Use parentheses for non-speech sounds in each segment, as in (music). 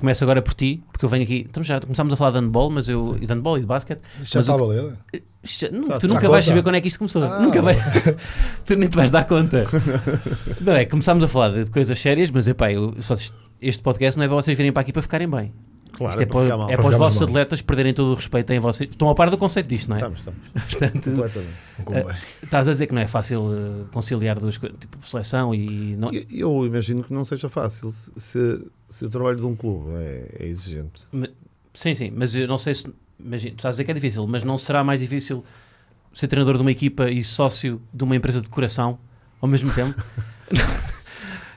Começo agora por ti, porque eu venho aqui. Estamos já começámos a falar de handball, mas eu. E de handball e de basquete. Isto já mas está o a que- valer? Isto- nu- Já tu se nunca vais dá conta. saber quando é que isto começou. Ah. Nunca vais. (laughs) tu nem te vais dar conta. não é? Começámos a falar de de coisas sérias, mas epá, eu, se vocês- este podcast não é para vocês virem para aqui para ficarem bem. Claro, Isto é, é para para, ficar mal. Tá. é para para os ficarmos vossos mal. atletas perderem todo o respeito em vocês. Estão a par do conceito disto, não é? Estamos, estamos. Portanto, Completamente. estás a dizer que não é fácil eh, conciliar duas coisas, tipo seleção e. Não... é? E- Eu imagino que não seja fácil se, se- se o trabalho de um clube é, é exigente. Sim, sim, mas eu não sei se. Imagina, tu estás a dizer que é difícil, mas não será mais difícil ser treinador de uma equipa e sócio de uma empresa de coração ao mesmo tempo? (laughs)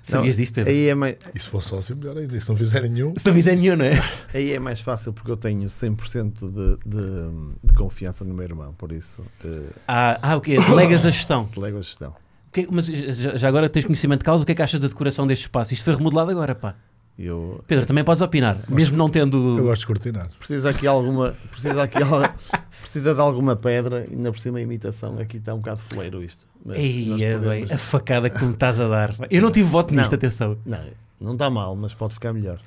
Sabias Não, disto, Pedro? Aí é, mais, E se for sócio, melhor ainda. E se não fizer nenhum, Se não fizer nenhum, não é? aí é mais fácil porque eu tenho 100% de, de, de confiança no meu irmão, por isso eh, Ah, ah, o quê? Delegas a gestão. delego a gestão. O quê- mas já, já agora tens conhecimento de causa, o que é que achas da decoração deste espaço? Isto foi remodelado agora, pá. Eu, Pedro, também podes opinar, mesmo não eu tendo. gosto de cortinar. precisa aqui alguma precisa aqui al- (laughs) precisa de alguma pedra e ainda por cima a imitação aqui está um bocado foleiro isto mas Ei, nós é podemos- bem, a facada que tu me estás a dar. pá. Eu não tive voto nisto, Não. atenção. não não está mal mas pode ficar melhor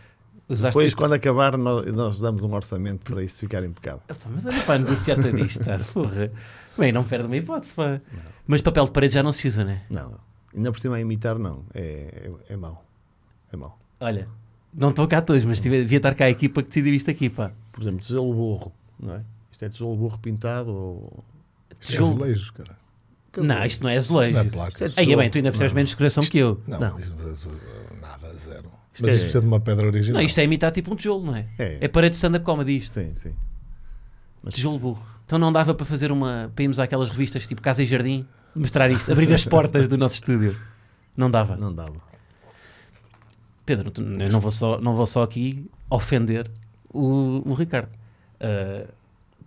Usaste depois quando acabar nós, nós damos um orçamento para isto ficar impecável Epá, mas olha para negociar tudo isto, tá? porra. Bem, não perde uma hipótese, pá. Mas papel de parede já não se usa, né? não ainda por cima a imitar não é é, é mau é mau Olha, não estão cá todos, mas tive- devia estar cá a equipa que decidiu isto aqui, pá. por exemplo tijolo burro não é isto é tijolo burro pintado ou Isto é Tijolo- azulejos, cara. Não, isto não é azulejo. Isto não é placa. Isto é Aí, é bem, tijolo. tu ainda percebes menos de coração que eu. Não, Não. isso- isso- nada, zero. Isto Mas é- isto precisa de uma pedra Não, original. isto é imitar tipo um tijolo, não é? É. É parede de stand-up comedy isto. sim sim mas Tijolo burro. Então não dava para fazer uma. para irmos àquelas revistas tipo Casa e Jardim, mostrar isto, abrir as portas do nosso estúdio. Não dava. não dava Pedro, tu- eu não vou só, não vou só aqui ofender o, o Ricardo. Ah,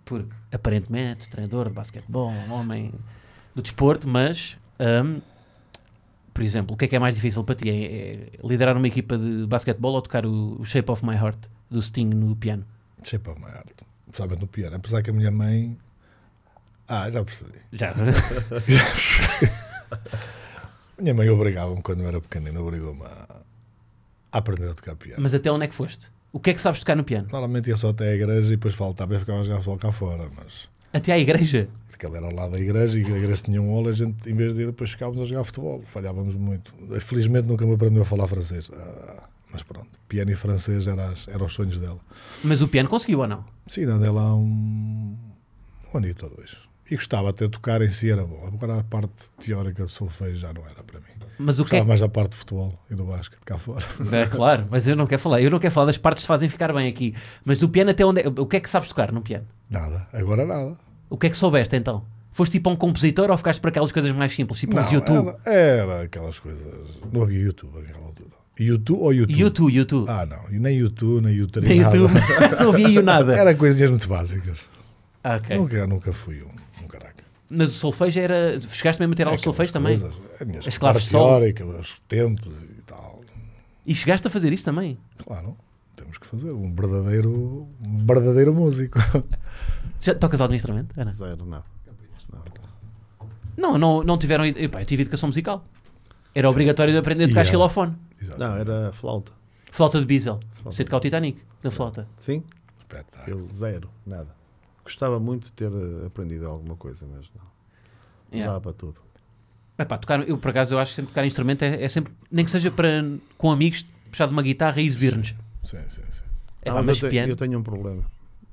porque, aparentemente, treinador de basquetebol, um homem do desporto, mas, ahm, por exemplo, o que é que é mais difícil para ti? É, é liderar uma equipa de basquetebol ou tocar o, o Shape of My Heart do Sting no piano? Sei é para uma arte. Principalmente no piano. Apesar que a minha mãe. Ah, já percebi. Já. (laughs) Minha mãe obrigava-me quando eu era pequenino, obrigou-me a... a aprender a tocar piano. mas até onde é que foste? O que é que sabes tocar no piano? Normalmente ia só até a igreja e depois faltava e ficava a jogar futebol cá fora, mas Até à igreja? aquele era ao lado da igreja e a igreja tinha um olo, a gente em vez de ir depois ficávamos a jogar futebol, falhávamos muito. Felizmente nunca me aprendeu a falar francês, Ah, mas pronto, piano e francês eram era os sonhos dela. Mas o piano conseguiu ou não? Sim, andei lá um, um anito ou dois. E gostava até de tocar em si, era bom. Agora a parte teórica de solfejo já não era para mim. Mas o que é Gostava mais da parte de futebol e do basquete cá fora. (laughs) (laughs) É, claro, mas eu não quero falar. Eu não quero falar das partes que te fazem ficar bem aqui. Mas o piano até onde é? O que é que sabes tocar no piano? Nada, agora nada. O que é que soubeste então? Foste tipo um compositor ou ficaste para aquelas coisas mais simples, tipo uns Não, YouTube? Era, era aquelas coisas. Não havia YouTube naquela altura. YouTube ou YouTube? YouTube, YouTube. Ah, não. E nem YouTube, nem YouTube. Nem YouTube. (laughs) não havia eu nada. Era coisinhas muito básicas. Ah, ok. Nunca, nunca fui um, um caraca. Mas o solfejo era. Chegaste mesmo a ter aula de Aquelas solfejo também? coisas, A minha As parte claves de sol. teórica, os tempos e tal. E chegaste a fazer isso também? Claro, temos que fazer. Um verdadeiro, um (laughs) verdadeiro músico. Já tocas algum instrumento? Ana? zero nada Não. Não, não, não tiveram. Epá, eu tive educação musical. Era obrigatório de aprender a E tocar era. xilofone. Exato. não era flauta Flauta de Beazel. Sei tocar o Titanic na flauta. sim Espetáculo. Eu zero, nada. Gostava muito de ter eh, aprendido alguma coisa, mas não. Yeah. Não dá para tudo. Epá, tocar, eu por acaso eu acho que sempre tocar instrumento é, é sempre, nem que seja para com amigos, puxar de uma guitarra e exibir-nos. Sim, sim, sim. Epá, É, Ah, mas mas eu, te- piano, eu tenho um problema,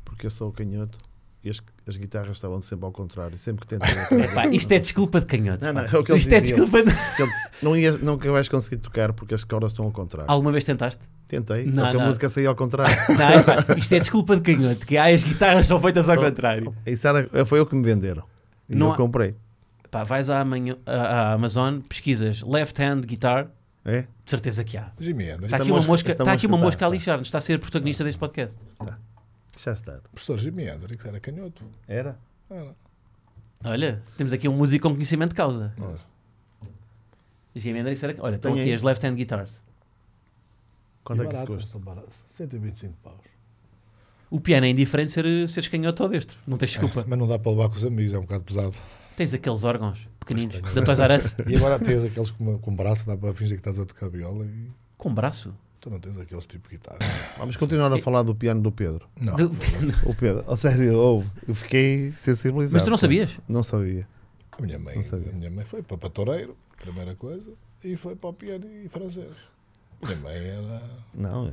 porque eu sou canhoto e as, as guitarras estavam sempre ao contrário. Sempre que tentei. (laughs) Epá, isto é desculpa de canhoto. Não, não, pá. é o que eles isto é diziam. desculpa de... Porque eu- não, ias, nunca vais conseguir tocar porque as cordas estão ao contrário. Alguma vez tentaste? Tentei, Não, só que não. a música saiu ao contrário. Não, epá, isto é desculpa de canhoto, que ai, as guitarras são feitas (laughs) ao Só- contrário. Isso era, foi eu que me venderam. E Não eu há- comprei. Epá, vais à, amanhã- à- à Amazon, pesquisas left hand guitar, É? de certeza que há. Jimmy Anderson. Está Esta aqui uma mosca- mosca, esta está aqui uma mosca mosca a tá- lixar-nos, está a ser protagonista deste podcast. Já está. Professor Jimi Hendrix era canhoto. Era? Era. Olha, temos aqui um músico com conhecimento de causa. Mas Jimi Hendrix era... Olha, estão Tenho aqui aí. as left hand guitars. Quanto é que se barato, custa? são baratos. 125 paus. O piano é indiferente ser, ser escanhoto ou destro. Não tens desculpa. (laughs) Mas não dá para levar com os amigos, é um bocado pesado. Tens aqueles órgãos pequeninos Pois da Toys R Us E agora tens aqueles com, com braço, dá para fingir que estás a tocar viola e com um braço. tu não tens aqueles tipo de guitarra. Vamos continuar a falar do piano do Pedro. Não. Do- O Pedro, a sério, houve. Eu fiquei sensibilizado. Mas tu não sabias? Não sabia. A minha mãe, Não sabia. a minha mãe foi para Patoreiro, primeira coisa, e foi para o piano e francês. Minha mãe era. Não,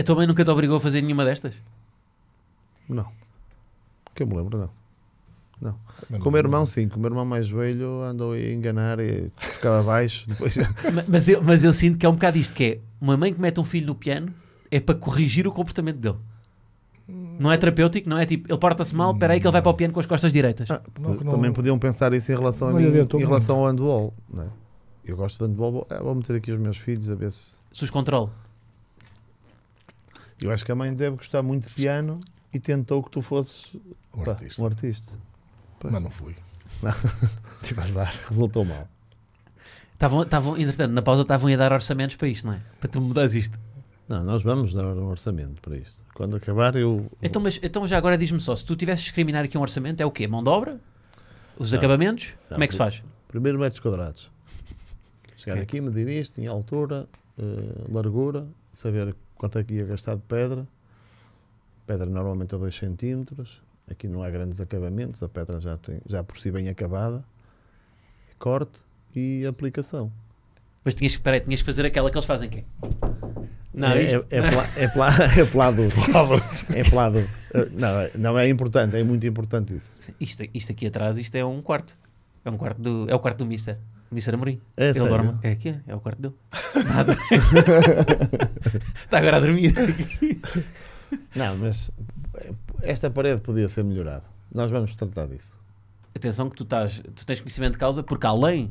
(laughs) A tua mãe nunca te obrigou a fazer nenhuma destas? não. Que eu me lembro, não. Com o meu um irmão, sim. Com o meu irmão mais velho, andou a enganar e tocava baixo. Depois... (laughs) Ma- mas, eu, mas eu sinto que é um bocado isto: que é uma mãe que mete um filho no piano é para corrigir o comportamento dele. Não é terapêutico, não é tipo, ele porta-se mal, peraí que ele vai para o piano com as costas direitas. Ah, Não, que não- Também podiam pensar isso em relação a Não mim, lhe adiantou em relação ao handball. Não é? Eu gosto de handball, vou, ah, vou meter aqui os meus filhos a ver se. Se os controle. Eu acho que a mãe deve gostar muito de piano e tentou que tu fosses Um pá, artista. um artista. Mas não fui. (laughs) Tive azar, resultou mal. Estavam, estavam, entretanto, na pausa estavam a dar orçamentos para isto, não é? Para tu mudares isto. Não, nós vamos dar um orçamento para isto. Quando acabar, eu. Então, mas, então já agora diz-me só, se tu tivesses de discriminar aqui um orçamento, é o quê? Mão de obra? Os Não. acabamentos? Como é que se pri- faz? Primeiro metros quadrados. Chegar Ok. aqui, medir isto em altura, eh, largura, saber quanto é que ia gastar de pedra. Pedra normalmente a 2 cm. Aqui não há grandes acabamentos, a pedra já, tem, já por si bem acabada. Corte e aplicação. Mas tinhas, peraí, tinhas que fazer aquela que é, eles fazem quê? Não, é, isto- é, é, pla, é, pla, (laughs) (laughs) é plado. é plado. Eh, Não, é- não é importante, é muito importante isso. Isto, isto aqui atrás, isto é um quarto. É um quarto do, é o quarto do Mister. Mister Amorim. É Ele sério? dorme. É aqui, é o quarto dele. (laughs) Nada. Está agora a dormir. Não, mas esta parede podia ser melhorada. Nós vamos tratar disso. Atenção que tu, estás, tu tens conhecimento de causa porque além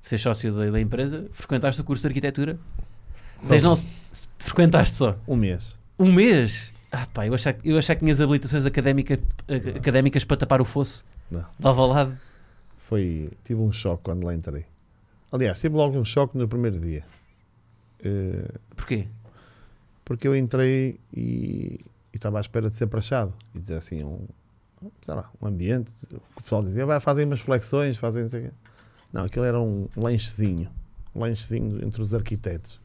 de ser sócio da, da empresa, frequentaste o curso de arquitetura. Tens não, se- frequentaste só. Um mês. Um mês? Ah pá, eu achava, eu achava que tinhas habilitações académica, a- académicas para tapar o fosso. Não. Dava ao lado. Foi. Tive um choque quando lá entrei. Aliás, tive logo um choque no primeiro dia. Eh, Porquê? porque eu entrei e, e estava à espera de ser prachado e dizer assim, um, sei lá, um ambiente. O pessoal dizia, vai, fazem umas flexões, fazem não sei o quê. Não, aquilo era um lanchezinho, um lanchezinho entre os arquitetos.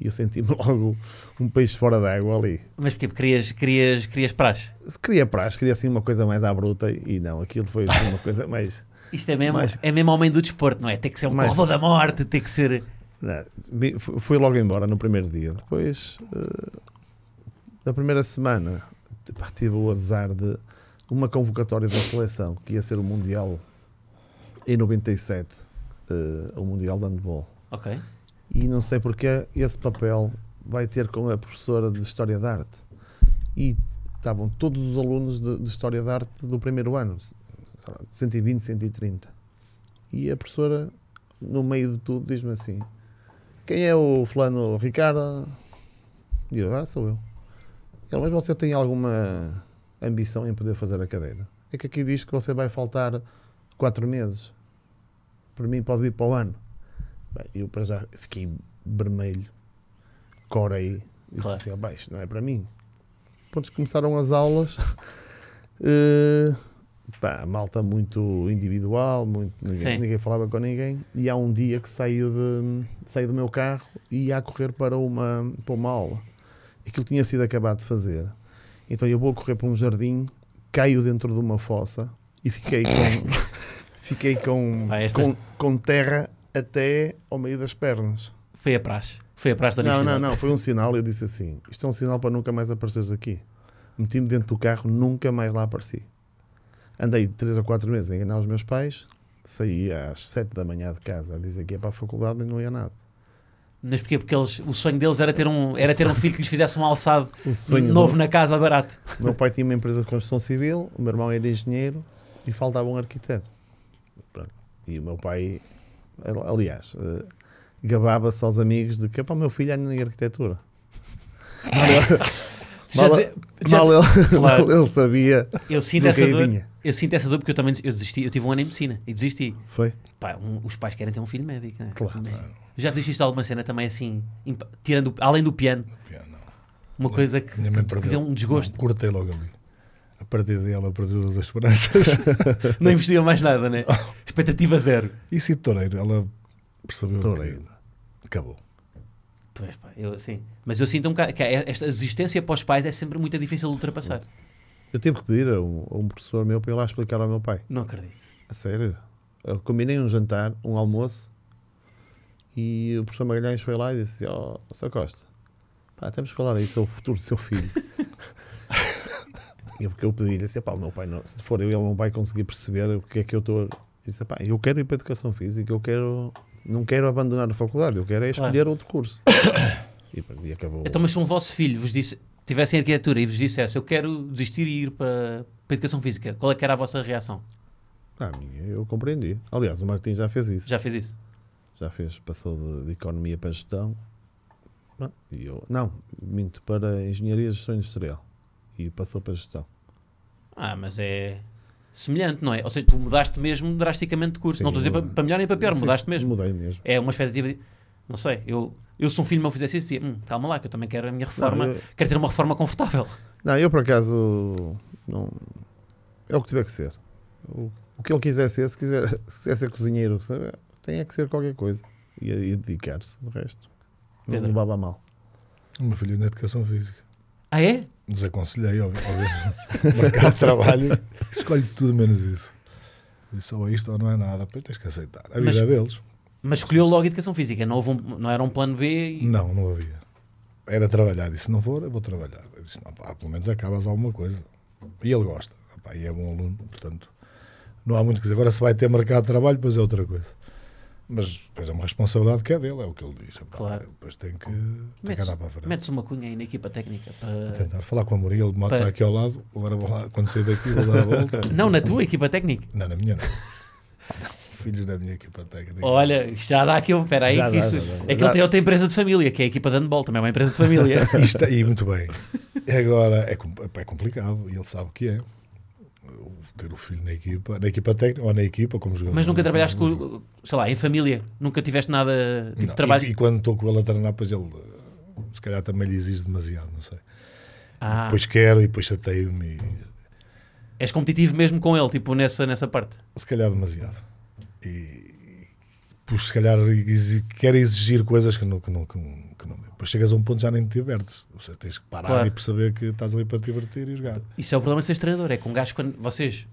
E eu senti-me (laughs) logo um peixe fora d'água ali. Mas porquê? Porque querias, querias, querias praxe. Se queria praxe, queria assim uma coisa mais à bruta e não, aquilo foi assim, uma coisa mais. Isto é mesmo, Mais- é mesmo homem do desporto, não é? Tem que ser um Mais- corredor da morte, tem que ser. Não, vi- Né, fu- fui logo embora no primeiro dia. Depois eh, da primeira semana t- pá, tive o azar de uma convocatória da seleção que ia ser o Mundial em 97, eh, o Mundial de Handball. Ok. E não sei porque esse papel vai ter com a professora de História da Arte. E estavam todos os alunos de, de História da Arte do primeiro ano, sei lá, 120, 130. E a professora, no meio de tudo, diz-me assim: Quem é o fulano Ricardo? E eu, ah, sou eu. Ela, mas você tem alguma ambição em poder fazer a cadeira? É que aqui diz que você vai faltar quatro meses. Por mim, pode vir para o ano. Bem, eu para já fiquei vermelho, corei, disse Claro. assim, "Ah, isto não é para mim. Depois começaram as aulas, eh, pá, malta muito individual, muito, ninguém, Sim. ninguém falava com ninguém, e há um dia que saio, de, saio do meu carro e ia a correr para uma, para uma aula. Aquilo tinha sido acabado de fazer. Então eu vou correr para um jardim, caio dentro de uma fossa e fiquei (coughs) com, fiquei com, Pá, estas- com, com terra até ao meio das pernas. Foi a praxe. Foi a praxe da Não, não, universidade. não, foi um sinal. Eu disse assim: isto é um sinal para nunca mais apareceres aqui. Meti-me dentro do carro, nunca mais lá apareci. Andei três ou quatro meses a enganar os meus pais, saí às sete da manhã de casa a dizer que ia para a faculdade e não ia nada. Mas porquê? Porque eles, o sonho deles era ter, um, era ter um filho que lhes fizesse um alçado O (laughs) sonho novo do- na casa barato. O meu pai tinha uma empresa de construção civil, o meu irmão era engenheiro e faltava um arquiteto. Pronto. E o meu pai, aliás, eh, gabava-se aos amigos de que "Epá, o meu filho anda em arquitetura. Tu já Mal- te- já- Mal ele, (laughs) Claro. (laughs) mal ele sabia. eu sinto nunca essa aí dor. vinha. Eu sinto essa dor porque eu também des- eu desisti. Eu tive um ano em medicina e desisti. Foi? Pá, um- os pais querem ter um filho médico, não é? Claro. Mas Já desististe de alguma cena também assim, imp- tirando, além do piano? Piano. uma coisa que, Minha mãe que, que perdeu. deu um desgosto. (laughs) Não, cortei logo ali. A partir daí ela perdeu todas as esperanças. (laughs) Não investiu mais nada, né? Expectativa zero. e sim, Toureiro, ela percebeu Toureiro. que acabou. Pois pá, eu sim. Mas eu sinto um bocado que esta resistência para os pais é sempre muito difícil de ultrapassar. Eu tive que pedir a um, a um professor meu para ir lá explicar ao meu pai. Não acredito. A sério. Eu combinei um jantar, um almoço, e o professor Magalhães foi lá e disse: Ó, oh, Sr. Costa, pá, temos que falar isso ao futuro do seu filho. (laughs) e porque eu pedi-lhe assim: pá, o meu pai, não, se for eu, ele não vai conseguir perceber o que é que eu estou. a-" Disse: pá, eu quero ir para a educação física, eu quero. Não quero abandonar a faculdade, eu quero é escolher Claro. outro curso. (coughs) E, pronto, e acabou. Então, mas se um vosso filho vos disse, tivesse em arquitetura e vos dissesse eu quero desistir e ir para, para a educação física, qual é que era a vossa reação? Ah, minha, eu compreendi. Aliás, o Martim já fez isso. Já fez isso? já fez, passou de, de economia para gestão. Não, e eu, não, minto, para engenharia e gestão industrial. E passou para gestão. Ah, mas é semelhante, não é? Ou seja, tu mudaste mesmo drasticamente de curso. Sim, não estou a dizer eu- para, para melhor nem para pior, Sim, mudaste sim, mesmo. Mudei mesmo. É uma expectativa de, não sei, eu, eu se um filho meu fizesse isso, dizia, "Hum, calma lá, que eu também quero a minha reforma, eu- quero ter uma reforma confortável. Não, eu por acaso, não, é o que tiver que ser. O, o que ele quiser ser, se quiser, (laughs) se quiser ser cozinheiro, se- tem é que ser qualquer coisa. E, e dedicar-se, de resto. Não Pedro. levava a mal. O meu filho na educação física. Ah é? Desaconselhei, óbvio. óbvio. (laughs) Mercado de trabalho. Escolhe tudo menos isso. Disse ou é isto ou não é nada. Pois tens que aceitar. A vida Mas- é deles. Mas escolheu logo educação física, não, houve um, não era um plano B e... Não, não havia. Era trabalhar. Disse, não for, eu vou trabalhar. Eu disse, não, pá, pelo menos acabas alguma coisa. E ele gosta. Pá, e é bom aluno, portanto, não há muito que dizer. Agora, se vai ter mercado de trabalho, depois é outra coisa. Mas depois é uma responsabilidade que é dele, é o que ele diz. Pá, Claro. ele Depois tem que, tem que Metes- andar para a frente. Metes uma cunha aí na equipa técnica para... Tentar falar com a Maria, ele mata Pá. aqui ao lado. Agora vou lá, quando sair daqui, vou dar (laughs) a volta. Não, na tua equipa técnica. Não, na minha não. Filhos da minha equipa técnica. Olha, já dá aqui um. Espera aí, Já que dá, isto. já dá. É que Já- ele tem outra empresa de família, que é a equipa de handball, também é uma empresa de família. (laughs) (laughs) Isto, e muito bem. Agora, é, com- é complicado, e ele sabe o que é. O- Ter o filho na equipa, na equipa técnica, ou na equipa, como jogador. Mas nunca trabalhaste com, sei lá, em família. Nunca tiveste nada tipo Não, trabalho. E, e quando estou com ele a treinar, pois ele, eh, se calhar também lhe exige demasiado, não sei. Ah, Depois quero e depois chateio-me, e- és competitivo mesmo com ele, tipo, nessa, nessa parte. se calhar demasiado. E, e pois, se calhar exi- quer exigir coisas que não, que não, que não, que não- Depois chegas a um ponto já nem te divertes. Ou seja, tens que parar Claro. e perceber que estás ali para te divertir e jogar. Isso é o problema de seres treinador. É que um gajo, quando vocês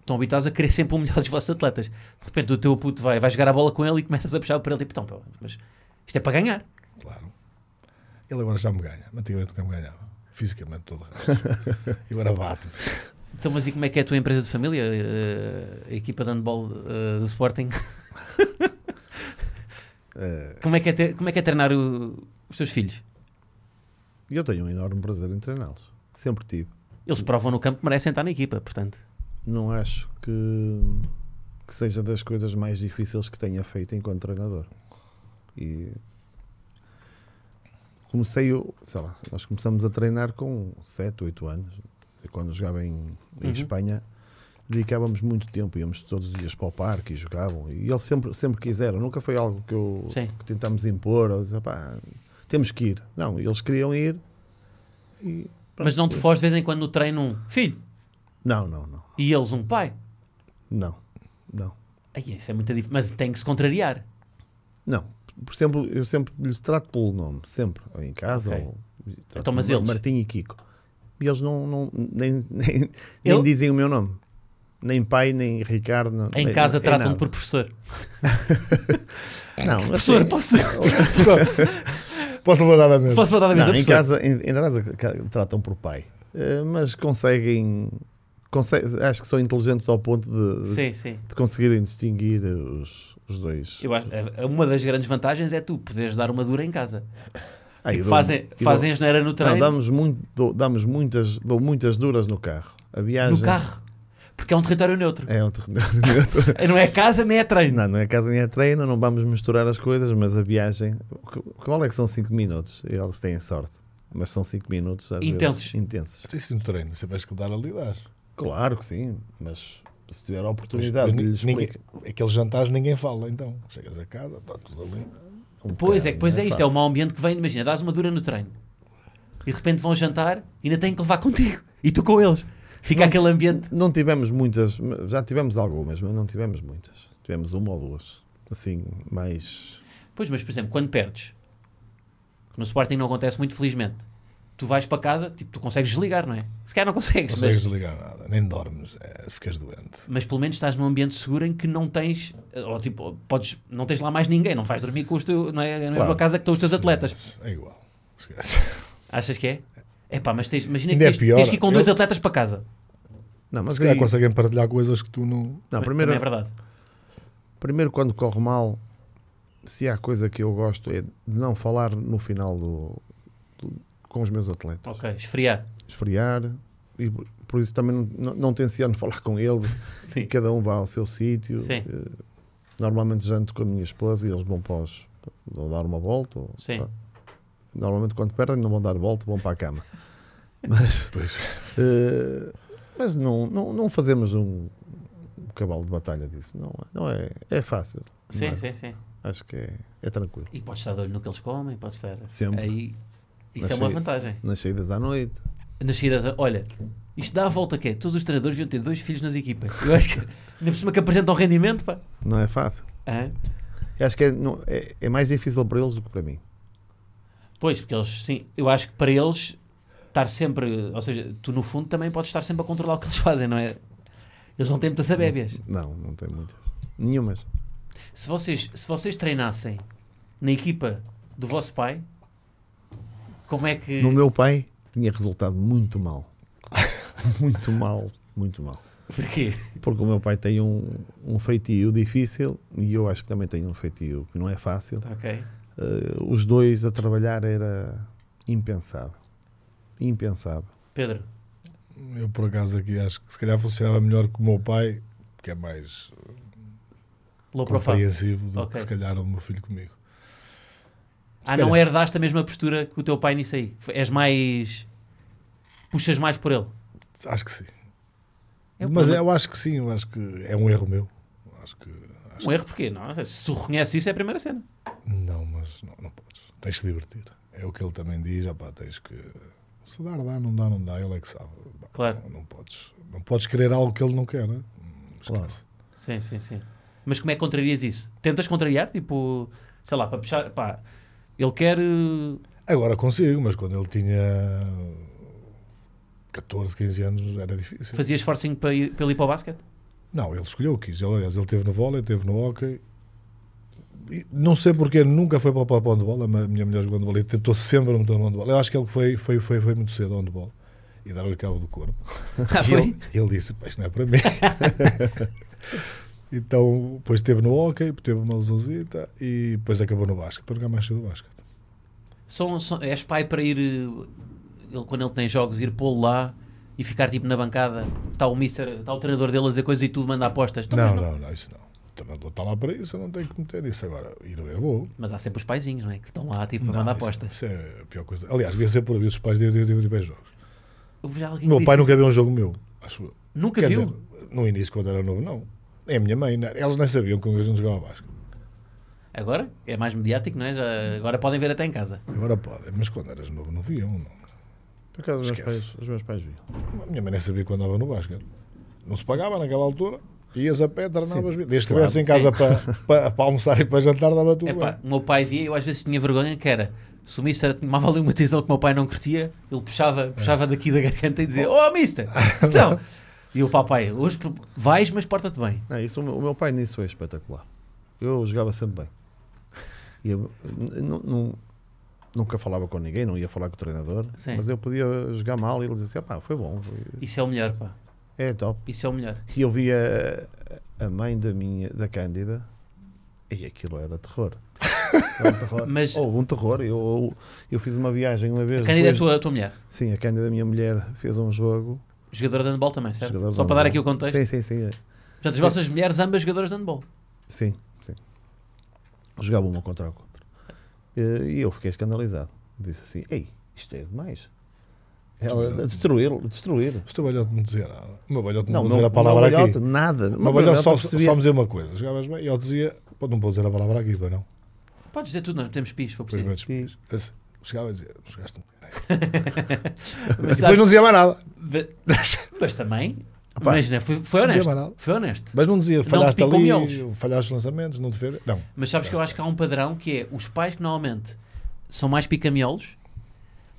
estão habituados a querer sempre o melhor dos vossos atletas, de repente o teu puto vai, vai jogar a bola com ele e começas a puxar para ele, tipo, então, pô, mas isto é para ganhar. Claro. Ele agora já me ganha. mas Antigamente nunca me ganhava. Fisicamente todo raso. E agora bate-me. Então, mas e como é que é a tua empresa de família? Eh, a equipa de handball eh, do Sporting? (laughs) Eh, Como é que é, ter- como é, que é treinar o- os teus filhos? E eu tenho um enorme prazer em treiná-los. Sempre tive. Eles provam no campo que merecem estar na equipa, portanto. não acho que, que seja das coisas mais difíceis que tenha feito enquanto treinador. E comecei, eu, sei lá, nós começamos a treinar com 7, 8 anos. E quando jogava em, em Uhum. Espanha, dedicávamos muito tempo, íamos todos os dias para o parque e jogavam. E eles sempre, sempre quiseram, nunca foi algo que, eu, Sim. que tentámos impor, ou dizer, "Pá, temos que ir. Não, eles queriam ir. E, Mas não te foges de vez em quando no treino um filho não, não, não, e eles um pai. não, não. Ai, isso é muito difícil. Mas tem que se contrariar. Não, por exemplo, eu sempre lhes trato pelo nome, sempre, ou em casa, Ok. ou trato Então, mas por eles? Martim e Kiko. E eles não, não- nem, nem, (laughs) nem Ele- dizem o meu nome. Nem pai, nem Ricardo. não- Em nem- casa nem tratam-me é nada. por professor. Não, Professor, assim, (laughs) posso, Posso mandar a mesa? posso mandar a mesa? não, em professor? casa, em, em casa ca- tratam por pai. Eh, mas conseguem, consegue- acho que são inteligentes ao ponto de, Sim, sim. de conseguirem distinguir os, os dois. Eu acho, é- uma das grandes vantagens é tu poderes dar uma dura em casa. Ah, e Tipo, dou- fazem e dou- fazem asneira no Não, treino, damos, muito, dou- damos muitas, dou muitas duras no carro. A viagem. no carro. Porque é um território neutro. (laughs) É (laughs) um terreno. Não é casa nem é treino. não, não é casa nem é treino, não vamos misturar as coisas, mas a viagem. qu- Qual é que são 5 minutos? Eles têm sorte. Mas são 5 minutos às Intensos. Vezes, intensos. Isso no é um treino, você vais que dar ali dás. Claro que sim, mas se tiver a oportunidade de Ni- lhe ninguém- explicar. Aqueles jantares ninguém fala, então. Chegas a casa, está tudo ali. um Pois é, bocado, pois não é isto. É fácil. o mau ambiente que vem. Imagina, dás uma dura no treino. e de repente vão jantar e ainda têm que levar contigo. (laughs) E tu com eles. Fica Não. aquele ambiente. Não tivemos muitas, já tivemos algumas, mas não tivemos muitas. Tivemos uma ou duas. Assim, mais. Pois, mas por exemplo, quando perdes, que no Sporting não acontece muito felizmente, tu vais para casa, tipo, tu consegues desligar, não é? Se calhar não consegues, Não mas, consegues ligar nada, nem dormes, é, ficas doente. mas pelo menos estás num ambiente seguro em que não tens, eh, ou tipo, podes, não tens lá mais ninguém, não vais dormir com os teus, não é, na mesma Claro. casa que estão os teus atletas. É igual. Esquece. Achas que é? É pá, mas tens, imagina que Ainda é tens, pior. tens que ir com dois Eu- atletas para casa. Não, mas Se calhar aí, conseguem partilhar coisas que tu não. não, Também- primeiro, também é verdade. primeiro, quando corre mal, se há coisa que eu gosto é de não falar no final do, do- com os meus atletas. Ok, esfriar. Esfriar, e por- por isso também não, não, não tenciono (laughs) falar com ele. (laughs) Sim. Cada um vá ao seu sítio. Sim. Eh, Normalmente janto com a minha esposa e eles vão para os, vão dar uma volta. ou- Sim. Normalmente quando perdem não vão dar volta, vão para a cama. Mas, (laughs) Pois. eh, mas não, não, não fazemos um, um cavalo de batalha disso. Não, é- não é, é fácil. não Sim, é? sim, sim. Acho que é, é tranquilo. E podes estar de olho no que eles comem, podes estar. Sempre. Aí, isso Mas é uma sim. vantagem. Nas saídas à noite. nas saídas, olha, isto dá a volta que é, todos os treinadores deviam ter dois filhos nas equipas. Eu acho que, ainda por cima que apresentam rendimento, pá. Não é fácil. Hã? Eu Acho que é, não- é, é mais difícil para eles do que para mim. Pois, porque eles, sim, eu acho que para eles estar sempre, ou seja, tu no fundo também podes estar sempre a controlar o que eles fazem, não é? Eles não têm muitas abébias. Não, não tem muitas. Nenhumas. Se vocês, se vocês treinassem na equipa do vosso pai, como é que. No meu pai tinha resultado muito mal. (laughs) muito mal, muito mal. Porquê? Porque o meu pai tem um, um feitio difícil e eu acho que também tenho um feitio que não é fácil. Ok. Eh, os dois a trabalhar era impensável. Impensável. Pedro, Eu por acaso aqui acho que se calhar funcionava melhor com o meu pai, que é mais low profile. compreensivo do Ok. que se calhar o meu filho comigo. Ah, calhar. não herdaste a mesma postura que o teu pai nisso aí. És mais. Puxas mais por ele. Acho que sim. É o Mas problema. eu acho que sim, eu acho que é um erro meu. Acho que. Um erro porquê? Não, se tu reconhece isso é a primeira cena. Não, mas não, não podes. Tens de te divertir. É o que ele também diz, opá, tens que. Se dar, dá, não dá, não dá, ele é que sabe. Pá, Claro. Não, não podes. Não podes querer algo que ele não quer, né? Hum, Claro. esquece. Sim, sim, sim. Mas como é que contrarias isso? Tentas contrariar? Tipo, sei lá, para puxar. Pá, ele quer. eh, Agora consigo, mas quando ele tinha 14, 15 anos era difícil. Fazias forcing para, ir, para ele ir para o basquete? Não, ele escolheu o que quis. Ele, aliás, ele teve no vôlei, teve no hockey. E não sei porque nunca foi para, para, para o handball. A ma- minha melhor jogou handball. Ele tentou sempre meter no handball. Eu acho que ele foi, foi, foi, foi muito cedo ao handball. E deram-lhe cabo do corpo. Ah, E foi? ele, ele disse, "Pá, isto não é para mim. (laughs) então, depois esteve no hockey, teve uma lesãozita e depois acabou no basquete. Para jogar mais cedo o basquete. São, são- um, és pai para ir. eh, Ele, quando ele tem jogos, ir pô-lo lá e ficar tipo na bancada. Está o mister, está o treinador dele a dizer coisas e tu manda apostas. Então, Não, mas não, não, isso não. O treinador está lá para isso, eu não tenho que meter isso. Agora, ir a ver, vou. Mas há sempre os paizinhos, não é? Que estão lá tipo a Não, mandar isso- apostas. Isso, é a pior coisa. Aliás, devia ser por aviso, os pais deviam ter bem jogos. Houve já alguém O meu que pai disse nunca viu um jogo meu, acho eu. isso? Nunca Quer viu? dizer, no início, quando era novo, não. É a minha mãe, não- elas nem sabiam como a gente jogava basquete. Agora é mais mediático, não é? Já- agora podem ver até em casa. Agora podem, mas quando eras novo não viam, não. Por acaso os meus, Esquece. pais, os meus pais viam. A minha mãe nem sabia quando andava no basquete. Não se pagava naquela altura. Ias a pé, treinavas. Desde que claro, estivesse em casa para, para, para almoçar e para jantar, dava tudo Epá, bem. o meu pai via, eu às vezes tinha vergonha que era. Se o Mister tomava ali uma decisão que o meu pai não curtia, ele puxava, puxava daqui da garganta e dizia: Oh, Mister! Então! E o papai, hoje pro- vais, mas porta-te bem. Não, isso, o, meu, o meu pai nisso é espetacular. Eu jogava sempre bem. E eu, n- n- não- nunca falava com ninguém, não ia falar com o treinador, Sim. mas eu podia jogar mal e ele dizia: pá, foi bom, foi- Isso é o melhor, pá. é top. Isso é o melhor. E eu via a mãe da minha, da Cândida, e aquilo era (laughs) terror. Era um terror. Mas- Houve um terror. Eu, eu, eu fiz uma viagem uma vez. A Cândida é a depois- tua, a tua mulher. Sim, a Cândida, minha mulher, fez um jogo. Jogadora de handball também, certo? jogadores Só de para dar aqui handball. o contexto. Sim, sim, sim. Portanto, as vossas mulheres, ambas jogadoras de handball. Sim, sim. Jogava uma contra a contra. Eh, E eu fiquei escandalizado. Disse assim: Ei, isto é demais. Ela a destruir, a destruir. O teu balhote não dizia nada. O meu balhote não, Não, dizia não, a palavra não aqui. balhote, nada. O meu balhote só, percebia. só me dizia uma coisa. Jogavas bem e ele dizia... "Pô, Não vou dizer a palavra aqui, para não. Podes dizer tudo, nós não temos pis, se for Depois preciso. metes- Sim. Esse- Chegava a dizer, "Não chegaste um bocadinho." Mas, Depois não dizia mais nada. sabes- mas também, Opa, imagina, foi, foi não dizia honesto. mais nada. Foi honesto. Mas não dizia, falhaste picou ali, miolos. falhaste os lançamentos, não te fez. Não. Mas sabes que eu acho que há um padrão que é os pais que normalmente são mais picamiolos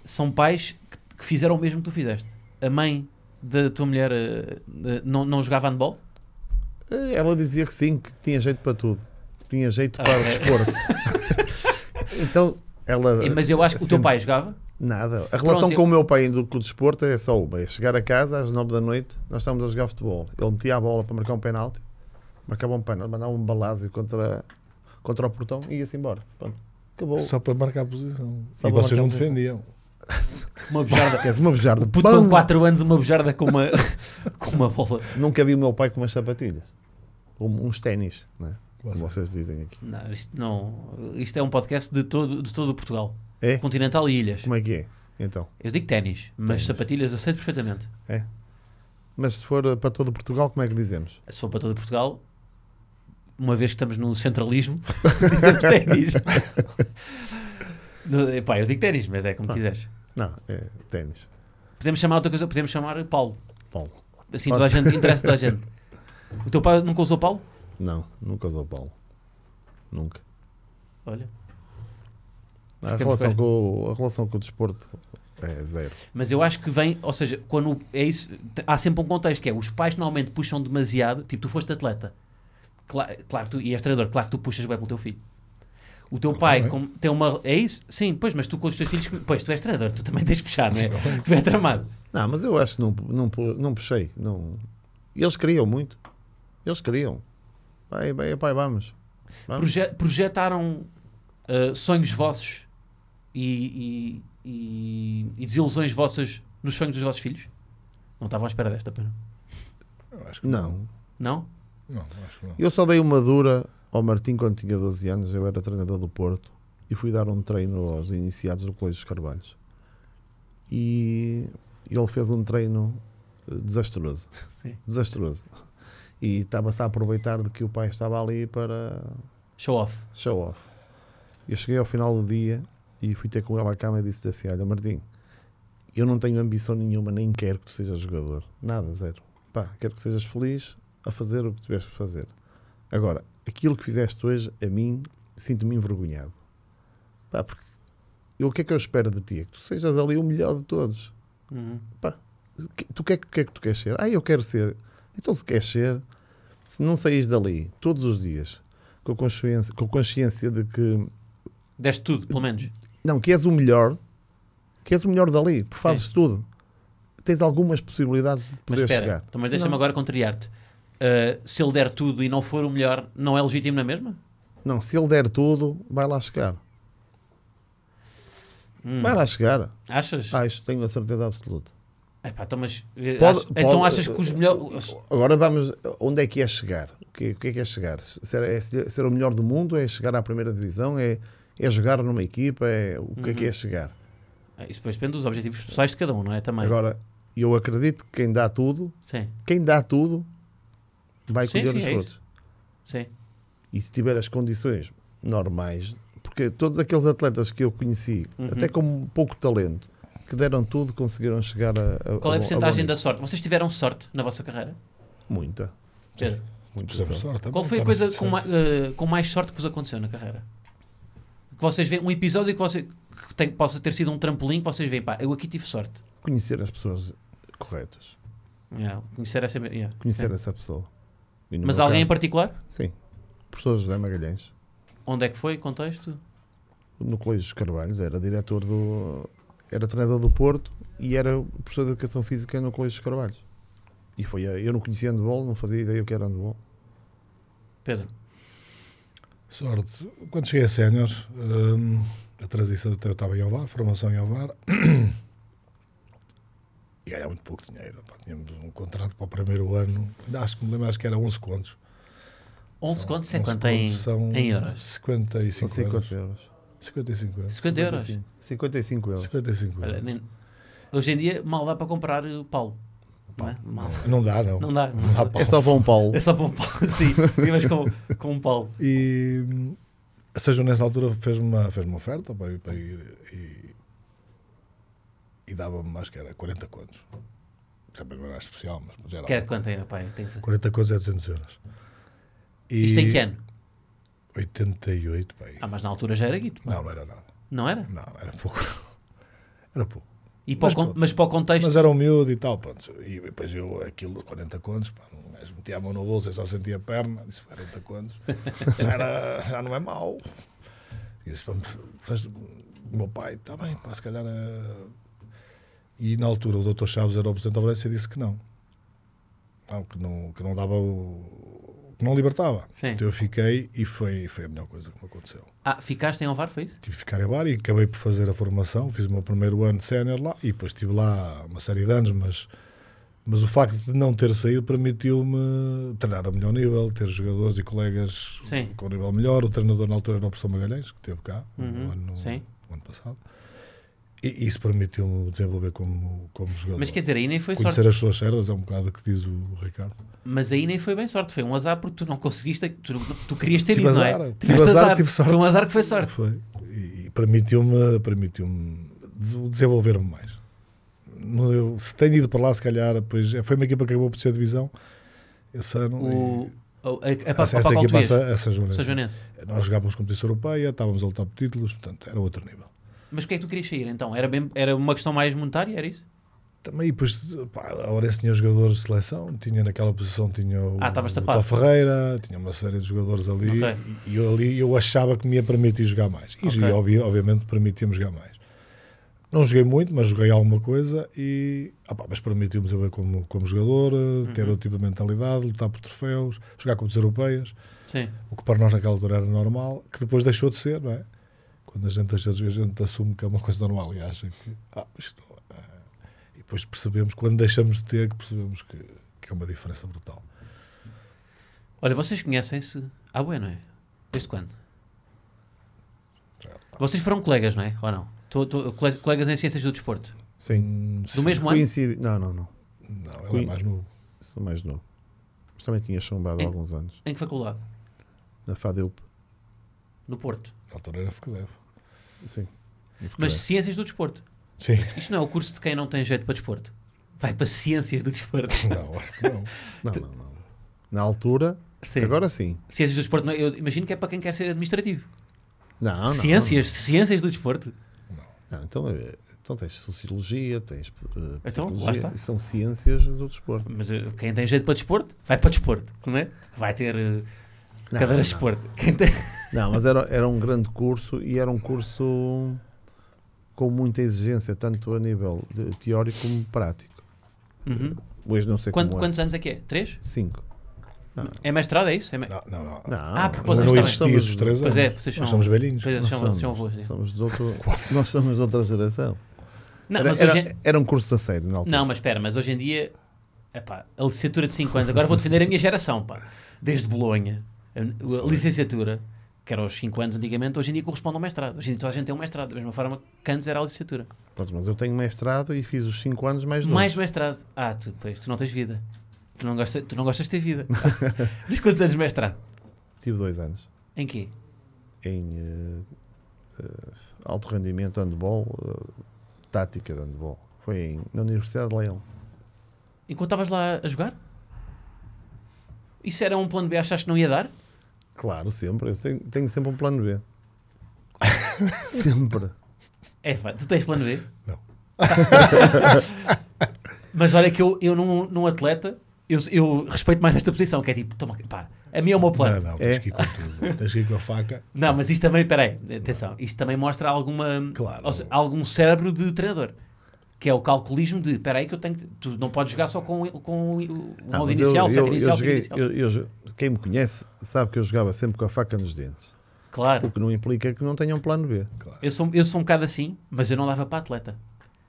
são pais que, que fizeram o mesmo que tu fizeste. A mãe da tua mulher eh, eh, não, não jogava handball? Eh, Ela dizia que sim, que tinha jeito para tudo. Que tinha jeito Ah, para o ok. (laughs) desporto. então, ela. assim, Eh, Mas eu acho que o teu Sim. pai jogava. Nada. A relação Pronto, com eu- o meu pai do que o desporto é só uma. É chegar a casa às 9 da noite, nós estávamos a jogar futebol. Ele metia a bola para marcar um penalti, marcava um penalti, mandava um balásio contra, contra o portão e ia-se embora. Pronto. Acabou. (laughs) Só para marcar a posição. Só e para vocês marcar não a posição. defendiam. Uma bujarda. Queres uma bejarda? O puto com 4 anos, uma bujarda com uma, (laughs) com uma bola. Nunca vi o meu pai com umas sapatilhas. Um- uns ténis, né? como Vocês- vocês dizem aqui. Não, isto não. Isto é um podcast de todo, de todo o Portugal. É? Continental e ilhas. Como é que é? Então. Eu digo ténis, mas Ténis. sapatilhas eu sei perfeitamente. Mas se for eh, para todo Portugal, como é que dizemos? Se for para todo Portugal, uma vez que estamos no centralismo, (laughs) dizemos ténis. No- epá, eu digo ténis, mas é como Ah. quiseres. Não, é ténis. Podemos chamar outra coisa, podemos chamar Paulo. Paulo. Assim, toda a gente, interessa toda a gente. O teu pai nunca usou Paulo? Não, nunca usou Paulo. Nunca. Olha. A Ficamos relação, com com, o- a relação com o desporto é zero. Mas eu acho que vem, ou seja, quando o- é isso, t- há sempre um contexto que é os pais normalmente puxam demasiado, tipo, tu foste atleta, Cla- claro, que tu, e és treinador, claro que tu puxas bem pelo teu filho. O teu pai bem. como tem uma. É isso? Sim, pois, mas tu com os teus filhos. Pois, tu és treinador, tu também (laughs) tens de puxar, não é? Tu és tramado. Não, mas eu acho que não, não, pu- não puxei. Não. Eles queriam muito. Eles queriam. Vai, vai, pai, vamos. vamos. Proje- projetaram ah, sonhos vossos e, e- e- e desilusões vossas nos sonhos dos vossos filhos? Não estavam à espera desta, pera. Eu acho que Não. Não? Não, acho que não. Eu só dei uma dura ao Martim quando tinha 12 anos. Eu era treinador do Porto e fui dar um treino aos iniciados do Colégio dos Carvalhos. E ele fez um treino eh, (laughs) desastroso. Sim. Desastroso. E estava-se a aproveitar de que o pai estava ali para Show off. show off. Eu cheguei ao final do dia e fui ter com ele à cama e disse assim: Olha, Martim, eu não tenho ambição nenhuma, nem quero que tu sejas jogador, nada, zero. Pá, quero que sejas feliz a fazer o que tiveres que fazer. Agora, aquilo que fizeste hoje, a mim, sinto-me envergonhado. Pá, porque eu, o que é que eu espero de ti? É que tu sejas ali o melhor de todos Uhum. que- tu que, que é que tu queres ser? Ah, eu quero ser. Então, se queres ser, se não saís dali todos os dias com a consciência, com a consciência de que Deste tudo, pelo menos. não, que és o melhor, que és o melhor dali, porque fazes tudo, tens algumas possibilidades de Mas poder espera, chegar. então, mas Se deixa-me não- agora contrariar-te. Uh, se ele der tudo e não for o melhor, não é legítimo na mesma? Não, se ele der tudo, vai lá chegar. Hum. Vai lá chegar. Achas? Ah, isto tenho a certeza absoluta. Epá, então, mas, eh, Pode- ach- então pode- achas que os melhores. Agora vamos, onde é que é chegar? O que, o que é que é chegar? Ser, é ser o melhor do mundo? É chegar à primeira divisão? É, é jogar numa equipa? É, o que é Uhum. que é chegar? Ah, Isso depois depende dos objetivos pessoais de cada um, não é? Também. Agora, eu acredito que quem dá tudo, Sim, quem dá tudo, vai Sim, colher sim, os é frutos. sim. E se tiver as condições normais, porque todos aqueles atletas que eu conheci, Uhum. até com pouco talento, que deram tudo, conseguiram chegar a. a Qual é a porcentagem da da sorte? Vocês tiveram sorte na vossa carreira? Muita. Pedro, Muita Fizemos sorte. sorte, qual também, foi a estamos coisa de com, sorte. ma- eh, com mais sorte que vos aconteceu na carreira? Que vocês veem, um episódio que, você, que tem- possa ter sido um trampolim que vocês veem, pá, eu aqui tive sorte. Conhecer as pessoas corretas. Yeah, conhecer essa. yeah, Conhecer sim. essa pessoa. E no É. Mas meu alguém em caso- particular? Sim. Professor José Magalhães, Onde é que foi? Contexto? no Colégio dos Carvalhos, era diretor do. era treinador do Porto e era professor de Educação Física no Colégio dos Carvalhos. E foi. a- Eu não conhecia handball, não fazia ideia o que era handball. Pedro. Sorte. Quando cheguei a séniores, hum, a transição até eu estava em Ovar, formação em Ovar, (clears throat) e ganhava muito pouco dinheiro. Pá, tínhamos um contrato para o primeiro ano, ainda acho que me lembro, acho que era 11 contos. 11 São- contos é 11 quanto em, contos são em euros? 55 São 50 euros. euros. 55 euros. 50 euros? 55 euros. 55 Olha, euros. nem- Hoje em dia mal dá para comprar o Paulo. Não, é? Mal. Não dá, não. não dá. não Não dá dá. pau. É só para um Paulo. É só para um Paulo. (laughs) Sim, vivas com, com um Paulo. E hum, a Sejam nessa altura fez-me uma, fez uma oferta para, ir- para ir e e dava-me, acho que era 40 contos. Também não era especial, mas, mas era. Que era alguma quanto era, pai? Tenho que fazer. 40 contos é 200 euros. E Isto em que ano? 88, pai. Ah, mas na altura já era guito. pá. Não, não era nada. Não era? Não, era pouco. (laughs) Era pouco. E para Mas o con- pronto. mas para o contexto. Mas era um miúdo e tal, pronto. E depois eu, aquilo, 40 contos, pá, um gajo metia a mão no bolso e só sentia a perna. Disse, (laughs) 40 contos, já, era- já não é mau. E disse, vamos, faz, o meu pai, está bem, pá, se calhar... eh." E na altura o doutor Chaves era o presidente da Valência e disse que não. Não, que não, que não dava o... que não libertava. Sim. Então eu fiquei e foi, foi a melhor coisa que me aconteceu. Ah, ficaste em Alvar, foi isso? Tive que ficar em bar e acabei por fazer a formação. Fiz o meu primeiro ano de sénior lá e depois estive lá uma série de anos, mas, mas o facto de não ter saído permitiu-me treinar a melhor nível, ter jogadores e colegas Sim. com um nível melhor. O treinador na altura era o professor Magalhães, que esteve cá Uhum, no, ano, sim. no ano passado. E isso permitiu-me desenvolver como, como jogador. Mas quer dizer, aí nem foi sorte. Conhecer as suas cerdas é um bocado o que diz o Ricardo. Mas aí nem foi bem sorte, foi um azar porque tu não conseguiste, tu, tu querias ter Tive ido, não é? azar, tive Tiveste azar, tive sorte. Foi um azar que foi sorte. Foi. E, e permitiu-me permitiu desenvolver-me mais. No- eu- se tenho ido para lá, se calhar, depois, foi uma equipa que acabou por ser divisão esse ano. O, e- a, a, a, a, essa, a- essa qual tu equipa, ias? essa, essa Joanense. São Joanense. Nós jogávamos competição europeia, estávamos a lutar por títulos, portanto, era outro nível. Mas porquê é que tu querias sair então? Era, bem, era uma questão mais monetária, era isso? Também, e depois, pá, a Orense tinha jogadores de seleção, tinha naquela posição, tinha o, Ah, estavas o tapado. Tó Ferreira, tinha uma série de jogadores ali, Ok. e, e eu ali eu achava que me ia permitir jogar mais. E, Ok. obvi- obviamente permitia-me jogar mais. Não joguei muito, mas joguei alguma coisa e, ah pá, mas permitiu-me saber como, como jogador, eh, Uhum. ter outro tipo de mentalidade, lutar por troféus, jogar competições europeias, Sim. o que para nós naquela altura era normal, que depois deixou de ser, não é? Quando a gente deixa de jogar, a gente assume que é uma coisa normal e acha que, ah, isto não é. E depois percebemos, quando deixamos de ter, que percebemos que, que é uma diferença brutal. Olha, vocês conhecem-se ah, bueno, não é? Desde quando? Vocês foram colegas, não é? Ou não? Tô- tô- cole- colegas em Ciências do Desporto. Sim. Do mesmo ano? Coincidi... Não, não, não. Hum, Não, ele Sim. é mais novo. Sou mais novo. Mas também tinha chumbado É- há alguns anos. Em que faculdade? Na FADEUP. No Porto. Na altura era FCDEV. Sim. Mas Ciências do Desporto. Sim. (laughs) Isto não é o curso de quem não tem jeito para desporto. Vai para Ciências do (laughs) Desporto. Não, acho que não. Não, não, não. Na altura, Sim. agora sim. Ciências do Desporto, não é- eu imagino que é para quem quer ser administrativo. Ah, Não, não, ciências, ciências do desporto. Não, Não, então, eh, então tens sociologia, tens eh, Então, lá psicologia, está. e são ciências do desporto. Mas eh, quem tem jeito para desporto, vai para desporto, não é? Vai ter eh, Não, cadeiras de não. desporto. Quem tem- (laughs) Não, mas era, era um grande curso e era um curso com muita exigência, tanto a nível de teórico como prático. Uhum. Hoje não sei Quant- como um Quantos anos é que é? Três? é. Cinco. É mestrado, é isso? É me- Não, não, não. Não, Ah, porque Ainda vocês não também- existia esses três anos. Pois é, vocês Nós são- somos velhinhos. Pois é, nós são- somos, são avós, é. somos de outro, Quase. nós somos de outra geração. Não, era, mas era, hoje em- era um curso a sério na altura. não, mas espera, mas hoje em dia, epá, a licenciatura de 5 anos, agora vou defender a minha geração, pá. Desde Bolonha, a, a licenciatura, que era aos 5 anos antigamente, hoje em dia corresponde ao mestrado. Hoje em dia toda a gente tem um mestrado, da mesma forma que antes era a licenciatura. Pronto, mas eu tenho mestrado e fiz os cinco anos mais dois. Mais mestrado. Ah, tu, pois, tu não tens vida. Tu não gostas, tu não gostas de ter vida. (laughs) Diz quantos anos de mestrado? Tive dois anos. Em quê? em eh, eh, alto rendimento handball, eh, tática de handball. Foi em- na Universidade de Leão. Enquanto estavas lá a jogar? Isso era um plano B, achaste que não ia dar? Claro, sempre. Eu tenho, tenho sempre um plano (laughs) B. sempre. É, pá, tu tens plano B? Não. (laughs) Mas olha que eu, eu num, num atleta, eu, eu respeito mais esta posição, que é tipo, toma, pá, a mim é o meu plano. Não, não, tens É. que ir com tudo. Tens que ir com a faca. Não, mas isto também, peraí, atenção, isto também mostra alguma, Claro. ou seja, algum cérebro de treinador, que é o calculismo de, peraí que eu tenho, que- tu não podes jogar só com, com o 11 Ah, mas inicial, 7 inicial, 5 joguei- inicial. eu- eu jo- quem me conhece sabe que eu jogava sempre com a faca nos dentes. O Claro, que não implica que não tenha um plano B. eu sou, eu sou um bocado assim, mas eu não dava para atleta.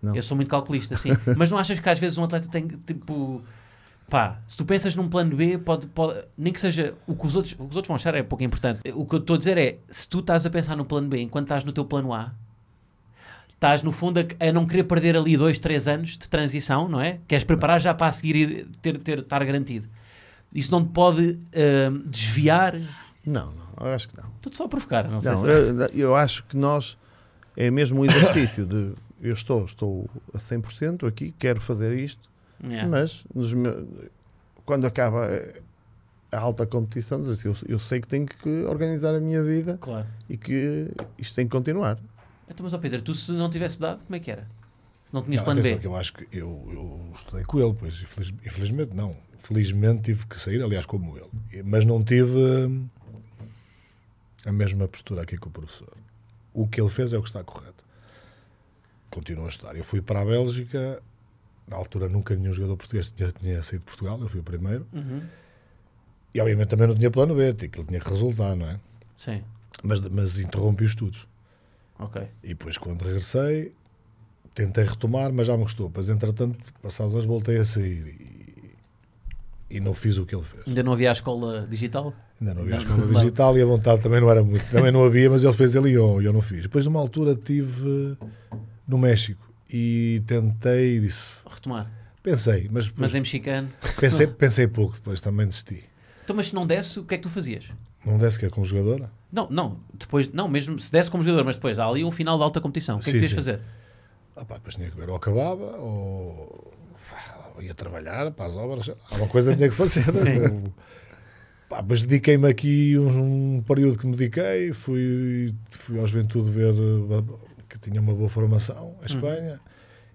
Não. Eu sou muito calculista, sim. (laughs) mas não achas que às vezes um atleta tem, que, tipo, pá, se tu pensas num plano B, pode, pode- nem que seja, o que, os outros, o que os outros vão achar é pouco importante. O que eu estou a dizer é, se tu estás a pensar no plano B enquanto estás no teu plano A, estás no fundo a, a não querer perder ali dois, três anos de transição, não é? Queres preparar já para a seguir ir, ter, ter, estar garantido. Isso não te pode ahm, desviar. Não, não, eu acho que não. é. Estou só a provocar, não sei. Não, se- eu, eu acho que nós é mesmo um exercício de eu estou, estou a 100% aqui, quero fazer isto, Yeah. mas nos me- quando acaba eh, a alta competição, dizer assim, eu, eu sei que tenho que organizar a minha vida Claro. e que isto tem que continuar. Então, mas ó Pedro, tu se não tivesse dado, como é que era? Se não tinhas Não, plano atenção, B? que eu acho que eu, eu estudei com ele, pois infeliz- infelizmente não. Felizmente tive que sair, aliás, como ele. E- Mas não tive hum, a mesma postura aqui que o professor. O que ele fez é o que está correto. Continuo a estudar. Eu fui para a Bélgica, na altura nunca nenhum jogador português tinha, tinha saído de Portugal, eu fui o primeiro. Uhum. E obviamente também não tinha plano B, tinha- aquilo tinha que resultar, não é? Sim, Mas, mas interrompi os estudos. ok. E depois, quando regressei, tentei retomar, mas já me gostou. Mas, entretanto, passados anos, voltei a sair e, e não fiz o que ele fez. Ainda não havia a escola digital? Ainda não havia a Não, escola não. digital e a vontade também não era muito. Também não havia, mas ele fez em Lyon e eu não fiz. Depois, numa altura, estive no México e tentei, disse, Retomar. pensei, mas, depois Mas em mexicano. pensei, pensei pouco, depois também desisti. Então, mas se não desse, o que é que tu fazias? Não desse que é como jogadora? Não, não, depois, não, mesmo se desse como jogador, mas depois há ali um final de alta competição. O que é que Sim, tu ias sim. fazer? Ah, pá, depois tinha que ver, ou acabava, ou, ou ia trabalhar para as obras, alguma coisa tinha que fazer. pá, mas dediquei-me aqui um, um período que me dediquei, fui, fui ao Juventude ver eh, que tinha uma boa formação em Espanha,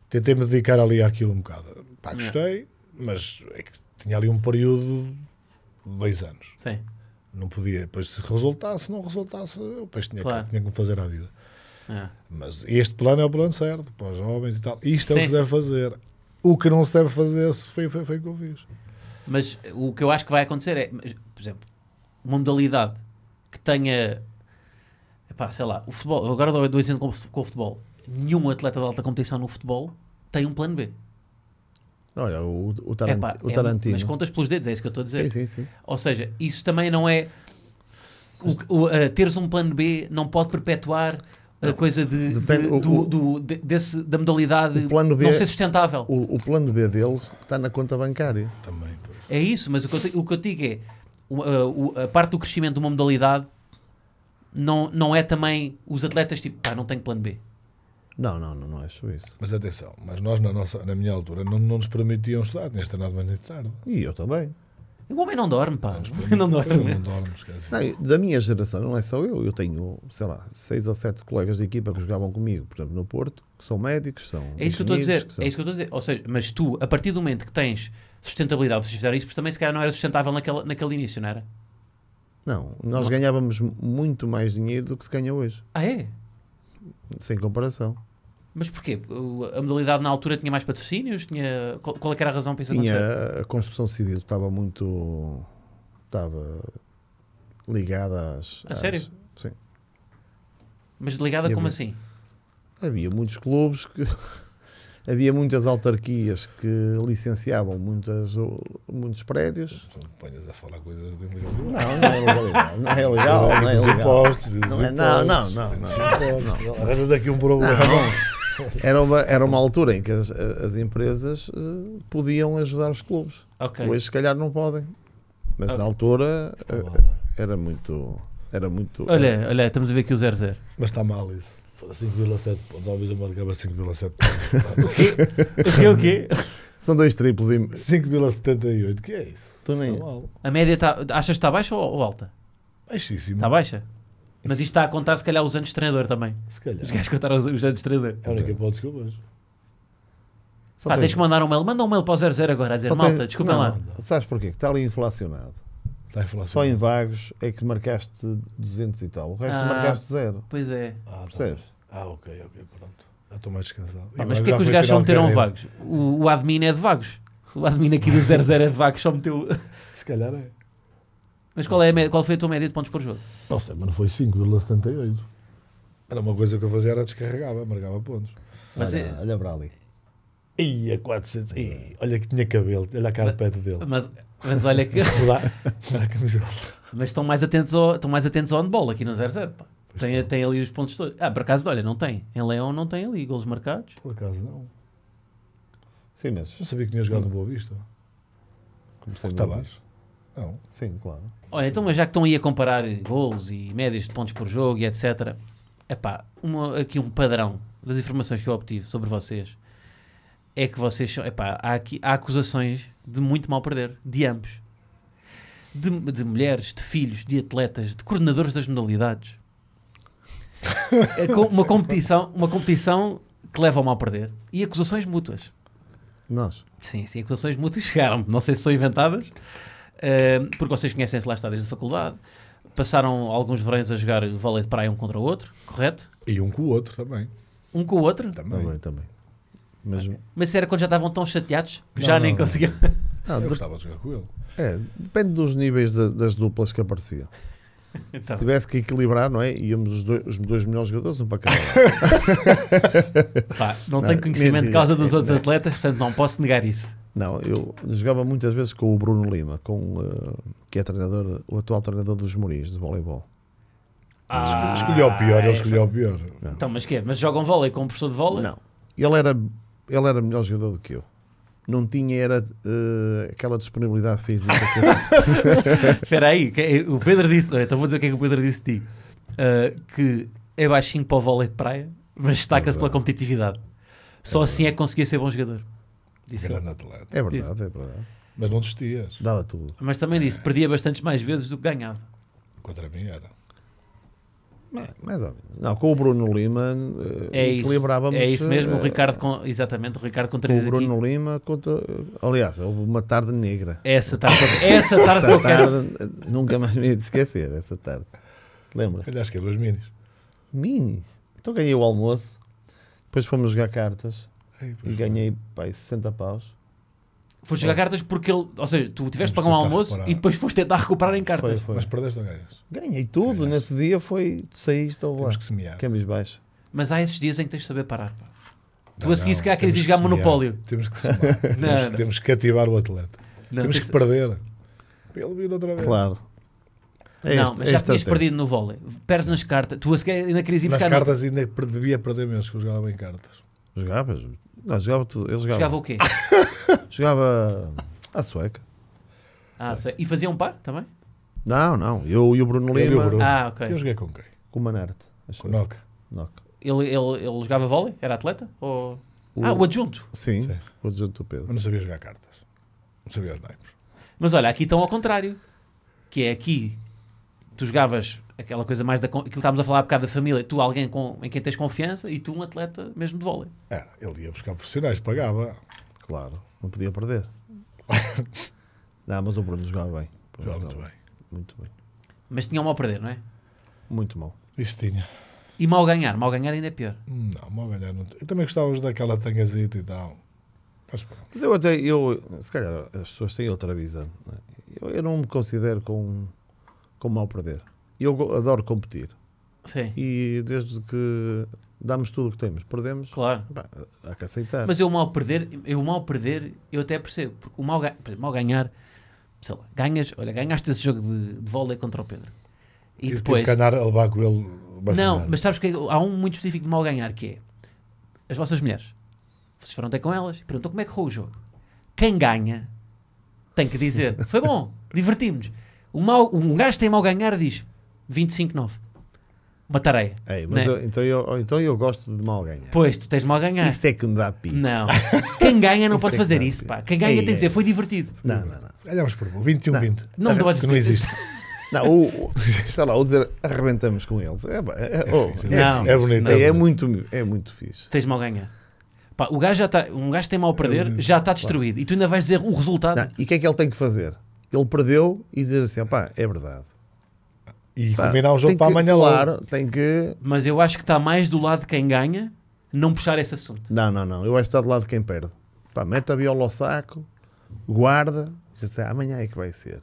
tentei me dedicar ali àquilo um bocado. Pá, Yeah. gostei, mas é que tinha ali um período de dois anos. Sim, Não podia, depois se resultasse, não resultasse, depois tinha, Claro. que, tinha que me fazer à vida. Ah, Mas este plano é o plano certo, para os jovens e tal. Isto é o Sim, que se sim. deve fazer. O que não se deve fazer foi, foi, foi o que eu fiz. mas o que eu acho que vai acontecer é, mas, por exemplo, uma modalidade que tenha, epá, sei lá, o futebol. eu Agora dou dou exemplo com o fut- com o futebol. Nenhum atleta de alta competição no futebol tem um plano B. Olha, o, o, Tarant- Epá, o é- Tarantino. mas contas pelos dedos, é isso que eu estou a dizer. sim, sim, sim. Ou seja, isso também não é. o que- o, ah, teres um plano B não pode perpetuar a coisa de, de- Depende- o- do, o- do- de- desse, da modalidade O plano B- é- não ser sustentável. O, o plano B deles está na conta bancária. Também. pois. É isso, mas o que eu, te- o que eu digo é o- ah, o- a parte do crescimento de uma modalidade não, não é também os atletas tipo, pá, não tenho plano B. Não, não, não, não acho isso. Mas atenção, mas nós na, nossa, na minha altura não, não nos permitiam estudar, tinhas treinado manhã de tarde. E eu também. O homem não dorme, pá. Não Não dorme. dormes, quer dizer. Não, é e da minha geração, não é só eu, eu tenho, sei lá, seis ou sete colegas de equipa que jogavam comigo, por exemplo, no Porto, que são médicos, são. É isso que eu estou a engenheiros, dizer. são- É isso que eu estou a dizer. Ou seja, mas tu, a partir do momento que tens sustentabilidade, vocês fizeram isso, porque também se calhar não era sustentável naquele, naquele início, não era? Não, nós ganhávamos muito mais dinheiro do que se ganha hoje, Ah, é? sem comparação. Mas porquê? O- A modalidade na altura tinha mais patrocínios? Tinha... Qual, qual é que era a razão para isso acontecer? Tinha, a construção civil estava muito. estava ligada às. A sério? às- Sim. Mas ligada Tinha como bem. assim? Havia muitos clubes que. (laughs) Havia muitas autarquias que licenciavam muitas, muitos prédios. Não me ponhas a falar coisas de ilegalidade. Não, não é legal. Não é legal. E Não é dos legal. impostos, e dos Não é- não, impostos, não, não, e dos não. impostos. Arranjas aqui um problema. Era uma, era uma altura em que as, as empresas eh, podiam ajudar os clubes. Ok. Hoje, se calhar, não podem. Mas na altura eh, era muito. Era muito. Olha, olha, estamos a ver aqui o 00. (laughs) Mas está mal isso. Foda, 5,7 pontos, ao eu marcava 5,7 (laughs) pontos. O quê, é o quê? São dois triplos e. 5,78, que é isso? Tu nem- Está mal. A média está... Achas que está baixa ou, ou alta? Baixíssimo. Está baixa? Mas isto está a contar, se calhar, os anos de treinador também. Se calhar. Os gajos contaram os, os anos de treinador. É a única hipótese que eu vejo. Só Pá, tem- tens que mandar um mail. Manda um mail para o 00 agora a dizer, só tem- malta, desculpem não, lá. Sabes porquê? Que está ali inflacionado. Está inflacionado. Só em vagos é que marcaste 200 e tal. O resto Ah. marcaste zero. Pois é. Ah, tá. Percebes? Ah, ok, ok, pronto. Já estou mais descansado. Pá, E mas porquê agora já que os foi um gajos só final de meteram carreira. vagos? O, o admin é de vagos. O admin aqui do 00 é de vagos, só meteu... Se calhar é. Mas qual, é a média- qual foi a tua média de pontos por jogo? Não sei, mas não foi 5,78. Era uma coisa que eu fazia, era descarregava, marcava pontos. Mas olha, é- olha para ali. Ia 400. Ih, olha que tinha cabelo, olha a carpeta dele. Mas, mas olha (laughs) que... Mudar, mudar a camisola. Mas estão mais atentos ao, estão mais atentos ao handball aqui no 0-0. pá. Tem, tem ali os pontos todos. Ah, por acaso, olha, não tem. Em Leão não tem ali golos marcados. Por acaso não. Sim, mas. Não sabia que tinha jogado no Boa Vista. Comecei O no- Tavares? Não. Sim, claro. Olha, então mas já que estão aí a comparar golos e médias de pontos por jogo e etc. Epá, uma, aqui um padrão das informações que eu obtive sobre vocês, é que vocês são. Epá, há, aqui, há acusações de muito mal perder, de ambos. De, de mulheres, de filhos, de atletas, de coordenadores das modalidades. É com- uma, competição, uma competição que leva ao mal perder. E acusações mútuas. Nós. Sim, sim, acusações mútuas chegaram. Não sei se são inventadas, eh, porque vocês conhecem-se lá está desde a faculdade. Passaram alguns verões a jogar vôlei de praia um contra o outro, correto? E um com o outro também. Um com o outro. também. Também, também. Mas, Mas era quando já estavam tão chateados que Não, já não, nem não. conseguiam. Ah, eu de- gostava de jogar com ele. é, depende dos níveis da- das duplas que aparecia. Se (laughs) Então, tivesse que equilibrar, não é? Íamos os dois, os dois melhores jogadores, um para cada. (laughs) lado. pá, não, Não, tenho conhecimento de mentira, causa dos outros não. atletas, portanto não posso negar isso. Não, eu jogava muitas vezes com o Bruno Lima, com, eh, que é treinador, o atual treinador dos Moris de voleibol. Ah, escolhi o pior, é. ele escolheu o pior. Então, mas quê? Mas jogam vôlei com um professor de vôlei? Não. Ele era, ele era melhor jogador do que eu. Não tinha era eh, aquela disponibilidade física. que (laughs) eu- Espera aí, que- é, o Pedro disse, então vou dizer o que é que o Pedro disse de ti, Uh, que é baixinho para o vôlei de praia, mas destaca-se pela competitividade. Só assim é que conseguia ser bom jogador. Disse ele. Grande atleta. é verdade, é verdade. Mas não desistias. Dava tudo. Mas também disse, perdia bastantes mais vezes do que ganhava. Contra mim era. Mais- Mais ou menos. Não, com o Bruno Lima eh, É isso, equilibrávamos. é isso mesmo, o eh, Ricardo, com- exatamente, o Ricardo com o contradiz aqui. Bruno Lima contra. Aliás, houve uma tarde negra. Essa tarde, essa tarde que Essa eu quero. tarde, eh, nunca mais me ia esquecer, essa tarde. Lembra? Olha, acho que é dois minis. Mini. Então ganhei o almoço. Depois fomos jogar cartas Ei, e pois ganhei pai, 60 paus. Foste jogar cartas porque ele, ou seja, tu tiveste pagar Vamos um tentar almoço recuperar. e depois foste tentar recuperar em cartas. Foi, foi. foi. Mas perdeste ou ganhas? Ganhei tudo. Ganhaste. Nesse dia foi saíste ou lá. Temos que semear. Câmbios baixo. Mas há esses dias em que tens de saber parar. pá. Tu Não, a seguir, se não, calhar, queres temos ir jogar que é. semear. Monopólio. Temos (laughs) que somar. temos, não. que- temos que cativar o atleta. Não, temos tens- que perder. Para ele vir outra vez. Claro. É não, este- mas é já esta tinhas a perdido no vôlei. Perdes nas cartas. Tu a sequer ainda querias ir Nas buscar. cartas ainda per- devia perder menos, que eu jogava em cartas. tese. Jogavas? Não, jogava tudo. Eu jogava. Jogava Jogava, o quê? (laughs) a sueca. Ah, sei. e fazia um par também? Não, não. Eu e o Bruno Eu e o Lima Bruno. Ah, ok. Eu joguei com quem? com o Manarte. a Com o sueca. Noca. Knock. Ele, ele, ele jogava vôlei? Era atleta? Ou... O- Ah, o adjunto. Sim, Sim. o adjunto do Mas Pedro. não sabia jogar cartas. Não sabia os naipes. Mas olha, aqui estão ao contrário. Que é aqui, tu jogavas aquela coisa mais da... con- Aquilo que estávamos a falar há bocado da família. Tu alguém com, em quem tens confiança e tu um atleta mesmo de vôlei. Era, ele ia buscar profissionais, pagava. Claro, não podia perder. (laughs) não, mas o Bruno jogava bem. O Bruno Jogava muito bem. Muito bem. Mas tinha mal a perder, não é? Muito mal. Isso tinha. E mal ganhar. Mal ganhar ainda é pior. Hum, Não, mal ganhar não. Eu também gostava de daquela tangazita e tal. Mas pronto. Mas eu até, eu, se calhar as pessoas têm outra visão. não é? Eu, eu não me considero com, com mal perder. Eu go- adoro competir. Sim, E desde que damos tudo o que temos, perdemos, claro. pá, há que aceitar. Mas eu mal perder, eu mal perder, eu até percebo. Porque o mal, ga- por exemplo, mal ganhar, sei lá, ganhas, olha, ganhaste esse jogo de, de vôlei contra o Pedro. E, depois. Tive que andar a tipo levar com ele uma não, semana. mas sabes que há um muito específico de mal ganhar que é as vossas mulheres. Vocês foram até com elas e perguntam como é que correu o jogo. Quem ganha tem que dizer: foi (laughs) bom, divertimos-nos. O mal, um gajo que tem mal ganhar diz 25-9. Uma tareia. Ei, mas Né? eu- então, eu, então eu gosto de mal ganhar. Pois, tu tens mal ganhar. Isso é que me dá pico. Não. Quem ganha (laughs) não Isso pode é que fazer dá isso, pá. pena. Quem ganha Ei, tem que ei. dizer, foi divertido. Não, não, não. Tá Ganhámos por bom. 21-20. Não me podes Que não dizer- existe. Não, o, o, sei lá, o dizer arrebentamos com eles. É, pá, é, oh, fixe, é Não. é, fixe. fixe. É bonito, é É, bonito. muito, é muito fixe. Tens mal ganhar. Pá, o gajo já está, um gajo que tem mal a perder, já está destruído. E tu ainda vais dizer o resultado. É Não, e o que é que ele tem que fazer? Ele perdeu e dizer assim: pá, é verdade. E Pá, combinar o jogo tem para que- amanhã claro, lá. tem que. Mas eu acho que está mais do lado de quem ganha não puxar esse assunto. Não, não, não. Eu acho que está do lado de quem perde. Pá, mete a viola ao saco, guarda, diz assim: amanhã é que vai ser.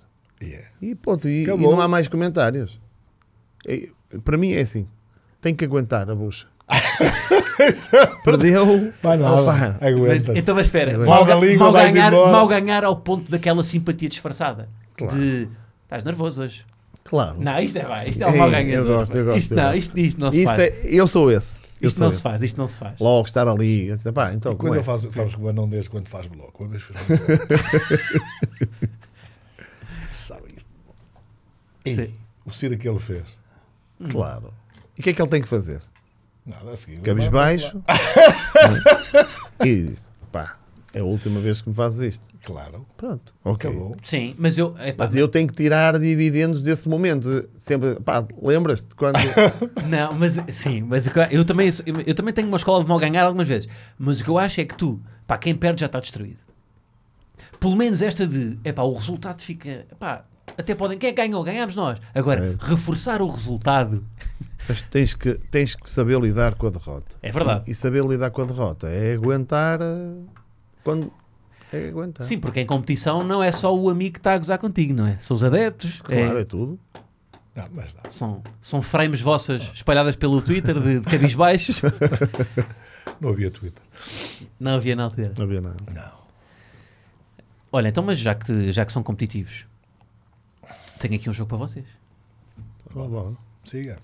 E pronto, e, e Acabou. não há mais comentários. E, para mim é assim: tem que aguentar (laughs) a bucha. Perdeu. Vai nada. Opa. Aguenta. Mas- então, mas espera, Aguenta. mal, Mal da ga- língua, mal vais ganhar, embora. mal ganhar ao ponto daquela simpatia disfarçada. Claro. De estás nervoso hoje. Claro. Não, isto é vai, isto é Ei, um mal eu ganhador. gosto, eu gosto, Isto eu não, gosto. isto, isto não se Isso faz. é, eu sou esse. Eu isto sou não se esse. faz, isto não se faz. Logo estar ali. Eu disse, pá, então, como Quando é? eu faço, sabes como eu não desde quando faz bloco? Uma vez fiz um bloco. Sabem. Sim. O Ciro que ele fez. Hum. Claro. E o que é que ele tem que fazer? Nada a seguir. cabisbaixo. (laughs) e disse, pá, é a última vez que me fazes isto. Claro, Pronto, ok. acabou. Sim, mas eu. epá, Mas eu tenho que tirar dividendos desse momento. Sempre, pá, (laughs) lembras-te quando. Não, mas sim, mas eu também, eu também tenho uma escola de mal ganhar algumas vezes. Mas o que eu acho é que tu, pá, quem perde já está destruído. Pelo menos esta de, é pá, o resultado fica, pá, até podem, quem é ganhou, ganhamos nós. Agora, Certo. reforçar o resultado Mas tens que, tens que saber lidar com a derrota. é verdade. E saber lidar com a derrota é aguentar eh, quando. É aguentar. Sim, porque em competição não é só o amigo que está a gozar contigo, não é? São os adeptos, Claro, é- é, tudo. Não, mas dá. são, são frames vossas espalhadas pelo Twitter de, de (laughs) cabisbaixos. Não havia Twitter. Não havia na altura. Não havia nada. Não. Olha, então, mas já que, já que são competitivos, tenho aqui um jogo para vocês. Lá, lá. Siga.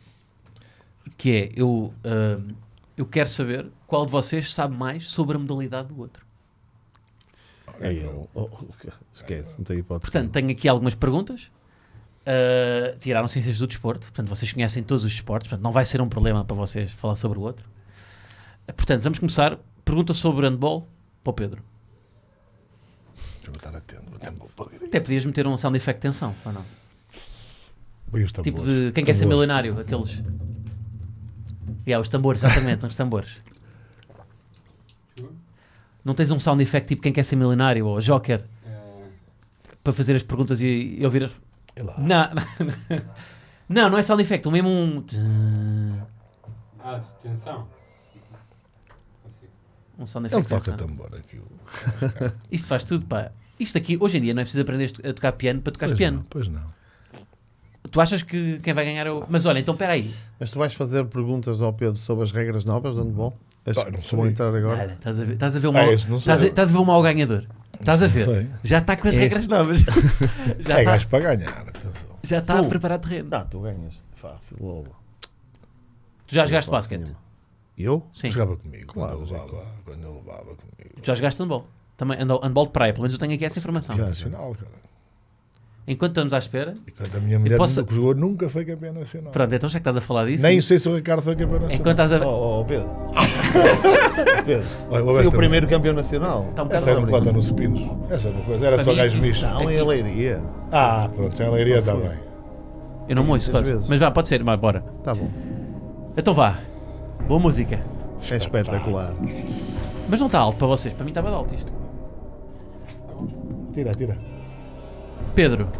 que é eu, ahm, eu quero saber qual de vocês sabe mais sobre a modalidade do outro. É ele. Oh, oh, esquece, não tem hipótese. Portanto, tenho aqui algumas perguntas. Ah, tiraram ciências do desporto, portanto, vocês conhecem todos os esportes, portanto, não vai ser um problema para vocês falar sobre o outro. Ah, Portanto, vamos começar. Pergunta sobre handball para o Pedro. Deixa-me estar atento. um O tempo para ir. Até podias meter um sound effect de tensão, ou não? Bem, os Tipo tambores. de quem quer ser Tambores. milionário, aqueles. Yeah, os tambores, exatamente, os tambores. Não tens um sound effect tipo quem quer ser milionário ou Joker É, para fazer as perguntas e, e ouvir as. É lá. (laughs) Não, não, não é sound effect, o mesmo um. Ah, de tensão. Consigo. Um sound Ele effect. toca não. tambor aqui. o- Isto faz tudo, pá. Isto aqui, hoje em dia, não é preciso aprender a tocar piano para tocar Pois piano. não, pois não. Tu achas que quem vai ganhar é o. Mas olha, então peraí. Mas tu vais fazer perguntas ao Pedro sobre as regras novas de handball? As Ah, não que sabia. vão entrar agora? Olha, Estás a ver, estás a ver o Ah, mau, esse não sei. estás a, estás a ver o mau ganhador. Estás a não ver? sei. Já está com as Esse. regras (laughs) novas. (laughs) já é está gajo para ganhar, atenção. já está a Tu. preparar terreno. Ah, tu ganhas. Fácil, logo. Tu já jogaste basquete? Eu? Sim. Jogava comigo Claro, quando, eu já levava, quando eu levava comigo. Tu já jogaste handball. Também handball, handball de praia, pelo menos eu tenho aqui essa informação. Campeão nacional, cara. Enquanto estamos à espera, Enquanto a minha mulher posso- nunca jogou, nunca foi campeã nacional. pronto, então já que estás a falar disso, Nem sei se o Ricardo foi campeão nacional. enquanto estás a. Oh, oh, (laughs) oh, Pedro. Pedro. um Olha, Foi o esta- primeiro campeão nacional. Está um bocado Essa era longe. planta nos supinos. Essa era uma coisa. Era Para só mim, gajo bicho. Não, em Leiria. Ah, pronto, sem alegria está bem. Eu não me ouço, Às quase. vezes. Mas vá, pode ser, mas bora. Tá bom. Então vá. Boa música. É espetacular. Mas não está alto para vocês, para mim estava de alto isto. Então, Tira, tira. Pedro,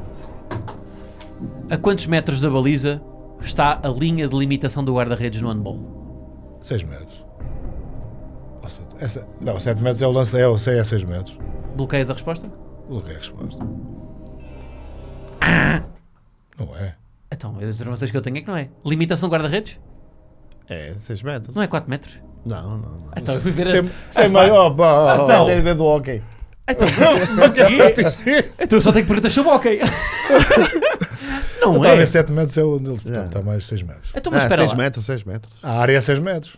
a quantos metros da baliza está a linha de limitação do guarda-redes no handball? 6 metros. Ou sete- essa- não, 7 metros é o lance, é o 6 é 6 metros. Bloqueias a resposta? O que é a resposta? Não é? Então, as informações que eu tenho é que não é. Limitação do guarda-redes? É, 6 metros. Não é 4 metros? Não, não, não. Então, eu fui ver. Sem, a... sem maior, Tá, pá. então. Até ver do hockey. Então, mas- então eu só tenho perguntas sobre o ok. não é? Talvez 7 metros é onde ele. Já. Portanto, está mais 6 metros. Então, mas ah, espera 6 lá. metros, 6 metros. A área é 6 metros.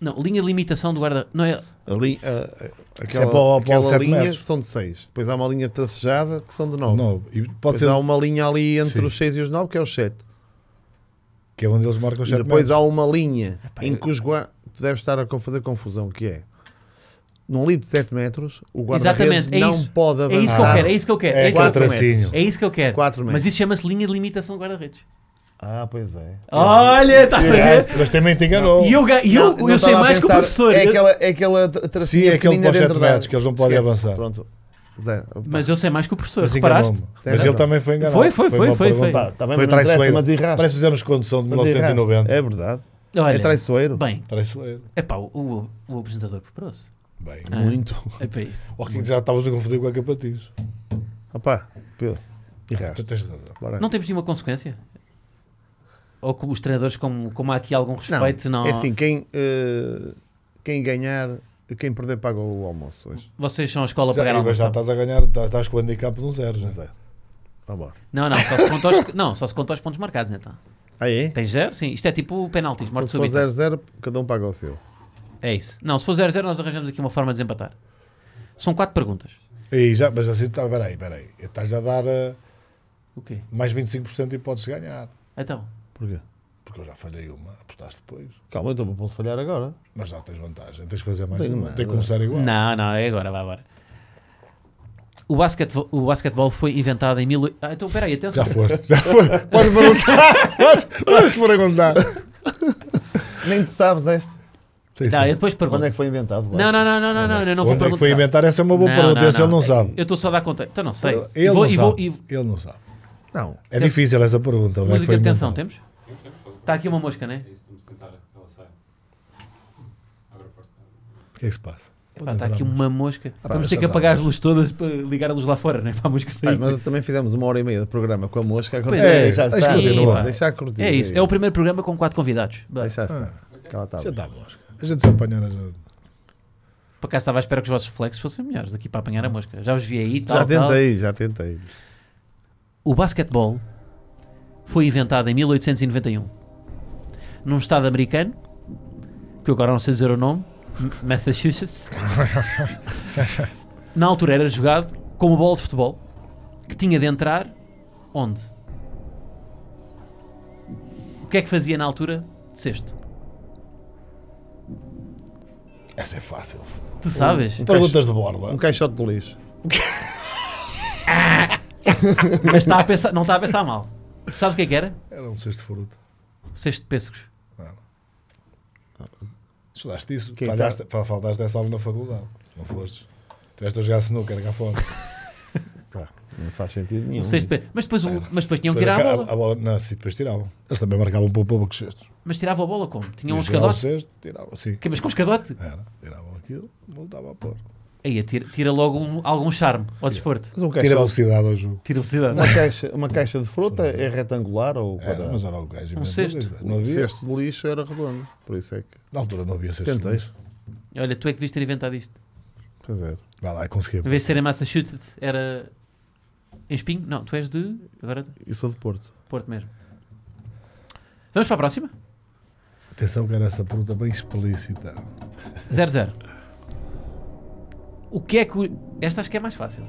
Não, linha de limitação do guarda. Não é. Ali, ah, ah, Isso é para aquela, o- para o aquela sete linha metros. são de 6. Depois há uma linha tracejada que são de 9. Não, e pode Depois ser um há uma linha ali entre Sim. os 6 e os 9 que é os 7. que é onde eles marcam um- E 7 depois metros. há uma linha Epá, em eu- que os guardas. Tu deves estar a co- fazer confusão, que é. Num livro de 7 metros, o guarda-redes Exatamente, é não isso. pode É avançar. isso que eu quero, é isso que eu quero. É, É isso que eu quatro quero. tracinho. É isso que eu quero. Quatro metros. Mas isso chama-se linha de limitação do guarda-redes. Ah, pois é. Olha, está a saber? É, Mas também te enganou. E eu, ga- e eu, Não, não eu sei estava a mais que o pensar. professor. É Eu- aquela, é aquela tra- tracinha Sim, é aquele pequenina para os dentro sete da área. metros, que eles não podem Esquece. avançar. Pronto. Zé, Mas eu sei mais que o professor, Mas reparaste? enganou-me. Tem Mas razão. ele também foi enganado. Foi, foi, foi, uma foi, pergunta. foi. Tá, tá bem, Foi mas não interessa, traiçoeiro. mas erraste. Parece os anos de condução de mas erraste. 1990. É verdade. Olha, é traiçoeiro. Bem, Traiçoeiro. é pá, o, o, o apresentador (laughs) preparou-se. Bem. Muito. É para isto. Ou que já estavas a confundir com a Capatiz. Opá, Pedro, erraste. Tu tens razão. Bora. Não temos nenhuma consequência? Ou que os treinadores, como, como há aqui algum Não, respeito, não. É assim, quem, eh, quem ganhar, quem perder paga o almoço hoje. Vocês são a escola para Já, ganhar e, mas alguma já coisa. estás a ganhar, tá- estás com o handicap de um zero. Já. Mas é. Vambora. Não, não, só se conta aos, não, só se conta aos pontos marcados, então. Ah, é? Tem zero? Sim. Isto é tipo penaltis, Então, morte se for súbita. 0-0, cada um paga o seu. É isso. Não, se for zero, zero, nós arranjamos aqui uma forma de desempatar. São quatro perguntas. E já, mas assim, tá, peraí, peraí. Estás a dar eh, O quê? mais 25% de hipóteses de ganhar. Então, Porquê? porque eu já falhei uma, apostaste depois. Calma, então posso falhar agora. Mas já tens vantagem, tens de fazer mais Tenho uma. nada. Tem que começar igual. Não, não, é agora, vai agora. O basquetebol, o basquetebol foi inventado em mil... Ah, então, peraí, atenção. Já foste, já foste. Podes (laughs) perguntar. Podes, podes perguntar. Nem tu sabes este. Sim, Não, sim. eu depois pergunto. Quando é que foi inventado? Não, não, não, não, não, não, eu não vou Onde é que foi perguntar. inventar? Essa é uma boa Não, pergunta, não, essa ele não. não sabe. Eu estou só a dar conta. Então não sei. Ele E vou- não e sabe. vou- e- Ele não sabe. Não. É difícil essa pergunta. Onde é que Música foi de tensão, inventado? temos? Está aqui uma mosca, né? É isso, vamos tentar. Ela sai. Abre a porta. O que é que se passa? Pá, Está aqui uma mosca. Ah, pá, Vamos ter que deixa apagar andar, as luzes todas para ligar a luz lá fora, né? Para a mosca Ah, sair. mas também fizemos uma hora e meia de programa com a mosca. Agora Pois é, deixa deixa estar. continuar. Sim, Deixa curtir. É isso. É o primeiro Ah. programa com quatro convidados. Bah, Deixa estar. Que ela Tá estava. Já está mosca. A gente se apanhar a gente. Por acaso estava à espera que os vossos reflexos fossem melhores daqui para apanhar a mosca. Já os vi aí, tal, Já tal. tentei, já tentei. O basquetebol foi inventado em 1891 num estado americano que eu agora não sei dizer o nome, M- Massachusetts. Na altura era jogado com uma bola de futebol que tinha de entrar onde? O que é que fazia na altura de sexto? Essa é fácil. Tu sabes? Perguntas de borla. Um caixote de lixo. Mas está a pensar, não está a pensar mal. Sabes o que é que era? Era um cesto de fruta. Sexto de pêssegos. Estudaste isso. tá? Quem Falhaste, fa- Faltaste essa aula na faculdade. Não fostes. Tiveste a jogar snooker cá fora. Não faz sentido nenhum. O sexto de pê- Mas depois, o- mas depois tinham que Depois tirar a ca- bola. Não, sim, depois tiravam. Eles também marcavam para poucos cestos. Mas tirava a bola como? Tinham Iam uns jogar o cadotes? cesto, tiravam, sim. Que- Mas com escadote? Era, tiravam aquilo, voltava a pôr. Aí tira, tira logo um- algum charme ao desporto. Mas um Tira caixote. velocidade ao jogo. Tira velocidade. Uma caixa, uma caixa de fruta é retangular ou Era, quadrada? mas era o gajo. Um inventou, cesto. Não O havia. cesto de lixo era redondo. Por isso é que. Na altura não havia cesto. Tentei. Olha, tu é que devias ter inventado isto. Pois é. Vai lá, conseguimos. Em vez de ser em Massachusetts, era em Espinho? Não, tu és de. Agora Eu sou de Porto. Porto mesmo. Vamos para a próxima? Atenção que era essa pergunta bem explícita. 00. O que é que. o- Esta acho que é mais fácil.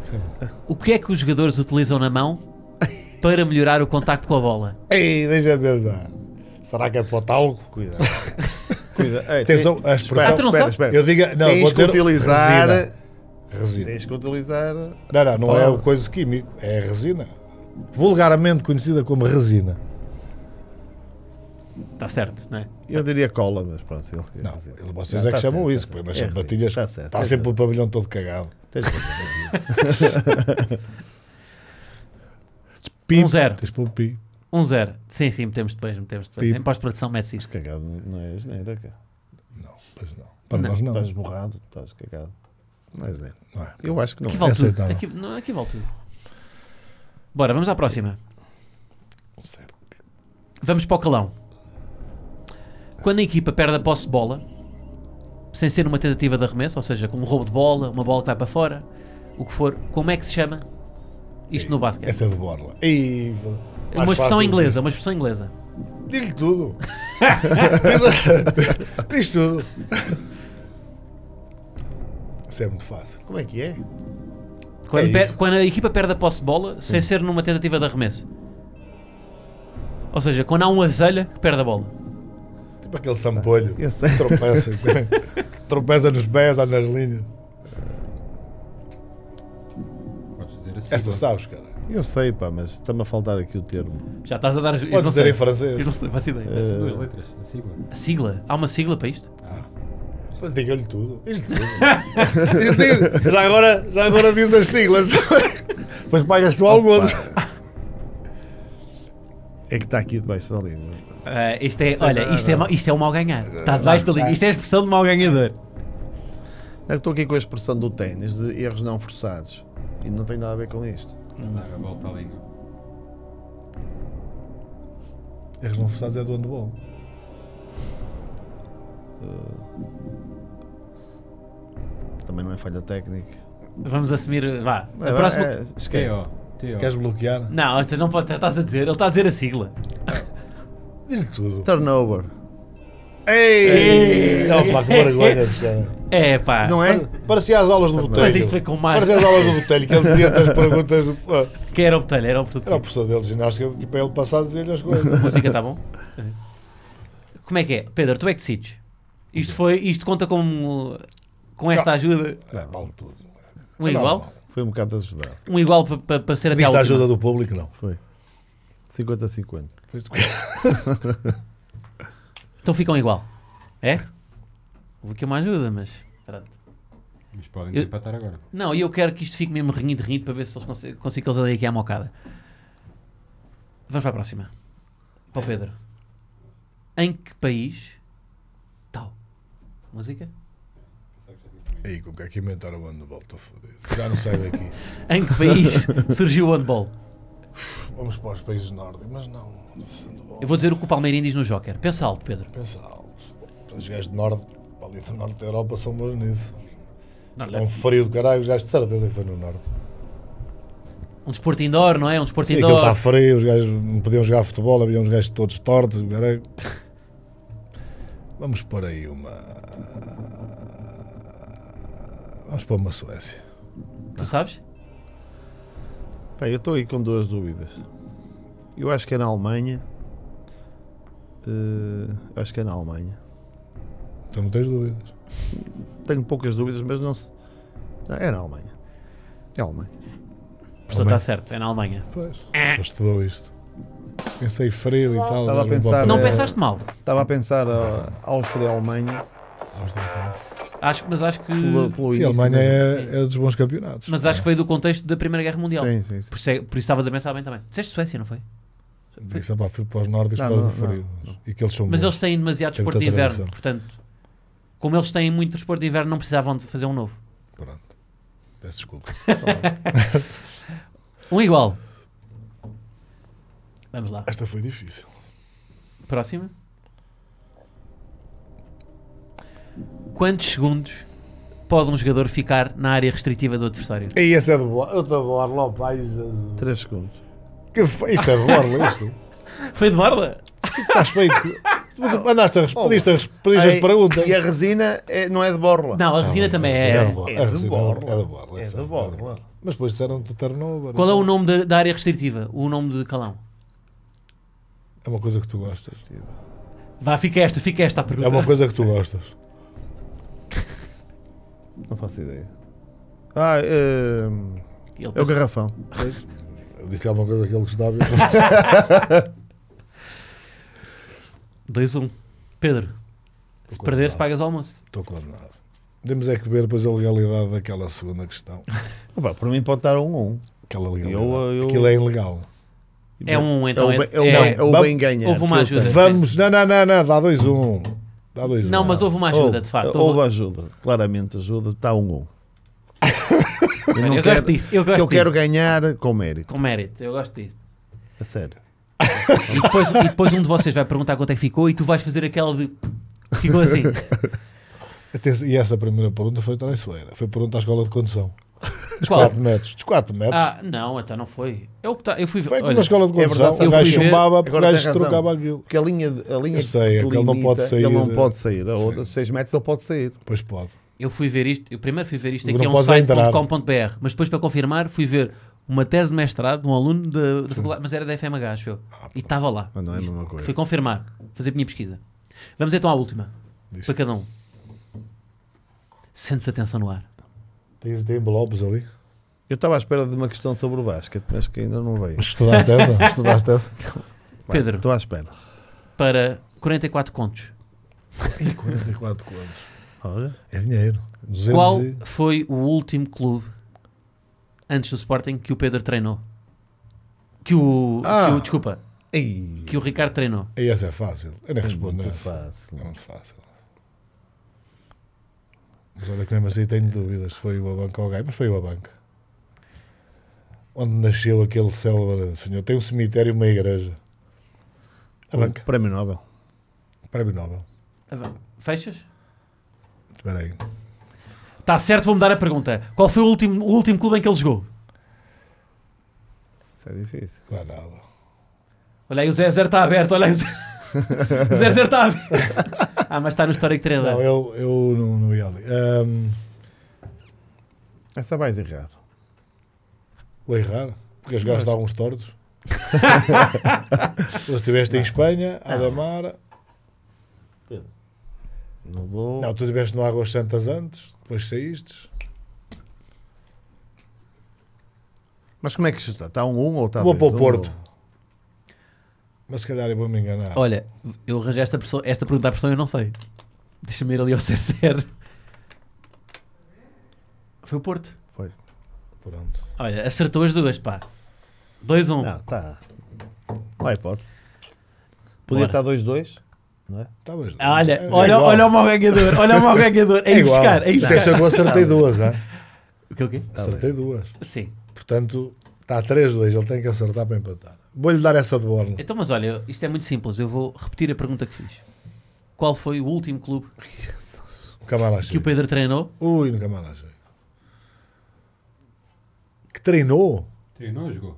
Sempre. O que é que os jogadores utilizam na mão para melhorar o contacto com a bola? Ei, deixa-me pensar. Será que é para o talco? Cuidado. Cuidado. Ei, Atenção, tem- a Ah, expressão. tu não espera, sabes? espera. Eu digo, não, tens vou dizer que utilizar. resina. Resina. Tens que utilizar. Não, não, não é Palavra. o coisa químico, é a resina. Vulgaramente conhecida como resina. Está certo, não é? Eu diria cola, mas pronto. sim, ele- Não, sim. ele- vocês Não, é que tá chamam certo, isso, tá põe certo. nas É resina, sapatilhas. tá Está certo, tá tens sempre o razão. pavilhão todo cagado. Tens razão. (laughs) (laughs) Pi, Um zero. Tens para o pi. 1-0. Sim, sim, metemos depois, metemos depois. Pip. Em pós-produção mete isso. Cagado não é geneira, cara. Não, pois não. Para Não, nós não. é? Estás borrado, estás cagado. Não é geneira. Não é. Eu acho que não. Aqui é. vale tudo. aceitável. Aqui, não, aqui vale tudo. Bora, vamos à próxima. Vamos para o calão. Quando a equipa perde a posse de bola, sem ser numa tentativa de arremesso, ou seja, com um roubo de bola, uma bola que vai para fora, o que for, como é que se chama isto no basquete? Essa é de borla. Ei, uma mais expressão fácil. inglesa, uma expressão inglesa. Diz-lhe (laughs) tudo. (laughs) Diz- Diz tudo. Isso é muito fácil. Como é que é? Quando, É per- isso. quando a equipa perde a posse de bola, sem ser numa tentativa de arremesso. Ou seja, quando há um azelha que perde a bola. Tipo aquele sampolho. Eu sei. (laughs) Tropeça. Tropeça nos pés ou nas linhas. Podes dizer assim. Essa sabes, cara. é. Eu sei, pá, mas está-me a faltar aqui o termo. Eh, Já estás a dar... eu não Podes dizer sei. em francês. É. Eu não sei, faço ideia. Essas duas letras, a sigla. A sigla? Há uma sigla para isto? Mas Diga-lhe tudo. Diz-lhe (laughs) tudo. Diz- diz- já, agora, já agora diz (laughs) as siglas. Depois pagas tu o almoço. É que está aqui debaixo da língua. Ah, isto é, olha, isto é, mau- isto é o mal ganhar. Está debaixo da linha. Isto é a expressão de mal ganhador. É que estou aqui com a expressão do ténis, de erros não forçados. E não tem nada a ver com isto. Dar a volta à língua. Erros não forçados é do handball. Também não é falha técnica. Vamos assumir. Vá. É, A próxima. é, esquece. T.O. T.O. Queres bloquear? Não, tu não pode, estás a dizer. Ele está a dizer a sigla. Diz-lhe tudo. Turnover. Então- Ei! Não, pá, que vergonha de cara. É pá. Não é? Parecia as aulas do Botelho. Mas isto foi com mais. Parecia as aulas do Botelho, que ele dizia as perguntas. ah, Quem era o botelho? Era o botelho. Era o professor dele de ginástica e para ele passar a dizer-lhe as coisas. A música está bom? (laughs) Como é que é? Pedro, tu é que decides. Isto, foi, isto conta como. Com esta Ah, Não. ajuda. É, vale tudo. Um igual? Não, não. Foi um bocado desajudado. Um igual para pa, pa ser até Pediste a a ajuda última. do público, não. Foi. 50-50. Então ficam igual. É? Vou aqui uma ajuda, mas. pronto. Mas podem Eu- desempatar agora. Não, e eu quero que isto fique mesmo renhido, renhido, para ver se eles consi- consigo que eles andem aqui à mocada. Vamos para a próxima. Para o Pedro. Em que país. Tal. Música? Aí, como que é que inventaram o handball? Estou fodido. Já não saio daqui. Em que país surgiu o handball? Vamos para os países nórdicos, mas não. handball. Eu vou dizer o que o Palmeirinho diz no Joker. Pensa alto, Pedro. Pensa alto. Os gajos do norte, ali do norte da Europa, são bons nisso. Não, É um frio do caralho, os gajos de certeza que foi no norte. Um desporto indoor, não é? Um desporto Sim, aquilo tá indoor. está frio, os gajos não podiam jogar futebol, havia uns gajos todos tortos, o (laughs) caralho. Vamos pôr aí uma. Vamos pôr uma Suécia. Tu sabes? Bem, eu estou aí com duas dúvidas. Eu acho que é na Alemanha. Eh, eu acho que é na Alemanha. Tu Então não tens dúvidas. Tenho poucas dúvidas, mas não se. Não, é na Alemanha. É Alemanha. O professor está certo, é na Alemanha. Pois, só estudou isto. Pensei frio e tal. Estava a mas vou pensar, pôr- Não É. pensaste mal. Estava a pensar a Áustria e Alemanha Áustria também. Acho, mas acho que. pelo, pelo Sim, início a Alemanha mesmo. é, é dos bons campeonatos. Mas acho que veio do contexto da Primeira Guerra Mundial. Sim, sim, sim. Por isso, é- por isso estavas a pensar bem também. Disseste Suécia, não foi? Disse, "Ah pá, fui para os nórdicos por Não, causa do não, frio. não, E que eles são Mas bons. eles têm demasiado Tem desporto de muita inverno. tradição. Portanto, como eles têm muito desporto de inverno, não precisavam de fazer um novo. Pronto. Peço desculpa. Um igual. Vamos lá. Esta foi difícil. Próxima. Quantos segundos pode um jogador ficar na área restritiva do adversário? E essa é de borla. Eu estou de borla, ó pai. é Jesus. Três segundos. Que fe- Isto é de borla, isto. Foi de borda? Estás feito. Mas Mandaste a res- pediste a res- pediste as Ei, perguntas. E a resina é- não é de borla. Não, a resina também Sim, é. de borla. É de A resina borla. É de borla. É essa de borla. Mas depois disseram-te turnover. Qual é o nome da, da área restritiva? O nome de calão. É uma coisa que tu gostas. Vá, fica esta, fica esta a pergunta. É uma coisa que tu gostas. Não faço ideia. Ah, ehm, Ele é o pensa- garrafão. Eu disse alguma coisa que ele gostava. 2-1. Pedro, se perderes, pagas o almoço. Estou condenado. Temos é que ver depois a legalidade daquela segunda questão. Opa, para mim pode estar um a um. Aquela legalidade. Eu- eu- Aquilo é ilegal. É um, então. é o, É, bem- é é- o, bem- é o vamos- bem ganhar. houve uma que ele tem. ajuda. Vamos. Não, não, não, não. Dá 2-1. Um. Dá 2-1. Um. Não, mas houve uma ajuda, Houve- de facto. Houve Houve- ajuda, claramente ajuda, está um (laughs) um. Eu, não Eu quero, gosto disto. Eu gosto eu quero disto. ganhar com mérito, Com mérito, eu gosto (laughs) disto. a sério. E depois, e depois um de vocês vai perguntar quanto é que ficou e tu vais fazer aquela de. Ficou (laughs) assim. Até- e essa primeira pergunta foi traiçoeira. Foi pergunta à escola de condução. Dos Qual? 4 metros. Dos 4 metros. Ah, não, até não foi. Eu, que tá- eu fui. Foi como olha, na escola de condução. verdade, o eu gajo fui ver- chumbava porque o agora gajo tem razão. trocava aquilo. Porque a linha, a linha Eu sei, que é que ele não pode sair, ele não eh, pode sair. A sim. outra, 6 metros, ele pode sair. Pois pode. eu fui ver isto. Eu primeiro fui ver isto Não aqui a um podes entrar. site.com.br, mas depois para confirmar fui ver uma tese de mestrado de um aluno da- da faculdade, mas era da FMH, acho eu. E estava lá. Mas não é a Isto. mesma coisa. Fui confirmar, fazer a minha pesquisa. Vamos então à última. Diz. Para cada um. Sentes a tensão no ar. Tem, tem envelopes ali. Eu estava à espera de uma questão sobre o basquete, mas que ainda não veio. Mas estudaste essa? (laughs) estudaste essa? Vai, Pedro. Estou à espera. Para 44 contos. Tem 44 contos. Olha, É dinheiro. 200 Qual e- foi o último clube antes do Sporting que o Pedro treinou? Que o, Ah. que o- desculpa, Ei, que o Ricardo treinou. E essa é fácil. Eu nem respondo muito nessa. fácil. É muito fácil. Mas olha que mesmo assim tenho dúvidas se foi o Abanca ou o Gaia, mas foi o Abanca. Onde nasceu aquele célebre senhor? Tem um cemitério e uma igreja. Abanca. Prémio Nobel. Prémio Nobel. Fechas? Espera aí. Está certo, vou mudar a pergunta. Qual foi o último, o último clube em que ele jogou? Isso é difícil. Não é nada. tá (laughs) Olha aí, o 00 está tá aberto, olha aí. O 00 está aberto. Ah, mas está no histórico Não, trailer. eu, eu não, não ia ali. Ahm, Essa vais errar. vou errar, porque as gajos alguns tortos. Se estiveste em Espanha, Adamara. Não vou. Não, tu estiveste no Águas Santas antes, depois saíste. Mas como é que isto está? Está um 1 ou está vou dois para o um? Porto. Mas se calhar eu vou me enganar. Olha, eu arranjei esta, pessoa, esta pergunta à pessoa e eu não sei. Deixa-me ir ali ao 00. Foi o Porto. Pronto. Olha, acertou as duas, pá. 2-1. Não, está. Não há hipótese. Podia Bora. estar 2-2, não é? Tá dois, não. Olha, É olha, igual. olha o mau ganhador, olha o mau ganhador. É Aí igual. buscar, aí Isto é buscar. Tá só que eu acertei duas, hã? O quê, o quê? Acertei duas. Sim. Portanto, está 3-2, ele tem que acertar para empatar. Vou-lhe dar essa de borne. Então, mas olha, isto é muito simples. Eu vou repetir a pergunta que fiz. Qual foi o último clube Nunca mais lá que o chego. Pedro treinou? Ui, nunca mais lá chego. Que treinou? Treinou, jogou.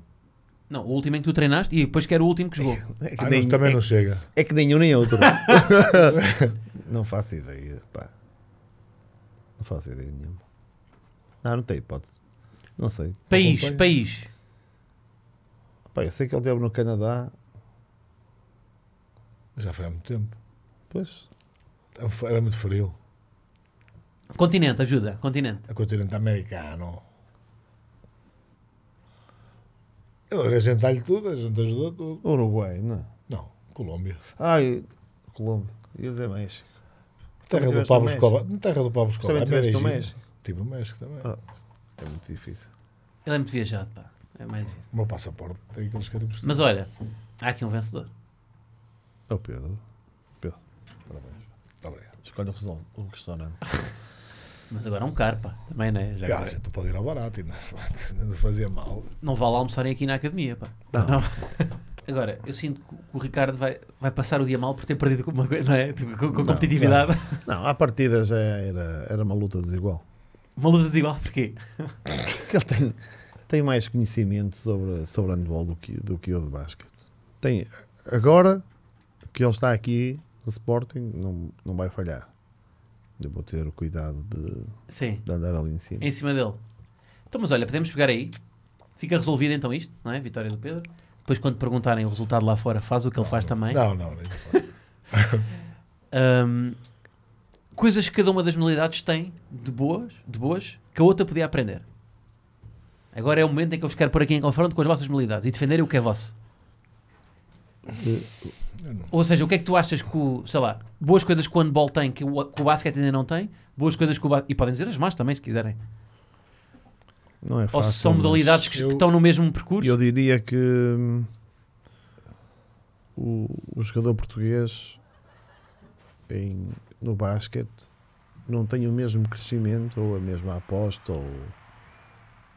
Não, o último em que tu treinaste e depois que era o último que jogou. É Ah, não, também é, não chega. é que nenhum nem outro. (laughs) não faço ideia, pá. Não faço ideia nenhuma. Não, não tem hipótese. Não sei. País, Acompanho. país. Pá, eu sei que ele esteve no Canadá, Já foi há muito tempo. pois. Era muito frio. Continente, ajuda, continente. A continente americano. Eu arranjei-lhe tudo, a gente ajudou tudo. Uruguai, não. é? Não, Colômbia. Ai, Colômbia. Ia dizer México. Terra do tiveste Pablo no Escobar. não, Terra do Pablo Escobar. Também tiveste no Medellín. México. Tive no México também. Ah, É muito difícil. Ele é muito viajado, pá. É mais difícil. O meu passaporte tem aqueles caribos. Mas olha, há aqui um vencedor. É o Pedro. Tá obrigado. Escolhe o, resol- o restaurante. Mas agora é um caro, pá. Também não é? Já Ah, a gente não pode ir ao (laughs) barato, ainda ainda fazia mal. Não vale almoçarem aqui na academia, pá. Não. (laughs) Agora, eu sinto que o- que o Ricardo vai, vai passar o dia mal por ter perdido com uma coisa, não é? Tipo, Com, com competitividade. Não, à partida já era, era uma luta desigual. Uma luta desigual, porquê? Porque ele tem, tem mais conhecimento sobre, sobre handball do que, do que eu de basquete. Tem, agora que ele está aqui no Sporting, não, não vai falhar. Eu vou ter o cuidado de, Sim. de andar ali em cima. Em cima dele. Então, mas olha, podemos pegar aí. Fica resolvido então isto, não é? Vitória do Pedro. Depois, quando perguntarem o resultado lá fora, faz o que ele faz também. Não, não, nem Ahm, coisas que cada uma das modalidades tem de boas, de boas que a outra podia aprender. Agora é o momento em que eu vos quero pôr aqui em confronto com as vossas modalidades e defenderem o que é vosso. eu não. Ou seja, o que é que tu achas que, o, sei lá, boas coisas que o handball tem que o, que o basquete ainda não tem, boas coisas que o ba- E podem dizer as más também, se quiserem. Não é Ou fácil, se são mas modalidades que, eu- que estão no mesmo percurso. Eu diria que hum, o, o jogador português em- no basquete não tem o mesmo crescimento ou a mesma aposta ou,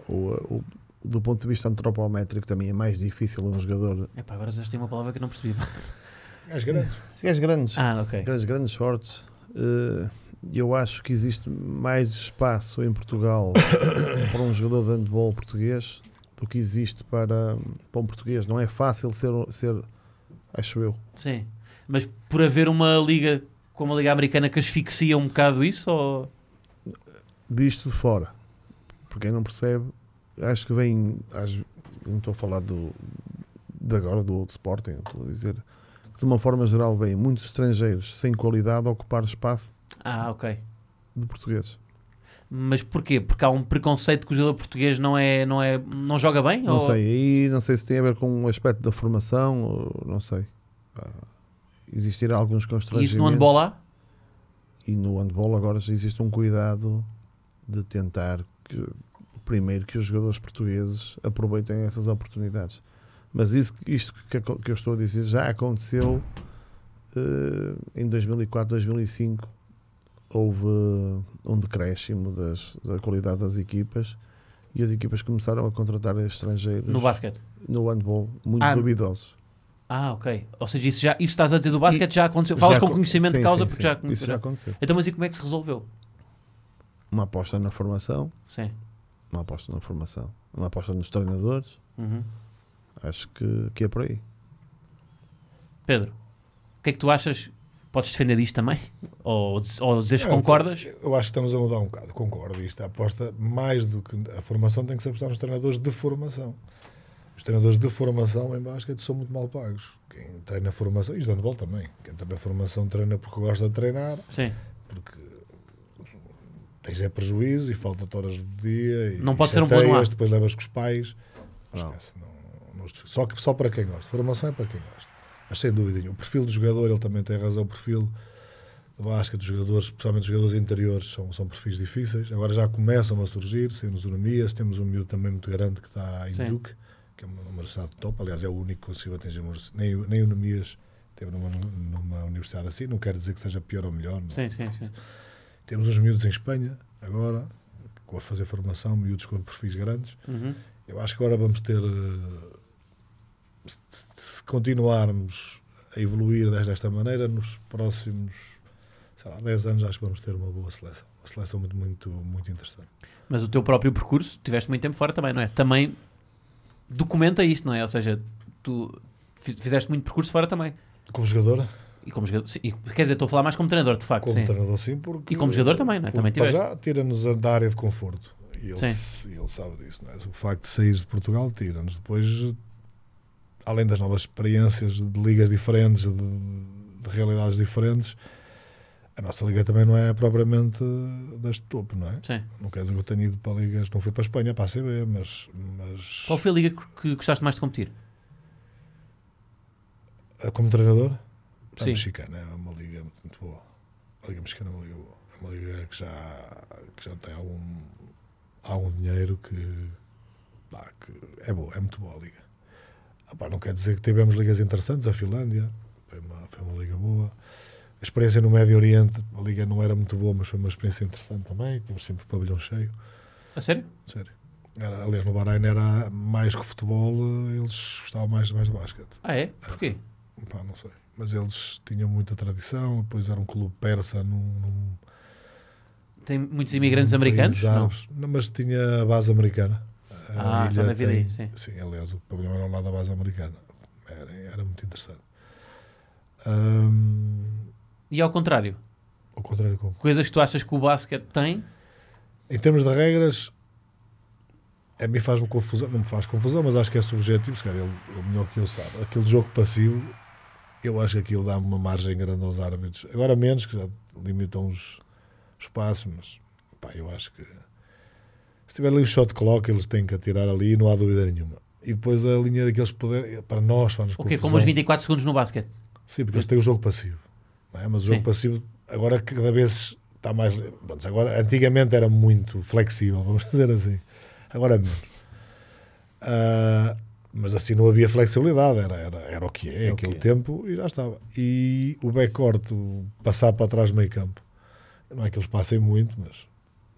ou a- o- do ponto de vista antropométrico também é mais difícil um jogador. Epá, agora já tem uma palavra que eu não (laughs) percebi. Gás grande. Se és grandes, Ah, ok. grandes, grandes fortes, eh, eu acho que existe mais espaço em Portugal (coughs) para um jogador de handball português do que existe para, para um português. Não é fácil ser, ser acho eu. Sim. Mas por haver uma liga como a Liga Americana que asfixia um bocado isso? Ou... visto de fora. Por quem não percebe, acho que vem. às- não estou a falar do, de agora, do outro Sporting, estou a dizer que de uma forma geral vêm muitos estrangeiros sem qualidade a ocupar espaço Ah, ok. de portugueses. Mas porquê? Porque há um preconceito que o jogador português não é, não é, não joga bem? Não ou... sei, aí não sei se tem a ver com o aspecto da formação, ou não sei. Ah, Existirá alguns E constrangimentos. isso no handball há? E no handball agora já existe um cuidado de tentar que, primeiro que os jogadores portugueses aproveitem essas oportunidades. Mas isso, isto que, aco- que eu estou a dizer já aconteceu eh, em 2004, 2005. Houve um decréscimo das- da qualidade das equipas e as equipas começaram a contratar estrangeiros No basquete? no handball, muito Ah, duvidosos. Ah, ok. Ou seja, isso, já, isso estás a dizer do basquete já aconteceu. Falas Já com acon- conhecimento sim, de causa sim, porque sim, já aconteceu. Isso já aconteceu. Então, mas e como é que se resolveu? Uma aposta na formação, Sim. uma aposta na formação, uma aposta nos treinadores, Uhum. acho que, que é por aí. Pedro, o que é que tu achas Podes defender disto também? Ou, diz- ou dizes que Não, concordas? Eu acho que estamos a mudar um bocado, concordo. Isto aposta mais do que a formação tem que se apostar nos treinadores de formação. Os treinadores de formação em basquete são muito mal pagos. Quem treina formação, e de handball também, quem treina formação treina porque gosta de treinar, Sim. porque tens é prejuízo e falta de horas do dia e Não pode ser um bom chateias, anuar. depois levas com os pais. Esquece, não- não justifica. só, que, só para quem gosta. Formação é para quem gosta. Mas sem dúvida nenhuma. O perfil do jogador, ele também tem razão. O perfil de basquete dos jogadores, especialmente dos jogadores interiores, são, são perfis difíceis. Agora já começam a surgir, saímos o Nemias, temos um miúdo também muito grande que está em Sim. Duque, que é uma uma universidade top. Aliás, é o único que conseguiu atingir. uma universi- Nem, o- nem o Nemias teve numa, numa universidade assim. Não quero dizer que seja pior ou melhor. não- Sim, sim, sim. temos uns miúdos em Espanha, agora, com a fazer formação, miúdos com perfis grandes. Uhum. Eu acho que agora vamos ter. eh, Se, se- se continuarmos a evoluir des- desta maneira, nos próximos sei lá, 10 anos, acho que vamos ter uma boa seleção. Uma seleção muito, muito, muito interessante. Mas o teu próprio percurso, tiveste muito tempo fora também, não é? Também documenta isto, não é? Ou seja, tu fiz- fizeste muito percurso fora também. Como jogador, E como jogador, sim, e- quer dizer, estou a falar mais como treinador, de facto. como sim. treinador, sim, porque. E como jogador também, não é? porque Também para tiveste. já, tira-nos a- da área de conforto. E ele, Sim. e ele sabe disso, não é? O facto de sair de Portugal tira-nos. Depois, além das novas experiências de ligas diferentes, de, de realidades diferentes, a nossa liga também não é propriamente das de topo, não é? Sim. Não quer dizer que eu tenha ido para ligas, não fui para a Espanha, para a CB, mas, mas Qual foi a liga que- que gostaste mais de competir? eh, como treinador, a Sim. mexicana é uma liga muito boa. A liga mexicana é uma liga boa. É uma liga que já, que já tem algum, algum dinheiro que, pá, que é boa, é muito boa a liga. Ah, pá, não quer dizer que tivemos ligas interessantes, a Finlândia foi uma, foi uma liga boa. A experiência no Médio Oriente, a liga não era muito boa, mas foi uma experiência interessante também. Tínhamos sempre o pavilhão cheio. A sério? Sério. Era, aliás, no Bahrein era mais que o futebol, eh, eles gostavam mais, mais de basquete. Ah, é? Porquê? Pá, não sei. Mas eles tinham muita tradição, depois era um clube persa num. num Tem muitos imigrantes num americanos? país Não. árabes. Não, mas tinha a base americana. A Ah, então ilha deve tem- daí, sim. aliás, o pavilhão era ao lado da base americana. Era, era muito interessante. Ahm, E ao contrário? ao contrário, como? Coisas que tu achas que o basquete tem? Em termos de regras, a mim faz-me confusão, não me faz confusão, mas acho que é subjetivo, se calhar ele, ele melhor que eu sabe. Aquele jogo passivo, eu acho que aquilo dá uma margem grande aos árbitros. Agora menos, que já limitam os espaços, mas pá, eu acho que se tiver ali um shot clock, eles têm que atirar ali, não há dúvida nenhuma. E depois a linha daqueles poderes, para nós faz-nos O quê? confusão. Como os 24 segundos no basquete? Sim, porque eles têm o jogo passivo. não é? Mas o jogo Sim. passivo agora cada vez está mais. pronto, agora, antigamente era muito flexível, (laughs) vamos dizer assim. Agora é menos. Ah, mas assim não havia flexibilidade, era, era, era o que é, É o que aquele é. tempo e já estava. E o backcourt, o passar para trás do meio campo, não é que eles passem muito, mas,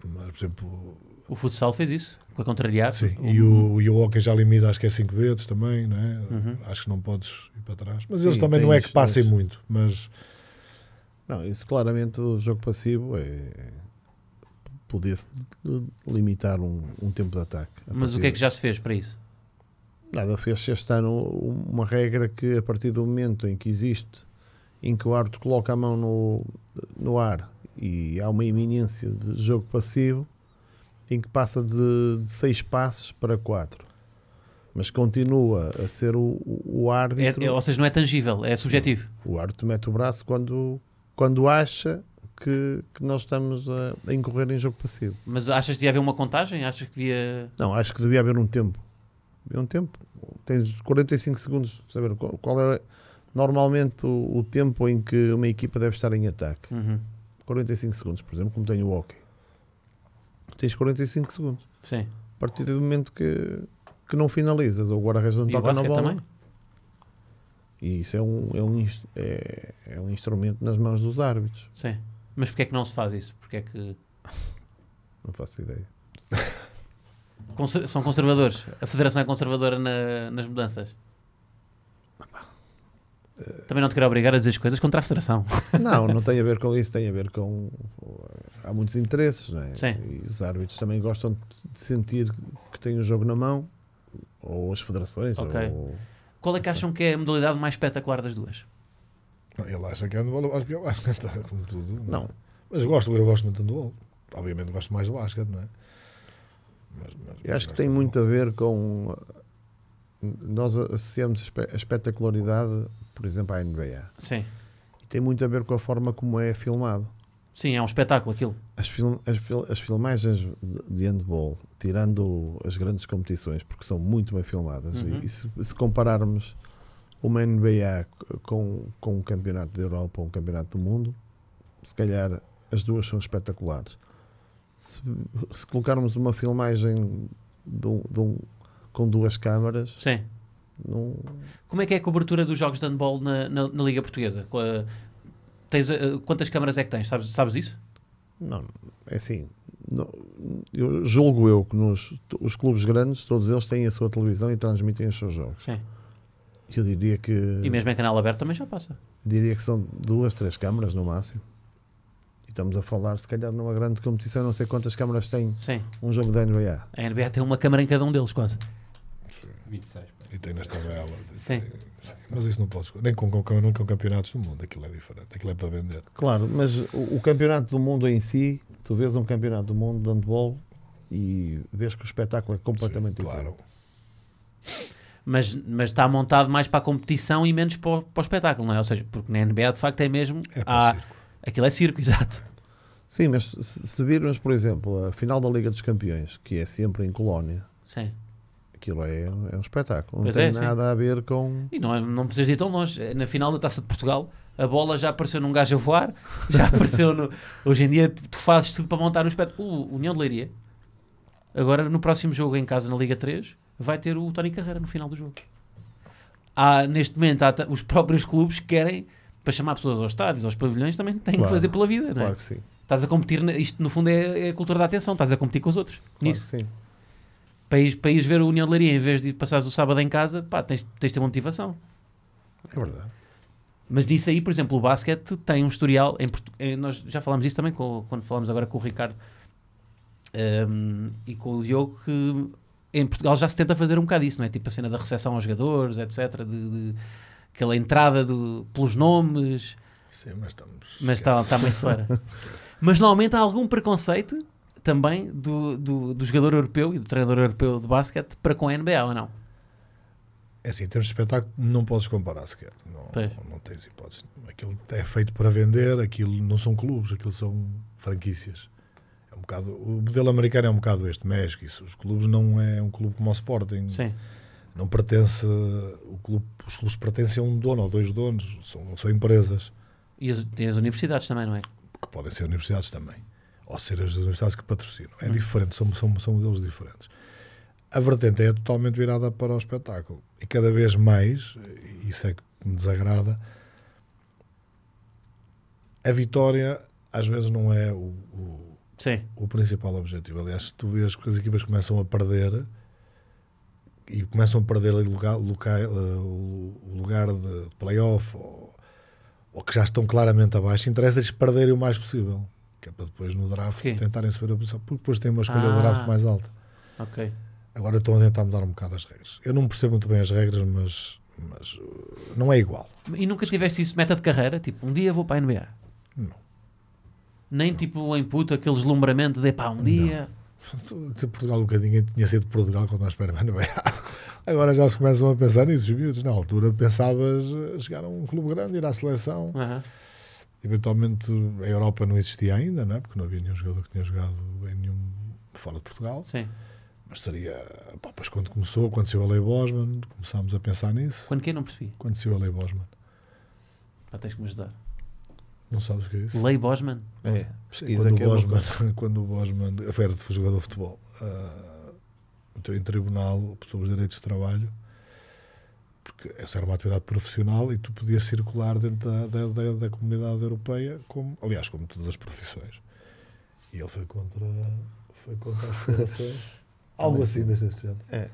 mas por exemplo, O futsal fez isso, para contrariar. Sim, O- e o, e o hockey já limita, acho que é 5 vezes também, não é? Uhum. Acho que não podes ir para trás. Mas eles Sim, também não é tens- que passem tens- muito, mas Não, isso claramente o jogo passivo é. Podia-se de- de limitar um, um tempo de ataque. A Mas o partir que é que já se fez para isso? Nada, fez este ano uma regra que a partir do momento em que existe, em que o árbitro coloca a mão no, no ar e há uma iminência de jogo passivo, em que passa de, de seis passos para quatro. Mas continua a ser o, o É- árbitro. é- ou seja, não é tangível, é subjetivo. O árbitro mete o braço quando, quando acha que, que nós estamos a, a incorrer em jogo passivo. Mas achas que devia haver uma contagem? Achas que devia. Não, acho que devia haver um tempo. Havia um tempo. Tens 45 segundos de saber qual, qual é normalmente o, o tempo em que uma equipa deve estar em ataque. Uhum. 45 segundos, por exemplo, como tem o hockey. Tens 45 segundos. Sim. A partir do momento que, que não finalizas, ou o guarda-redes não é? E o toca na basquete bola. também? E isso é um, é, um, ins- é, é um instrumento nas mãos dos árbitros. Sim. Mas porquê é que não se faz isso? Porque é que. Não faço ideia. Conser- São conservadores. A federação é conservadora na- nas mudanças. Também não te quero obrigar a dizer as coisas contra a federação. Não, não tem a ver com isso, tem a ver com. Há muitos interesses, não é? Sim. E os árbitros também gostam de- de sentir que têm o jogo na mão, ou as federações, Ok. ou. Qual é que acham que é a modalidade mais espetacular das duas? Não, Ele acha que é handball, acho que é basquete, (laughs) como tudo. é? Não. Mas gosto, eu gosto muito de handball. Obviamente gosto mais de basquete, não é? Mas- mas- Eu acho gosto que tem de muito a ver com. uh, Nós associamos a espe- a espetacularidade, por exemplo, à NBA. Sim. E tem muito a ver com a forma como é filmado. Sim, é um espetáculo aquilo. As, film, as, fil- as filmagens de- de handball, tirando as grandes competições, porque são muito bem filmadas, e- Uhum. e, se, se compararmos uma NBA c- com, com um campeonato da Europa ou um campeonato do mundo, se calhar as duas são espetaculares. Se, se colocarmos uma filmagem de um- de um- com duas câmaras, Sim. não, Como é que é a cobertura dos jogos de handball na, na, na Liga Portuguesa? Com a- tens, a- quantas câmaras é que tens? Sabes, sabes isso? Não, é assim. não- eu julgo eu que nos, t- os clubes grandes, todos eles têm a sua televisão e transmitem os seus jogos. Sim. Eu diria que, E mesmo em canal aberto também já passa. diria que são duas, três câmaras no máximo. E estamos a falar, se calhar, numa grande competição, não sei quantas câmaras tem Sim. um jogo da NBA. A NBA tem uma câmara em cada um deles, quase. 26. pá. E tem nas tabelas. e Sim. tem- Mas isso não podes. Nem com, com, nem com campeonatos do mundo, aquilo é diferente. Aquilo é para vender. Claro, mas o, o campeonato do mundo em si, tu vês um campeonato do mundo de handball e vês que o espetáculo é completamente Sim, diferente. claro. Mas, mas está montado mais para a competição e menos para o, para o espetáculo, não é? Ou seja, porque na NBA de facto é mesmo. É para há- o circo. aquilo é circo, (laughs) exato. Sim, mas se, se virmos, por exemplo, a final da Liga dos Campeões, que é sempre em Colónia, Sim. Aquilo é, é um espetáculo. Não Pois tem é, sim. nada a ver com. E não, é- não precisas ir tão longe. Na final da Taça de Portugal, a bola já apareceu num gajo a voar, (laughs) já apareceu no... Hoje em dia tu tu fazes tudo para montar um espetáculo. O União de Leiria, agora no próximo jogo em casa na Liga 3, vai ter o Tony Carreira no final do jogo. Há, neste momento, há ta- os próprios clubes que querem, para chamar pessoas aos estádios, aos pavilhões, também têm que Claro. fazer pela vida, não é? Claro que sim. Estás a competir, na- isto no fundo é, é a cultura da atenção, estás a competir com os outros. Claro nisso. que sim. Para ires, para ires ver o União de Leiria, em vez de passares o sábado em casa, pá, tens, tens de ter uma motivação. É verdade. Mas nisso aí, por exemplo, o basquete tem um historial. Em Portu- eh, Nós já falámos disso também com- quando falámos agora com o Ricardo ehm, e com o Diogo, que em Portugal já se tenta fazer um bocado isso, não é? Tipo a cena da recepção aos jogadores, etc. De, de- aquela entrada do, pelos nomes, Sim, mas estamos. mas está está muito fora. mas normalmente há algum preconceito também do, do, do jogador europeu e do treinador europeu de basquete para com a NBA ou não? É assim, em termos de espetáculo, não podes comparar sequer. Não, Pois. não tens hipótese. nenhuma. Aquilo é feito para vender, aquilo não são clubes, aquilo são franquícias. É um bocado, o modelo americano é um bocado este, México. Isso, os clubes não é um clube como o Sporting. Sim, Não pertence. O clube, os clubes pertencem a um dono ou dois donos. São, são empresas e as, tem as universidades também, não é? que podem ser universidades também, ou ser as universidades que patrocinam. É diferente, são, são, são modelos diferentes. A vertente é totalmente virada para o espetáculo. E cada vez mais, e isso é que me desagrada, a vitória às vezes não é o, o- Sim, o principal objetivo. Aliás, se tu vês que as equipas começam a perder e começam a perder ali lugar- lugar- eh, o o lugar de playoff ou, ou que já estão claramente abaixo, interessa-lhes perderem o mais possível. Que é para depois no draft Sim. tentarem subir a posição, porque depois têm uma escolha Ah. de draft mais alta. ok. Agora estão a tentar mudar um bocado as regras. Eu não percebo muito bem as regras, mas, mas eh, não é igual. E nunca tiveste isso, meta de carreira? Tipo, um dia vou para a NBA? Não. Nem tipo em puto, aquele deslumbramento de pá, um dia. (laughs) De Portugal, um bocadinho tinha sido de Portugal quando nós pernas Agora já se começam a pensar nisso, os miúdos. Na altura pensavas eh, chegar a um clube grande, ir à seleção. Aham. Eventualmente a Europa não existia ainda, não é? porque não havia nenhum jogador que tinha jogado em nenhum fora de Portugal. Sim. Mas seria. Pá, pois quando começou, quando saiu a Lei Bosman, começámos a pensar nisso. Quando que Não percebi. Quando saiu a Lei Bosman, Pá, tens que me ajudar. não sabes o que é isso? Lei Bosman. É. Sim, Diz quando, o aquele Bosman, (laughs) quando o Bosman eu era de jogador de futebol, ah, então em tribunal sobre os direitos de trabalho, porque essa era uma atividade profissional e tu podias circular dentro da, da, da, da comunidade europeia, como, aliás, como todas as profissões. E ele foi contra, foi contra (laughs) as federações. Algo assim deste género. É.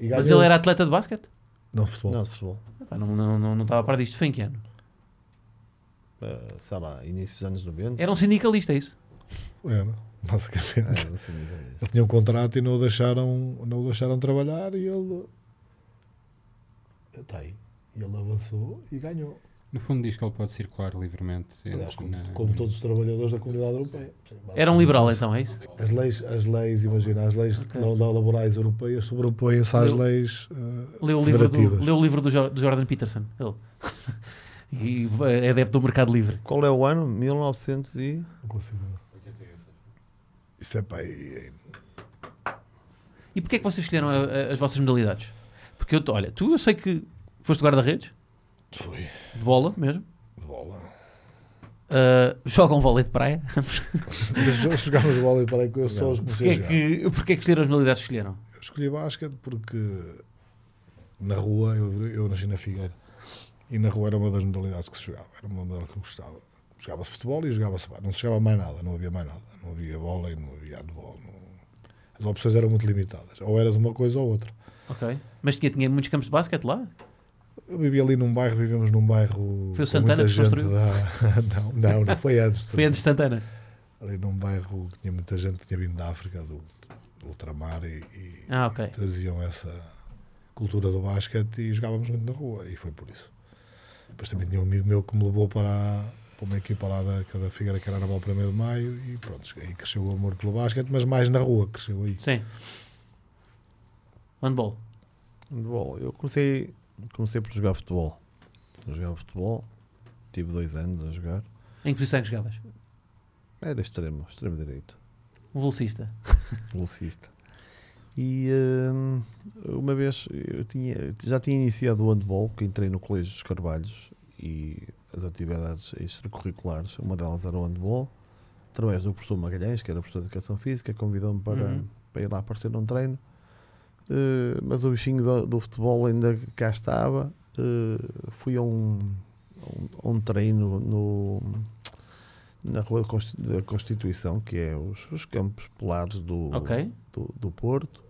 E Mas ganhou- ele era atleta de basquete? Não, futebol. Não, de futebol. Pá, não estava não, não, estava a par disto. Foi em que ano? Eh, sei lá, início dos anos 90. Era um sindicalista, é isso? Era, basicamente. Ah, não sei nem ver isso. Ele tinha um contrato e não o deixaram, não o deixaram Tá trabalhar e ele. Está aí. E ele avançou e ganhou. No fundo diz que ele pode circular livremente. Aliás, entre como, na- como todos os trabalhadores da comunidade europeia. Era um liberal, então, é isso? As leis, as leis imagina, as leis Ok. la- la- laborais europeias sobrepõem-se às Eu- leis. eh, Leu o livro, do, Federativas. leu o livro do, Jo- do Jordan Peterson. Ele. (laughs) e é adepto do mercado livre. Qual é o ano? 1900 e... não consigo ver. Isso é pá. e- E porquê é que vocês escolheram a- a- as vossas modalidades? Porque, eu, t- olha, tu eu sei que foste guarda-redes, e- Foi. de bola mesmo, de Bola. ah, jogam vôlei de praia. Mas (laughs) Jogámos bola e parei com eu só os Porquê comecei a é jogar. que, porquê é que escolheram as modalidades que escolheram? Eu escolhi basquete porque na rua, eu, eu nasci na Figueira, e na rua era uma das modalidades que se jogava, era uma modalidade que eu gostava. Jogava-se futebol e jogava-se ba- não se jogava mais nada, não havia mais nada, não havia bola e não havia handball. não- As opções eram muito limitadas, ou eras uma coisa ou outra. Ok. Mas tinha, tinha muitos campos de basquete lá? Eu vivia ali num bairro, vivíamos num bairro. Foi o com Santana muita que gente construiu? da- (laughs) Não, não, não, foi antes. Foi antes de Santana. Ali num bairro que tinha muita gente que tinha vindo da África, do, do ultramar e- e, Ah, ok. traziam essa cultura do basquete e jogávamos muito na rua e foi por isso. Depois também tinha um amigo meu que me levou para, para uma equipa lá da, que é da Figueira que era na Bola para meio de maio e pronto, aí cresceu o amor pelo basquete, mas mais na rua cresceu aí. Sim. Handball. Handball. Eu comecei, comecei por jogar futebol. Eu jogava futebol, tive dois anos a jogar. Em que posição é que jogavas? Era extremo, extremo direito, Um velocista. velocista. E hum, uma vez eu tinha, já tinha iniciado o handball, que entrei no Colégio dos Carvalhos e as atividades extracurriculares, uma delas era o handball, através do professor Magalhães, que era professor de Educação Física, convidou-me para, Uhum. para ir lá aparecer num treino. Eh, mas o bichinho do, do futebol ainda cá estava. Eh, fui a um, a um, a um treino no, na Rua da Consti- da Constituição, que é os, os campos pelados do, Ok. do, do Porto.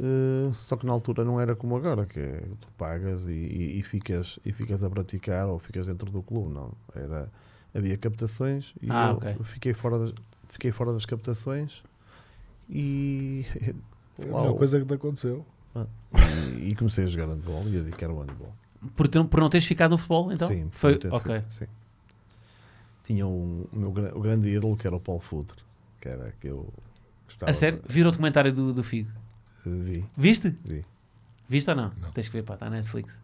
Eh, só que na altura não era como agora, que é, tu pagas e, e, e ficas, e ficas a praticar ou ficas dentro do clube, não. Era, havia captações e Ah, eu ok. fiquei, fora das, fiquei fora das captações e, (laughs) Foi Uau. a melhor coisa que te aconteceu. e comecei a jogar handball e a dedicar o handball. Por, ter- por não teres ficado no futebol, então? Sim, Foi, por ter ok. feito, sim. Tinha um, o meu gra- o grande ídolo que era o Paulo Futre, que era que eu gostava. A sério? de- Viram o documentário do, do Figo? Vi, Viste? vi. Viste ou não? Não. Tens que ver, pá, está na Netflix.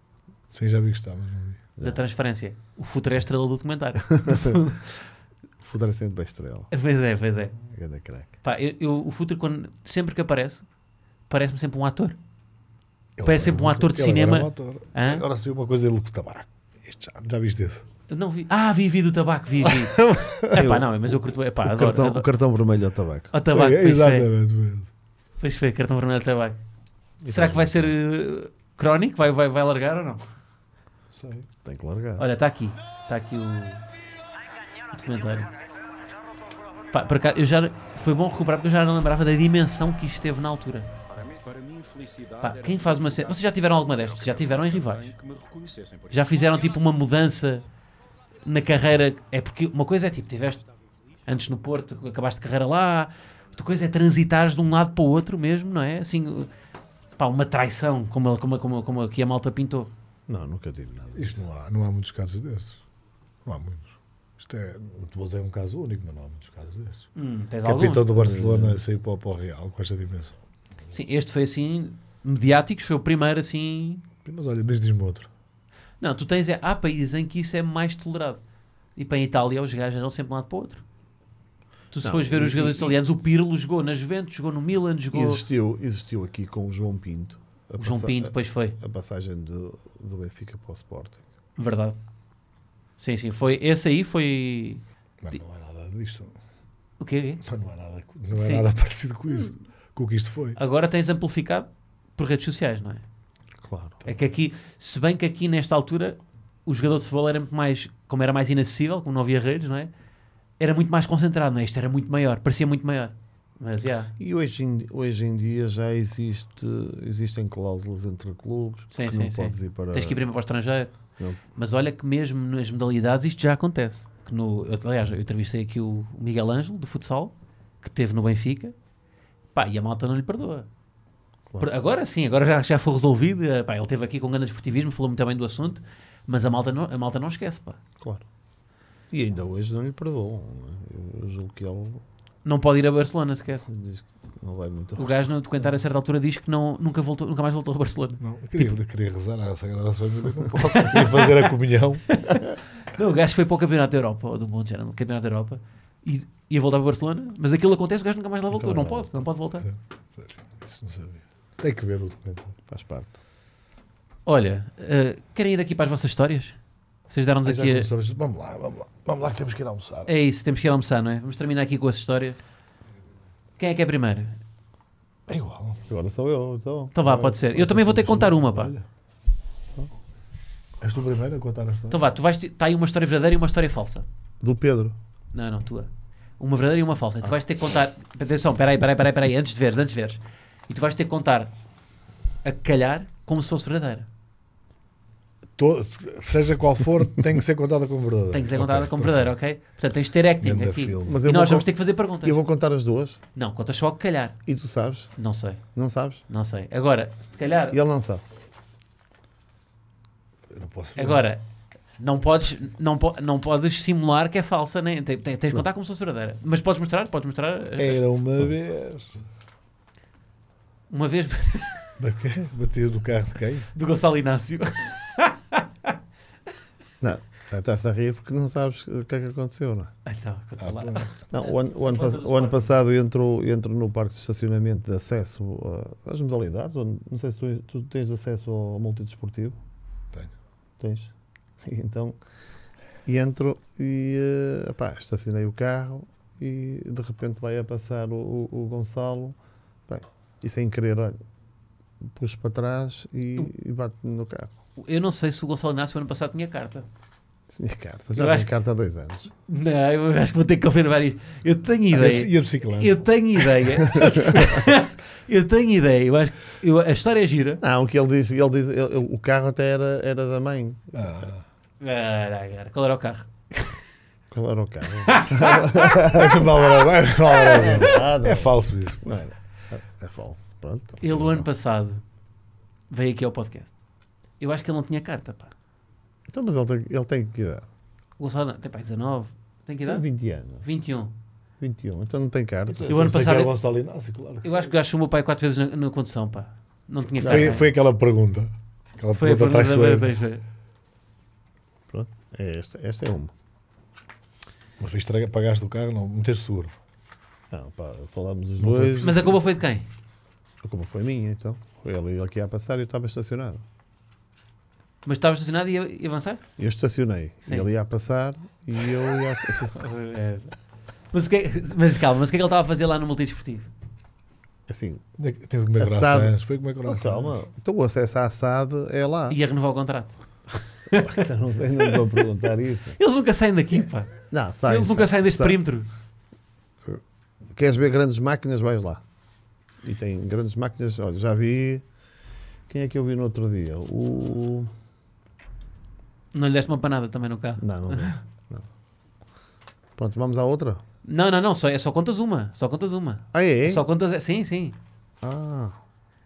Sim, já vi que está, mas não vi. Da transferência. O futuro é a estrela do (laughs) documentário. Futre é sempre bem estrela, pois é, pois é. grande craque. Pá, eu, eu- o futuro, quando, sempre que aparece, parece-me sempre um ator. Ele Parece era sempre um ator de ele era cinema. um ator. Hã? Agora saiu uma coisa dele com tabaco. Isto já, já viste isso? Eu não vi. Ah, vi, vi do tabaco, vi, vi. (laughs) é pá, não, mas eu curto. É pá, O adoro. cartão, o adoro. cartão vermelho ao tabaco. Ó, tabaco, pois É, foi. exatamente. mesmo. Pois foi, cartão vermelho de tabaco. Será que vai ser eh, crónico? Vai, vai, vai largar ou não? Sei. Tem que largar. Olha, está aqui. Está aqui o documentário. Pá, por acaso, eu já, foi bom recuperar porque eu já não lembrava da dimensão que isto teve na altura. Pá, quem faz uma cena. Vocês já tiveram alguma destas? Já tiveram em rivais? Já fizeram tipo uma mudança na carreira? É porque uma coisa é tipo, tiveste antes no Porto, acabaste de carreira lá. Outra coisa é transitares de um lado para o outro mesmo, não é? Assim, pá, uma traição, como, como, como, como aqui a malta pintou. Não, nunca tive nada. Isto não há, não há muitos casos destes. Não há muitos. Isto é, o Teboso é um caso único, mas não há muitos casos destes. Hum, tens algum? Capitão do Barcelona saiu para o- para o Real com esta dimensão. Sim, este foi assim, mediáticos, foi o primeiro assim. Mas olha, mas diz-me outro. Não, tu tens, é, há países em que isso é mais tolerado. E para a Itália, os gajos eram sempre de um lado para o outro. Tu, se Não, fores ver e- os jogadores e- italianos, o Pirlo jogou na Juventus, jogou no Milan, jogou. Existiu, existiu aqui com o João Pinto. a O João passa- Pinto, depois foi. A, a passagem do, do Benfica para o Sporting. Verdade. Sim, sim, foi. Esse aí foi. Mas não é nada disto. O quê? Mas não é nada, não é Sim. nada parecido com isto. Com o que isto foi. Agora tens amplificado por redes sociais, não é? Claro. É que aqui, se bem que aqui nesta altura o jogador de futebol era muito mais, como era mais inacessível, como não havia redes, não é? Era muito mais concentrado, não é? Isto era muito maior, parecia muito maior. Mas já, E hoje em, hoje em dia já existe, existem cláusulas entre clubes Sim, que sim, não sim. podes ir para. tens que ir primeiro para o estrangeiro. não- Mas olha que mesmo nas modalidades isto já acontece. Que no, eu, aliás, eu entrevistei aqui o Miguel Ângelo, do futsal, que teve no Benfica, pá, e a malta não lhe perdoa. Claro. Per- Agora sim, agora já, já foi resolvido. eh, Pá, ele esteve aqui com grande esportivismo, falou muito bem do assunto. Mas a malta não, a malta não esquece, pá. Claro. E ainda hoje não lhe perdoam. não é? Eu- Eu julgo que ele Não pode ir a Barcelona sequer. diz que não vai muito O gajo, no documentário, a certa altura, diz que não, nunca, voltou, nunca mais voltou a Barcelona. Não, eu queria, eu queria rezar à Sagrada Família, não posso. Queria fazer a comunhão. Não, o gajo foi para o Campeonato da Europa, ou do mundo, já era no Campeonato da Europa, e ia voltar para Barcelona, mas aquilo acontece, o gajo nunca mais lá voltou. Não pode, não pode voltar. Isso não sabia. Tem que ver o documentário. Faz parte. Olha, eh, querem ir aqui para as vossas histórias? Vocês deram-nos Ah, já aqui. é- a- começamos. Vamos lá, vamos lá. Vamos lá que temos que ir almoçar. É isso, temos que ir almoçar, não é? Vamos terminar aqui com essa história. Quem é que é primeiro? É igual. (laughs) Agora sou eu, então. Então vá, pode ser. Eu também vou ter que contar uma, pá. Olha. És tu o primeiro a contar a história? Então vá, tu vais. Está aí uma história verdadeira e uma história falsa. Do Pedro. Não, não, tua. Uma verdadeira e uma falsa. E Ah. tu vais ter que contar. Atenção, peraí, peraí, peraí, peraí. Antes de veres, antes de veres. E tu vais ter que contar a calhar como se fosse verdadeira. To- seja qual for, tem que ser contada como verdadeira. Tem que ser Ok, contada como verdadeira, ok? Portanto, tens de ter acting Ganda aqui. filme. Mas E eu, nós vou vamos ter que fazer perguntas. con- eu vou contar as duas. Não, contas só a calhar. E tu sabes? Não sei, Não sabes? não sei. Agora, se calhar. E ele não sabe. Eu não posso ver. Agora, não podes, não, po- não podes simular que é falsa, nem te- te- tens de contar como se fosse verdadeira. Mas podes mostrar, podes mostrar eh, Era uma vez. uma vez (laughs) Da quê? Batia do carro de quem? do Gonçalo Inácio. Não. Já Estás a rir porque não sabes o que é que aconteceu, não é? Então, conta Ah, lá. pronto. É, Não, o ano, o ano, Conta pas- do o ano Sporting. passado eu entro, eu entro no parque de estacionamento de acesso uh, às modalidades. onde- Não sei se tu, tu tens acesso ao multidesportivo. Tenho. Tens? (laughs) E então, e entro e eh, epá, estacionei o carro e de repente vai a passar o, o- o Gonçalo. Bem, e sem querer, olha, puxo para trás e, e bato no carro. Eu não sei se o Gonçalo Inácio ano passado tinha carta. Sim, é carta. Já Eu tenho acho- carta há dois anos. Não, eu acho que vou ter que confirmar isto. Eu tenho Ah, ideia. E a bicicleta? Eu tenho ideia. (laughs) eu tenho ideia. Eu acho que eu- a história é gira. Não, o que ele diz, ele diz ele- ele- o carro até era, era da mãe. Ah, (laughs) Ah, agora, Qual era o carro? Qual era o carro? mal era bem, mal era bem. Nada. É falso isso. Não era. É, é falso. Pronto. Ele, o ano passado, veio aqui ao podcast. Eu acho que ele não tinha carta, pá. Então, mas ele tem, ele tem que idade? O Gonçalo não- tem pá, 19. Tem que Tem idade? 20 anos. 21. 21. Então não é tem carta. Eu ano Não sei passado- é- que era Gonçalo Inácio, claro. que Eu acho que o gajo chamou o pai quatro vezes na, na condução, pá. Não tinha sim. carta. foi, foi aquela pergunta. Aquela Foi a pergunta pergunta da- traiçoeira. da- da- Pronto. É esta, esta é uma. Mas foi estragar, pagaste o carro, não, meteste seguro. Não, pá, falámos os Não foi dois. Mas é- a culpa foi de quem? A culpa foi minha, então. Foi ele, ele que ia a passar e eu estava estacionado. Mas estava estacionado e ia, ia avançar? Eu estacionei. Sim. E ele ia a passar e eu ia a... Mas, o que é- mas calma, mas o que é que ele estava a fazer lá no multidesportivo? (laughs) Assim, Tinha que- Tens de comer Assado. corações. Foi comer oh, corações. calma. Então o acesso à SAD é Ah. lá. Ia renovar o contrato. (laughs) Eu não sei, não vou perguntar isso. Eles nunca saem daqui, pá. Não, sai. Eles nunca sai, saem deste sai. perímetro. Queres ver grandes máquinas, vais lá. E tem grandes máquinas. Olha, já vi. Quem é que eu vi no outro dia? O. Não lhe deste uma panada também no carro? Não, não, deu. não. Pronto, vamos à outra? Não, não, não. Só, é só contas uma. Só contas uma. Ah, é? é? Só contas. Sim, sim. Ah,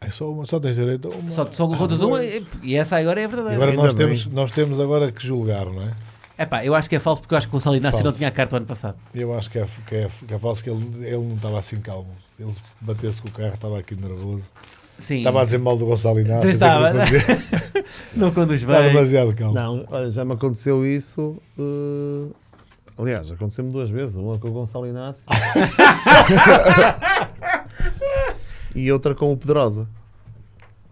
É só, uma, só tens direito a uma. Só, só contas uma e, e essa agora é a E verdadeira. agora Ainda nós bem. temos, nós temos agora que julgar, não é? É pá, eu acho que é falso porque eu acho que o Gonçalo Inácio não Falso. tinha a carta o ano passado. Eu acho que é, que é, que é falso que ele, ele não estava assim calmo. Ele bateu-se com o carro, estava aqui nervoso. Sim. Estava a dizer mal do Gonçalo Inácio. Pois estava. estava. Estava (laughs) Não conduz bem. demasiado calmo. não, olha, já me aconteceu isso. eh, aliás, aconteceu-me duas vezes. Uma com o Gonçalo Inácio (laughs) e outra com o Pedrosa.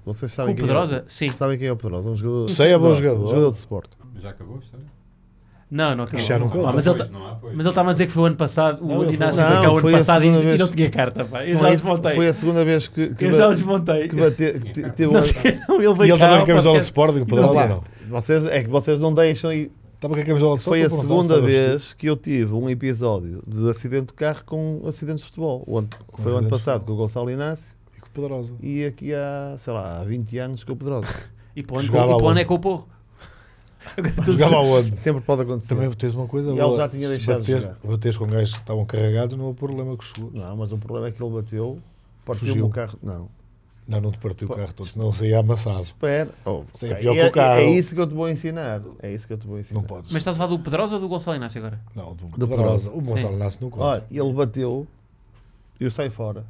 Vocês Com sabem o quem é Pedrosa? Sim. Sabem quem é o Pedrosa? Um jogador. Sei, é bom Pedrosa, um jogador. Jogador de suporte. Mas já acabou a história? Não, não acabou. Já não Ah, conta. mas ele tá- não há apoio. mas ele estava a dizer que foi o ano passado, o Não, ele Inácio foi foi- cá Não, o ano foi a passado e, segunda e vez. não tinha carta, pá. Eu Não já é isso, desmontei. foi a segunda vez que, que, Eu ba- já desmontei. (laughs) que bateu. que te- teve Não, uma- não, ele E veio ele cá. estava com a ao camisola de podcast. Sporting, o Pedrosa, Não, pá, não. Vocês, é que vocês não deixam e Estava com a camisola de Foi a Sporting, um não segunda estava vestido. vez que eu tive um episódio de acidente de carro com acidentes de futebol. O ano- foi o acidentes ano de passado com futebol. o Gonçalo Inácio E com o Pedrosa. e aqui há, sei lá, há 20 anos com (laughs) o Pedrosa. E para onde- e Jogava para onde onde? é com o porro? Agora tudo Jogava aonde? Sempre pode acontecer. Também tens uma coisa E ele boa. já tinha Se deixado de bateres, jogar. bateres com gajos que estavam carregados, não há problema com os seguros. Não, mas o problema é que ele bateu, partiu Fugiu. o carro. Não. Não, não te partiu o carro todo, senão saía amassado. Espera. Oh, Sei ok. pior que o É- é- carro. É, isso que eu te vou ensinar. É isso que eu te vou ensinar. Não podes. Mas estás a falar do Pedrosa ou do Gonçalo Inácio agora? Não, do, Do Pedrosa. Pedrosa. O Gonçalo Sim. Inácio não conta. Olha, ele bateu. Eu saí fora.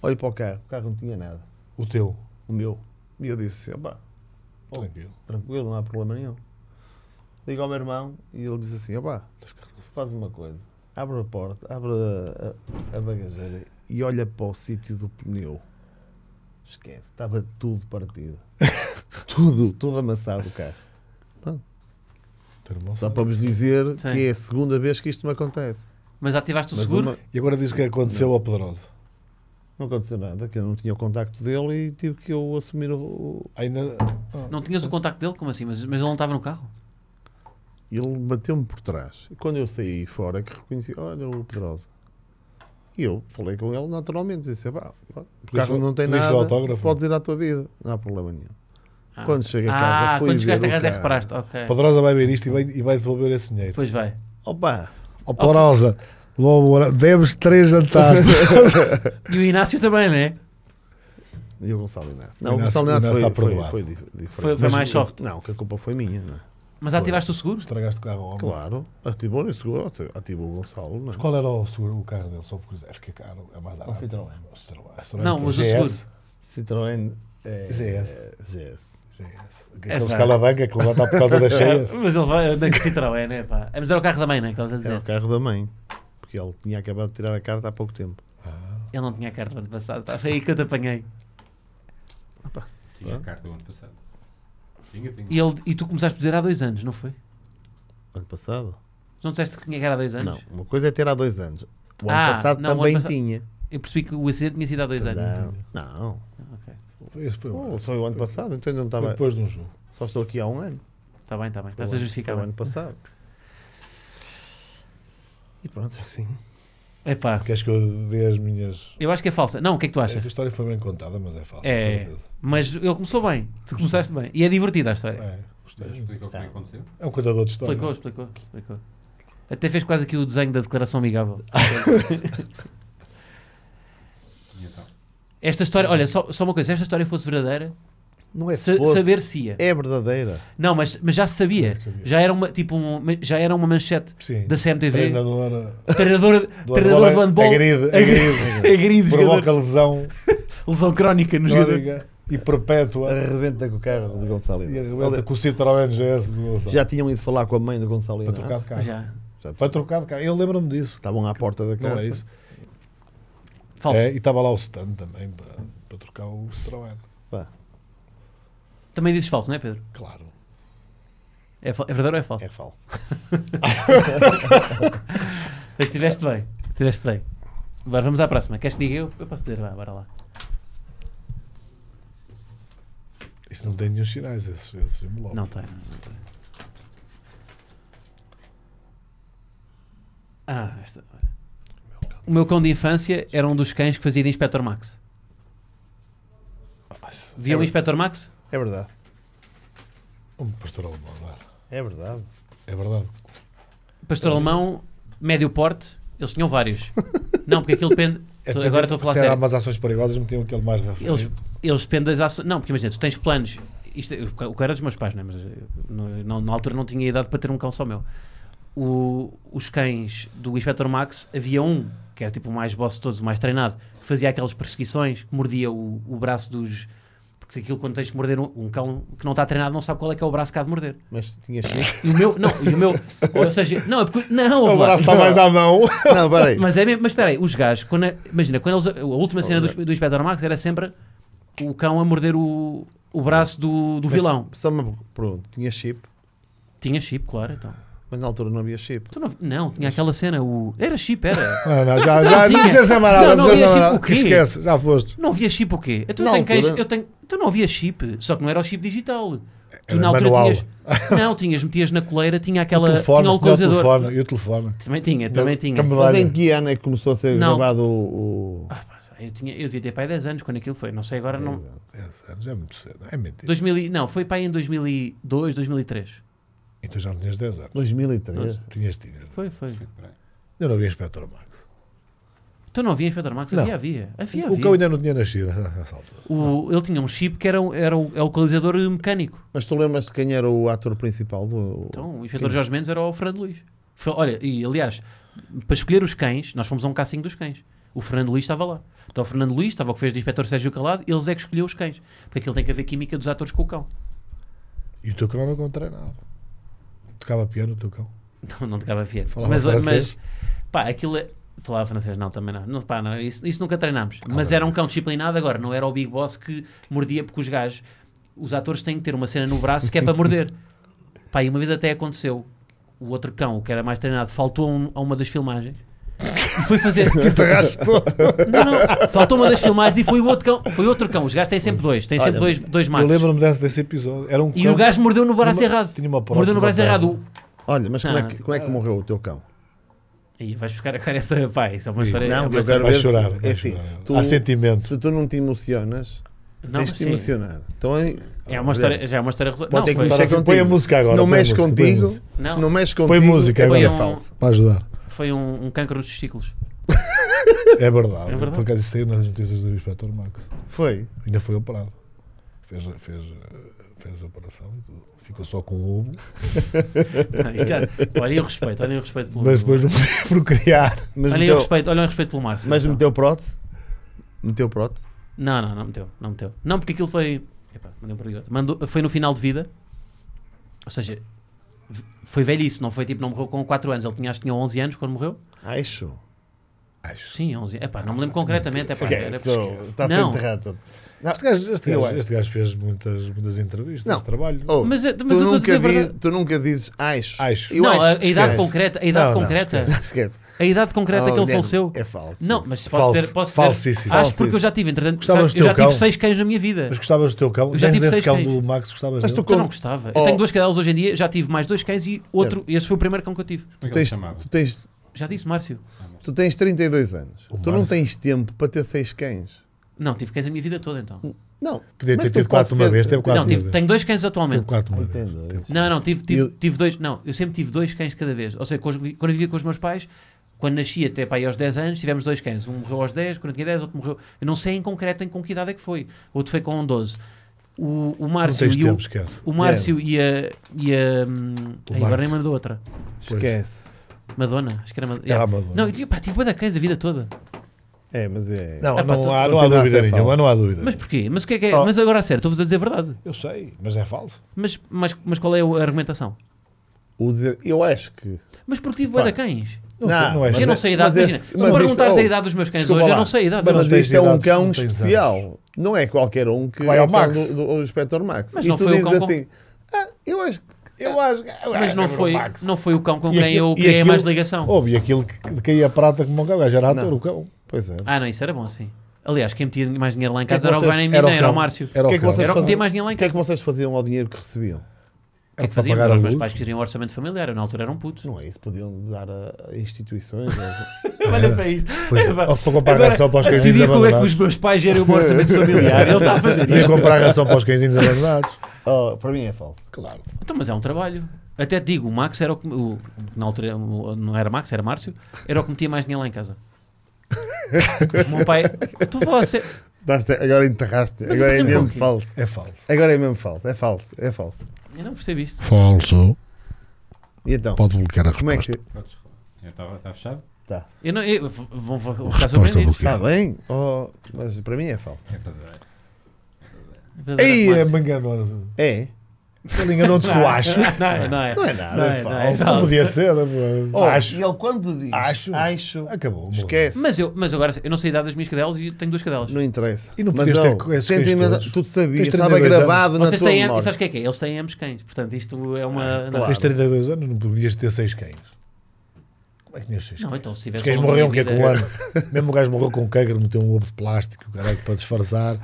Olho para o carro. O carro não tinha nada. O teu. O meu. E eu disse: opa, Oh. Tranquilo. tranquilo, não há problema nenhum. Ligo ao meu irmão e ele diz assim: opá, faz uma coisa. Abre a porta, abre a- a, a bagageira e olha para o sítio do pneu. Esquece, estava tudo partido. (laughs) tudo, tudo amassado o carro. Teu irmão Só sabe. para vos dizer Sim. que é a segunda vez que isto me acontece. Mas ativaste o Mas seguro? uma- E agora diz o que aconteceu ao Pedrosa. não aconteceu nada, que eu não tinha o contacto dele e tive que eu assumir o- o. Ainda. Não tinhas o contacto dele? Como assim? Mas, mas ele não estava no carro? Ele bateu-me por trás. E quando eu saí fora, que reconheci: olha o Pedrosa. E eu falei com ele naturalmente, disse: pá, pá, o carro não tem pediste o nada, autógrafo? podes ir à tua vida, não há problema nenhum. Ah. Quando chego a casa, Ah, fui quando ver chegaste a o casa é que carro. reparaste. Ok. Pedrosa vai ver isto e vai, e vai devolver esse dinheiro. Pois vai. Opa, Ó Pedrosa, logo, ora- deves três jantares. (laughs) E o Inácio também, né? e o Gonçalo Inácio. Não, o Inácio- Gonçalo Inácio, Inácio foi, está foi, perdoado. foi dif- diferente. Foi- foi Mas mais eu- soft. Não, que a culpa foi minha, não é? Mas ativaste o seguro? Estragaste o carro ao homem. Claro, ativou o seguro, ativou o Gonçalo, não é? Mas qual era o, seguro, o carro dele? Só por curiosidade. Acho que é caro. É mais barato. Citroën. O Citroën. Citroën Não, que é mas o GS. seguro. Citroën eh, GS. GS. GS. É Aqueles verdade. calabanca que levanta por (laughs) causa das cheias. Ah, Mas ele vai andar com Citroën, né? Pá. Mas era o carro da mãe, né? Que estavas a Era dizer. o carro da mãe, porque ele tinha acabado de tirar a carta há pouco tempo. Ele não tinha carta do ano passado. Pá. Foi aí que eu te apanhei. Tinha Ah. a carta do ano passado. Tinha, tinha. E, ele, e tu começaste a dizer há dois anos, não foi? Ano passado? Não disseste que tinha cara há dois anos? Não, uma coisa é ter há dois anos. O ano Ah, passado não, o ano também passa- tinha. Eu percebi que o acidente tinha sido há dois anos. Não, não. Ok. Esse foi, Oh, foi o ano passado, então não foi estava. depois de um jogo. Só estou aqui há um ano. Está Tá bem, está bem. Foi Estás a o ano- justificar foi bem. o ano passado. E pronto, é assim. Epá, Queres que eu dê as minhas. eu acho que é falsa. Não, o que é que tu É que a achas? história foi bem contada, mas é falsa. É. com certeza. Mas ele começou bem. Tu começaste bem. E é divertida a história. É. Mas gostei. Explica o que é que aconteceu. É um contador de história. Explicou, explicou, explicou. Até fez quase aqui o desenho da declaração amigável. E então? Esta história, olha, só, só uma coisa, se esta história fosse verdadeira, Não é se sa- fosse, saber se ia. É verdadeira. Não, mas, mas já se sabia. Sabia. Já era uma, tipo, um- já era uma manchete Sim. da CMTV. Treinadora. Treinador, Do treinador de handball. é agride, (laughs) agride. agride É jogador. Provoca lesão Lesão crónica no jogador. crónica e perpétua. Arrebenta com o carro do Gonçalo E Inácio. arrebenta com o Citroën GS do Gonçalo. Já tinham ido falar com a mãe do Gonçalo Para trocar de Inácio. carro. Ah, Já. Já Para trocar de carro. Eu lembro-me disso. Estavam à porta da Não casa. é isso. Falso. É, e estava lá o stand também para, para trocar o Citroën. Pá, Também dizes falso, não é, Pedro? Claro. É, fal- é verdadeiro ou é falso? é falso. Mas estiveste bem. Estiveste bem. Agora vamos à próxima. Queres que diga eu? Eu posso dizer, vá, bora lá. Isso não tem nenhum sinais, esses, esses envelopes. Não tem, não não tem. Ah, esta. olha. O meu cão de infância era um dos cães que fazia de Inspector Max. Ah, Viam o Inspector Max? É verdade. Um pastor alemão, não é? É verdade. É verdade. Pastor alemão, médio porte, eles tinham vários. não, porque aquilo depende. Tô- agora estou a falar É Se era sério. umas ações perigosas, metiam aquele mais referido. Eles, eles dependem das ações. Não, porque imagina, tu tens planos. Isto, o ca- o cão era dos meus pais, né? mas eu no- não- na altura não tinha idade para ter um cão só meu. O- os cães do Inspector Max, havia um que era tipo o mais boss de todos, o mais treinado, que fazia aquelas perseguições, que mordia o, o braço dos. Porque aquilo quando tens de morder um, um cão que não está treinado não sabe qual é que é o braço que há de morder. Mas tinhas que. E o meu, não, e o meu. Ou seja, não, é porque. (laughs) Não, O ouve lá. braço está mais à mão. Não, peraí. Mas é mesmo, mas espera aí, os gajos, quando a- imagina, quando eles, a última cena do, do Inspector Max era sempre o cão a morder o, o braço do, do vilão. Mas, só uma pergunta. Tinha chip, Tinha chip, claro, então. mas na altura não havia chip. Tu não, não, tinha aquela cena, o. Era chip, (laughs) era. Não, não, já, Não já, não tinha. precisas dizer mais Não, não, nada. Não, precisas ia dizer mais assim, nada. o quê? Esquece, já foste. Não havia chip o quê? Então, Na eu tenho cães- altura- eu tenho- então não havia chip, só que não era o chip digital. Era manual. (laughs) tinhas. Não, tinhas, metias na coleira, tinha aquela. o telefone, tinha o tinha o localizador. telefone, e o telefone. Também tinha, também tinha. Também- Mas Medalha. em que ano é que começou a ser Não. gravado o. o- Ah, pá, eu, tinha, eu devia ter pai 10 anos quando aquilo foi, não sei agora, não. Dez anos, é muito cedo. É mentira. 2000 e- não, foi pai em 2002, 2003. Então já não tinhas 10 anos. 2003? Tinhas, tinhas. Foi, foi. Peraí. Eu não havia Inspector Max. Tu Então não havia Inspector Max? Não. Havia, havia. Havia, O havia. cão ainda não tinha nascido (laughs) a essa altura. O- ele tinha um chip que era, o- era o, é o localizador mecânico. Mas tu lembras de quem era o ator principal do. Então, o inspetor Jorge Mendes era o Fernando Luís. Foi- olha, e aliás, para escolher os cães, nós fomos a um casting dos cães. O Fernando Luís estava lá. Então, o Fernando Luís estava o que fez de inspetor Sérgio Calado, eles é que escolheu os cães. Porque aquilo tem que haver química dos atores com o cão. E o teu cão não encontrei nada. Tocava piano o teu cão. (laughs) Não, não tocava fiel. Falava Mas, francês? mas, pá, aquilo é. Falava francês, não, também não. não, pá, não isso, isso nunca treinámos. Ah, Mas era um cão disciplinado agora, não era o Big Boss que mordia, porque os gajos, os atores têm que ter uma cena no braço que é para (laughs) morder. Pá, e uma vez até aconteceu, o outro cão, que era mais treinado, faltou a, um- a uma das filmagens e foi fazer. (laughs) Te raspou. não, não, faltou uma das filmagens e foi o outro cão. Foi outro cão, os gajos têm sempre dois, têm sempre Olha, dois, dois Eu machos. lembro-me desse, desse episódio. Era um E cão- o gajo mordeu no braço Tinha uma- errado. tinha uma prótese mordeu no na braço perna. errado. Olha, mas como, Ah, é que, como é que morreu o teu cão? Aí vais buscar agora essa. Pá, isso é uma história. é Não, uma que eu história- quero Vai ver. se- chorar, vai é assim, chorar. se tu- Há sentimento. Se tu não te emocionas, tens de te sim. emocionar. Então, É uma história, já é uma história resol- Pode ser que foi- mexer Agora, contigo. põe a música agora, Se não põe a mexe música, põe a contigo, música. Não. se não mexe contigo, Põe música é agora. falso. Para ajudar. foi um, um cancro dos (laughs) testículos. É verdade. É verdade. Por acaso isso saiu nas notícias do Inspector Max. Foi. Ainda foi operado. Fez, fez, fez a operação e tudo. Ficou só com o ovo. Não, isto já- olhem o respeito, olhem o respeito pelo. Mas depois não podia (laughs) procriar. Mas olhem, o meteu, respeito, olhem o respeito pelo Márcio. mas então. meteu prótese? Meteu prótese? Não, não, não meteu, não meteu. Não, porque aquilo foi. Epá, mandei um perdigoto. Mandou- foi no final de vida. Ou seja, v- foi velhice, não foi tipo, não morreu com 4 anos. Ele tinha, acho que tinha 11 anos quando morreu. Acho. Acho. Sim, 11 anos. Epá, não me lembro concretamente. Epá, era- Está a ser Não. enterrado. Este gajo, este Eu gajo- acho. este gajo fez muitas, muitas entrevistas, Não. não. trabalho. Oh, Mas, é- mas tu, eu estou nunca a dizer a diz, verdade. tu nunca dizes acho. Acho. não, a, a esquece. idade concreta, a idade Não, não, concreta, (laughs) Esquece. a idade concreta Oh, que ele Guilherme, faleceu. É falso. Não, isso. mas posso Falso. dizer, posso dizer, Falsíssimo. acho Falsíssimo. porque eu já tive, entretanto, já, Gostavas do eu já teu tive cão? seis cães na minha vida. Mas gostavas do teu cão? Eu já Desde tive desse seis cão cães. do Max gostavas Mas dele? tu Eu Como- não gostava. Oh. Eu tenho duas cadelas hoje em dia, já tive mais dois cães e outro. Esse foi o primeiro cão que eu tive. Como é tu que ele tens, se chamava? tu, tens, Já disse, Márcio. tu tens 32 anos. O tu não Márcio. tens tempo para ter seis cães. Não, tive cães a minha vida toda então. Não. Podia ter como é que tu tido quatro podes uma ter- vez, teve Um, quatro não, tive, vezes. tenho dois cães Teve atualmente. quatro uma Ai, vez. entendo. Teve- Não, não, tive, tive, Eu- tive dois. Não, eu sempre tive dois cães cada vez. Ou seja, com os- quando eu vivia com os meus pais, quando nasci até para aí aos 10 anos, tivemos dois cães. Um morreu aos 10, quando eu tinha 10, outro morreu. Eu não sei em concreto em com que idade é que foi. Outro foi com 12. O, o Não Márcio tens e o, tempo, esquece. o Márcio e a. E a hum, É. O ai, agora Márcio. nem mandou outra. Esquece. Madonna, acho que era Madonna. Era a Yeah. Madonna. Não, eu tive- pá, tive bué de cães a vida toda. É, mas é. Não, Epá, tu- não, há, tu não há continuas a dúvida ser nenhuma, falso. não há dúvida. Mas porquê? Mas o que é que é? Oh. Mas agora a sério, estou-vos a dizer a verdade. Eu sei, mas é falso. Mas, mas, mas qual é a argumentação? O dizer, eu acho que. Mas porque tive bué de Pá, cães. Não, não é Mas Mas eu não é- sei a idade. mas Imagina, esse- se mas me perguntares isto- a idade dos meus cães desculpa hoje, eu lá, não sei a idade. mas Mas, Mas tens isto é um idades, cão não tens especial. Não é qualquer um que Vai é ao o cão Max. do, do, do Inspector Max. Mas e não tu foi o dizes cão com- assim, ah, eu acho que. Eu acho que. mas não, foi, não foi o cão com E quem aquilo- eu e criei aquilo- Oh. mais ligação. um Houve, e aquilo que que caía a prata como um cão, o gajo era ator, Não. o cão. Pois é. Ah, não, isso era bom assim. Aliás, quem metia mais dinheiro lá em que é que casa era o vocês- Guarani era o Mineiro, era o cão? Márcio. Era o O que é que cão. vocês Era o que fazem- metia mais dinheiro lá em O que é casa. que vocês faziam ao dinheiro que recebiam? O que é que para faziam? pagar a Os meus luz? pais que geriam o orçamento familiar, eu na altura era um puto. Não é isso, podiam dar a a instituições. ou- (laughs) (laughs) Olha para isto. Pois é, Epá, ou se for comprar agora, ração para os a cãezinhos decidir como é que abandonados. os meus pais gerem o meu orçamento familiar. Ele está a (laughs) fazer Ia isto. comprar ração para os cãezinhos abandonados. Oh, para mim é falso. Claro. Então, mas é um trabalho. Até te digo, o Max era o que. o- na altura o- não era Max, era Márcio. Era o que metia mais dinheiro lá em casa. O meu pai. "Então Estou a falar a sério. Daste- Agora enterraste. Mas Agora é enterrou mesmo o quê? falso. É falso. Agora é mesmo falso. É falso. É falso. Eu não percebo isto. Falso. E então? Pode bloquear a Como é resposta. que. Podes rolar. Já Está está fechado? Está Eu não. Eu, vou- vou, vou vou ficar Resposta surpreendido. do quê? tá bem? Oh, mas para mim é falso. É verdadeiro. Ei, é Verdadeiramente. manganoso. É? Ele enganou-te com o acho. é? Não, não é. Não é nada. Não é é, falso. não é. Não podia ser. é, pô. Oh, Acho. E ele quando diz Acho. acho Acabou. esquece. Mas eu, mas agora eu não sei a idade das minhas cadelas e tenho duas cadelas. Não interessa. E não mas, podias ter oh, co- esses sentimento- cães todos. Tu sabias, Tens estava 32 anos. gravado na Vocês tua têm. memória. Sabes o que é que é? Eles têm ambos cães. Portanto, isto é uma. não. claro. Tens 32 anos, não podias ter seis cães. Como é que tinhas seis Não, cães? então se Os tivesse. cães ao longo morreram da que é com vida- um ano. (laughs) Mesmo o gajo morreu com câncer, meteu um ovo de plástico, caralho, para disfarçar.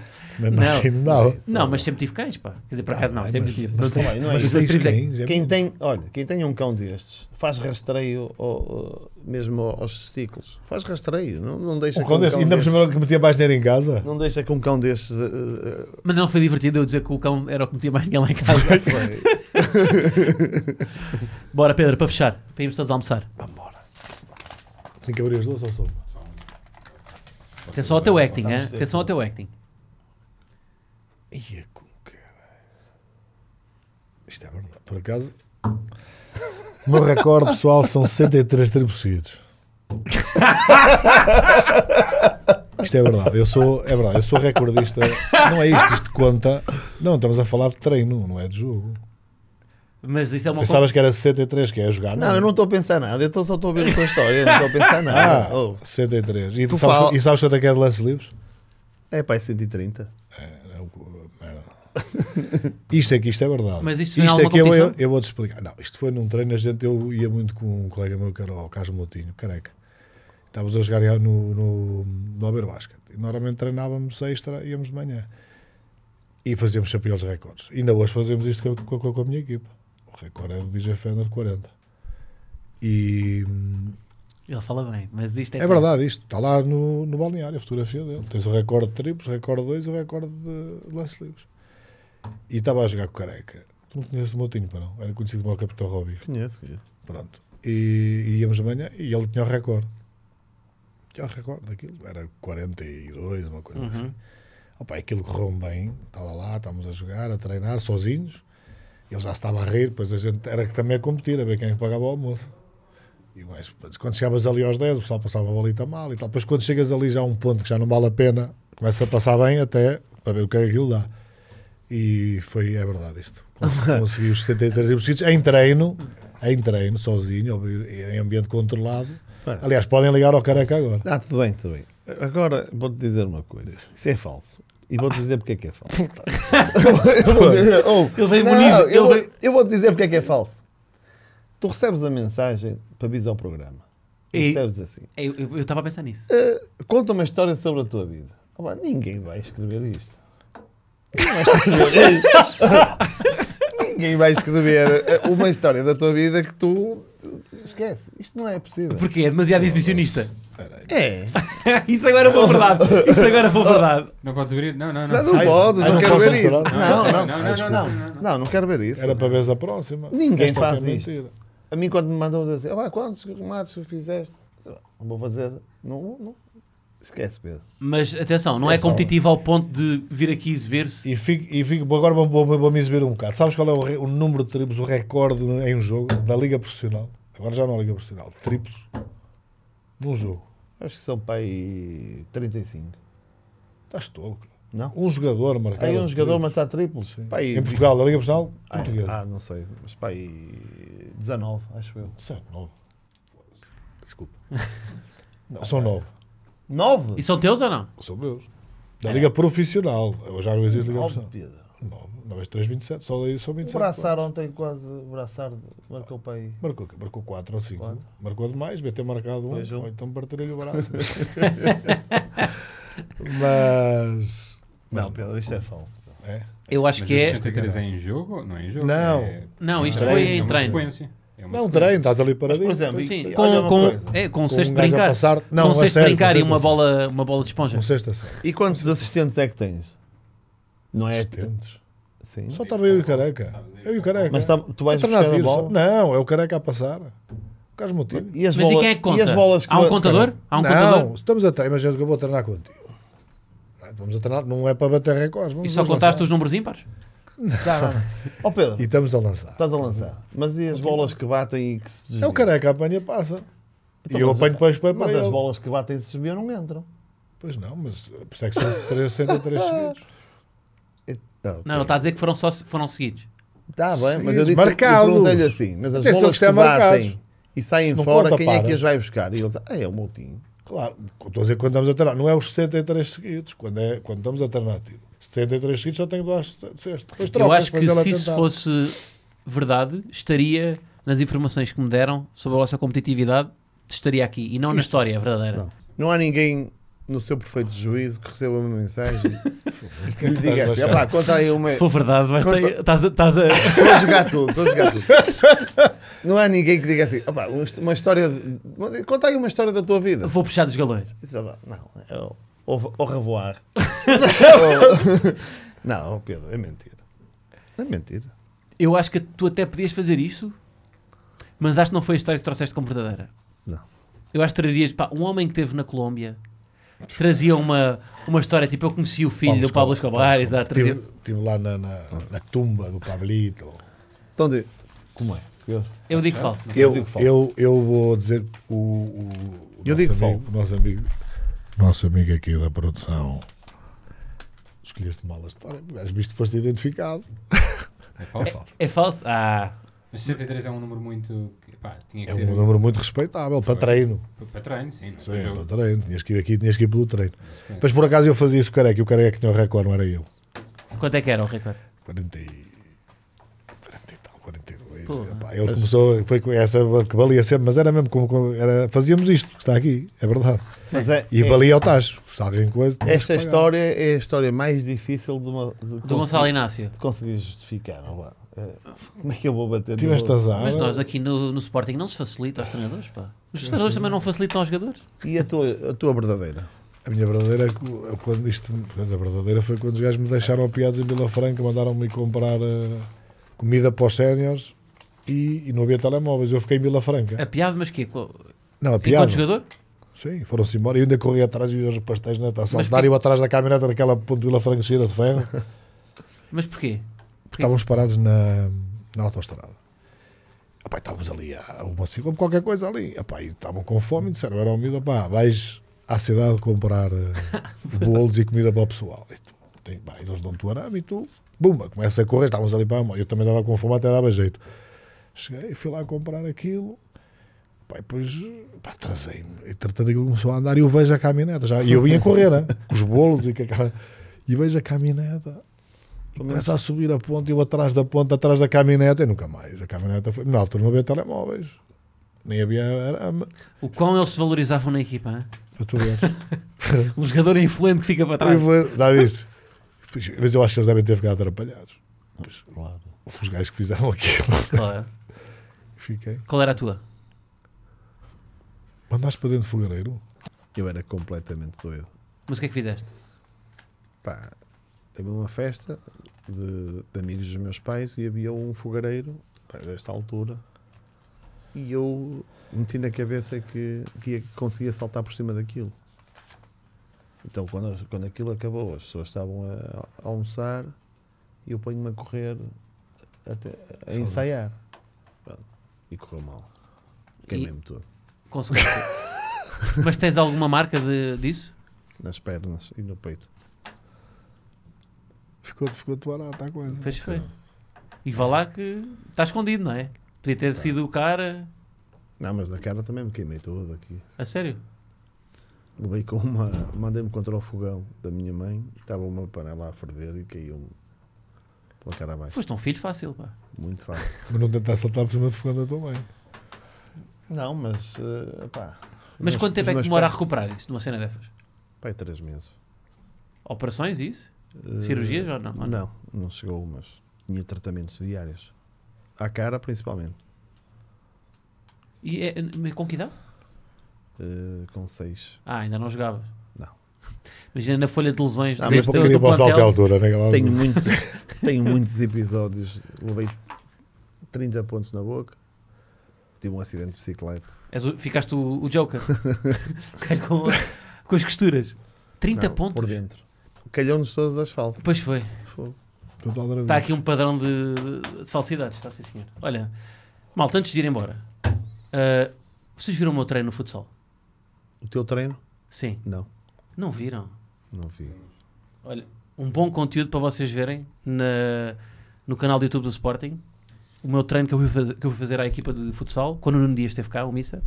(laughs) Mesmo Não. é assim, não dava. Não, mas sempre tive cães, pá. Quer dizer, por acaso não, Mas- sempre tive. Mas, Não tem- não é mas isso. seis Trinta- cães, é Quem tem, olha, quem tem um cão destes faz rastreio ao- ao- mesmo aos testículos. Faz rastreio, não, não deixa Um que um cão desse. cão Ainda por destes- cima que metia mais dinheiro em casa. Não deixa que um cão destes. eh, eh, Mas não foi divertido eu dizer que o cão era o que metia mais ninguém lá em casa. (laughs) Bora, Pedro, para fechar, para irmos todos almoçar. Tem que abrir as duas ou só uma? Atenção ao teu Não acting, hein? estamos a Atenção ao teu acting. Ia com caralho. Isto é verdade. Por acaso. O meu recorde pessoal são 63 tribos seguidos. Isto é verdade, eu sou, é verdade, eu sou recordista. Não é isto, isto conta. Não, estamos a falar de treino, não é de jogo. Mas isto é uma Pensavas que era 63, que é jogar? Não, eu não estou a pensar nada, eu tô- só estou a ouvir a tua história, eu não estou a pensar Ah, nada. Oh, 63. E Tu tu sabes, fala- e sabes quanto é que é de lances livres? É pá, é 130. É, é o- merda. Isto aqui, isto é verdade. Mas isto foi em alguma aqui eu, eu, competição? eu vou-te explicar. Não, isto foi num treino, a gente, eu ia muito com um colega meu que era o Carlos Moutinho, careca. Estávamos a jogar no, no, no Aber Basket. E normalmente treinávamos extra, íamos de manhã. E fazíamos sempre eles recordes. Ainda hoje fazemos isto com, com- com- com a minha equipa. O recorde é do DJ Fender 40. E hum, Ele fala bem, mas isto é. é verdade isto. Está lá no, no balneário, a fotografia dele. Tens o recorde de triplos, o recorde de dois e o recorde de lances livres. E estava a jogar com o Careca. Tu não conheces o Moutinho, para não? Era conhecido como o Capitão Robbie. Conheço, conheço. Pronto. E, e íamos de manhã e ele tinha o recorde. Tinha o recorde daquilo. Era 42, uma coisa assim. Opa, aquilo correu bem. Estava lá, estávamos a jogar, a treinar, sozinhos. Ele já se estava a rir, pois a gente era que também a competir, a ver quem pagava o almoço. E mais, depois, quando chegavas ali aos 10, o pessoal passava a bolita mal e tal. Depois, quando chegas ali já a um ponto que já não vale a pena, começa a passar bem até para ver o que é que aquilo dá. E foi, é verdade isto. Consegui, consegui os 73 investidos em treino, em treino, sozinho, obvi- em ambiente controlado. Pera. Aliás, podem ligar ao careca agora. Ah, tudo bem, tudo bem. Agora vou-te dizer uma coisa. Isso é falso. E vou-te dizer porque é que é falso. (laughs) eu vou dizer, oh, Ele veio não, munido, ele Eu, vou- veio- eu vou-te dizer porque é que é falso. Tu recebes a mensagem para vir ao programa. E E- recebes assim. Eu eu- eu estava a pensar nisso. "Ah, conta uma história sobre a tua vida. Ah, pá, ninguém vai escrever isto. Ninguém vai escrever isto. Ninguém vai escrever eh, uma história da tua vida que tu tu- esquece. Isto não é possível. Porque é demasiado exibicionista. É. (laughs) Isso agora foi verdade. Isso agora foi verdade. Não podes abrir? Não, não, Não, não. não Ai, podes, ai, não não quero posso ver isso. entrar. Não, não, não, não, não, não, não, não, não. não, não quero ver isso. Era para ver a próxima. Ninguém Esta é faz que é isto. mentira. A mim quando me mandam dizer, "Ah, quantos remates fizeste? Sei lá, Não vou fazer, não, não. Esquece, Pedro. Mas atenção, não é competitivo ao ponto de vir aqui exibir-se. E fico, e fico agora vou- vou- vou-me exibir um bocado. Sabes qual é o, re- o número de triplos, o recorde em um jogo da Liga Profissional? Agora já não é Liga Profissional. Triplos num jogo. Acho que são para aí 35. Estás louco. Não? Um jogador marcado. Aí um jogador matar triplos. Pá, aí- Em Portugal, da Liga Profissional, Ah, portuguesa. Ah, não sei, mas para aí 19, acho eu. São nove. Desculpa. (laughs) Não, são nove. 9? E são teus ou não? É, São meus. Da Liga Profissional. Eu já não existe Liga 9, Profissional. Pedro. Nove. é Não, mas 3, 27. Só daí são O 27. braçar ontem quase, o braçar marcou para aí. Marcou, marcou 4 ou 5. Quatro. Marcou demais, devia ter marcado 1. Pois, um. Um. Ou então partilha o braço. mas. Não, Pedro, isto é falso. Pedro. É. Eu acho Mas que os é. 63 é em jogo? Não é em jogo? Não. É... Não, isto é um foi treino, em é uma treino. sequência. É uma Não, um sequência. treino, estás ali paradinho. Por exemplo, Sim, e- olha com, uma com, coisa. é, com um Com cesto de um gajo a brincar. passar- com Não, um a cesto de sério, brincar com e uma cesto a bola, uma bola de esponja. Um sexta a sério. E quantos assistentes é que tens? Não é? Assistentes. Sim. Só estava eu e o Careca. Eu e o Careca. Mas tá- tu vais A treinar buscar a tiro só. bola? Não, é o Careca a passar. O Carlos Moutinho. E as Mas e bola- quem é que conta? E as bolas que Há um ba- contador? Há um não, contador? estamos a treinar. Imagina que eu vou treinar contigo. Ah, Vamos a treinar, não é para bater recordes. E vamos só a contaste os lançar. números ímpares? Tá, não, não. (laughs) Ó Pedro, E estamos a lançar. estás a lançar. Mas e as bolas que batem e que se É desviam? o Careca, apanha passa. Uhum. Então, e eu mas- apanho depois para Mas para as ele. bolas que batem e se desviam não entram. Pois não, mas por isso é que são 303 seguidos. E- Não, Não, ele está a dizer que foram, só, foram seguidos. Está Tá bem, mas eu Sim, disse marcados. eu perguntei-lhe assim. Mas as Atenção bolas que que isto é batem marcados. e saem Se não fora, conta, quem é para. que as vai buscar? E eles ah, é o Moutinho. Claro, estou a dizer que quando estamos a treinar, não é os 63 seguidos, quando, é, quando estamos a treinar tipo, tiro. 73 seguidos só tenho que dar sexto. Depois trocas, eu acho que depois ele a se isso tentar. fosse verdade, estaria nas informações que me deram sobre a vossa competitividade, estaria aqui e não na história é verdadeira. Não há ninguém no seu perfeito juízo que receba uma (laughs) mensagem e que lhe diga assim, Estás "Ah pá, conta aí uma... Se for verdade, vais Conta- ter- estás a- estás a. (laughs) Estou a jogar tudo, estou a jogar (laughs) tudo. Não há ninguém que diga assim, "Opá, um- uma história. de- Conta aí uma história da tua vida. Vou puxar dos galões. Isso, opá, Não, é o- au au (laughs) revoir. (laughs) Não, Pedro, é mentira. É mentira. Eu acho que tu até podias fazer isto, mas acho que não foi a história que trouxeste como verdadeira. Não. Eu acho que trarias, pá, um homem que teve na Colômbia, trazia uma, uma história, tipo, eu conheci o filho do Pablo Escobar, exato, trazia... Estive estive lá na, na, na tumba do Pablito. Então, de- Como é? Eu digo falso. Eu, digo falso. eu, eu vou dizer que o, o, o Eu nosso digo amigo, falso. o nosso amigo nosso amigo aqui da produção escolheste mal a história mas visto foste identificado É falso. falso É falso? Ah, Mas 63 é um número muito. que, Pá, tinha que é um ser. número muito respeitável para Foi. treino p- Para treino, sim. não é Sim, para jogo. para treino tinhas que ir aqui tinhas que ir pelo treino mas por acaso eu fazia isso com o careca e o careca tinha o recorde não era eu quanto é que era o recorde? 40 e 40 e tal 42 Pô. Epá, ele começou foi com essa que valia sempre mas era mesmo como- como era, fazíamos isto que está aqui é verdade mas é, E é- valia o tacho. Se alguém coisa. tinha esta que pagar. história é a história mais difícil de, uma, de Do Gonçalo Inácio. de conseguir justificar. não é? É, Como é que eu vou bater? no Tiveste outro? azar. Mas nós aqui no, no Sporting não se facilita aos treinadores, pá. Os treinadores também não facilitam aos jogadores. E a tua, a tua verdadeira? A minha verdadeira, é quando isto, mas a verdadeira foi quando os gajos me deixaram apiados em Vila Franca, mandaram-me ir comprar eh, comida para os séniores e, e não havia telemóveis. Eu fiquei em Vila Franca. A piada, mas quê? Co- Não, Enquanto apiado. É, jogador? Sim, foram-se embora. Eu ainda corri atrás e vi os pastéis na taça. Mas Saltar por- eu atrás da caminhoneta daquela ponte de Vila Franca cheia de ferro. Mas porquê? Porque estávamos parados na, na autostrada. Epá, estávamos ali a uma cigana, qualquer coisa ali. Epá, e estavam com fome e disseram, era humilde, pá, vais à cidade comprar eh, bolos e comida para o pessoal. E tu, tem- pá, eles dão-te o arame e tu, bumba, começa a correr, estávamos ali para a mão. Eu também estava com fome, até dava jeito. Cheguei, fui lá comprar aquilo. Pá, e depois, pá, trazei-me. Entretanto, aquilo começou a andar e eu vejo a caminhoneta. Já, e eu vinha correr, né? Com os bolos e com aquela... E vejo a caminhoneta. E começa a subir a ponte, eu atrás da ponte, atrás da caminhoneta. E nunca mais. A caminhoneta foi... Na altura não havia telemóveis. Nem havia arame. O quão eles se valorizavam na equipa, hein? Para tu veres. Um jogador influente que fica para Eu trás. vou- Dá isso. Pois, Mas eu acho que eles devem ter ficado atrapalhados. Pois, Os gajos que fizeram aquilo. Claro. (laughs) Fiquei. é? Qual era a tua? Mandaste para dentro do fogareiro? Eu era completamente doido. Mas o que é que fizeste? Pá, havia uma festa de, de amigos dos meus pais e havia um fogareiro, pá, desta altura, e eu meti na cabeça que, que ia, conseguia saltar por cima daquilo. Então, quando, quando aquilo acabou, as pessoas estavam a, a almoçar e eu ponho-me a correr até- a ensaiar. Pronto, E correu mal. Queimei-me todo. Consequência. Mas tens alguma marca de, disso? Nas pernas e no peito. Ficou, ficou barata a coisa. Fez foi. E vá lá que está escondido, não é? Podia ter sido o cara. Não, mas na cara também me queimei todo aqui. A sério? Levei com uma. Mandei-me contra o fogão da minha mãe, estava uma panela a ferver e caiu-me pela cara abaixo. Foste um filho fácil, pá. Muito fácil. Mas não tentaste saltar por cima do fogão da tua mãe. Não, mas. eh, pá. Mas Meus- quanto tempo os é que meus demora a pais- recuperar isso numa cena dessas? Pai, é três meses. Operações, isso? Eh, Cirurgias ou não? Ou não? Não, não chegou, mas tinha tratamentos diários. À cara, principalmente. E é- com que idade? Eh, com seis. Ah, ainda não jogavas? Não. (laughs) Imagina na folha de lesões Ah, do- Queria mas do- para Tá, do queria para o salto à plantel. altura, naquela Tenho altura. (laughs) muitos, tenho muitos episódios. Levei 30 pontos na boca. Tive um acidente de bicicleta. És o- Ficaste o, o (laughs) Joker. (laughs) Cai com, com as costuras. 30 Não, pontos? Por dentro. Calhou-nos todas as faltas. Pois foi. Fogo. Total dragão. Está aqui um padrão de, de falsidades, está sim senhor. Olha, malta, antes de ir embora, ah, vocês viram o meu treino no futsal? O teu treino? Sim. Não, Não viram? não vi. Olha, um bom conteúdo para vocês verem na- no canal do YouTube do Sporting. O meu treino que eu fui fazer, que eu fui fazer à equipa de futsal, quando o Nuno Dias esteve cá, o Missa,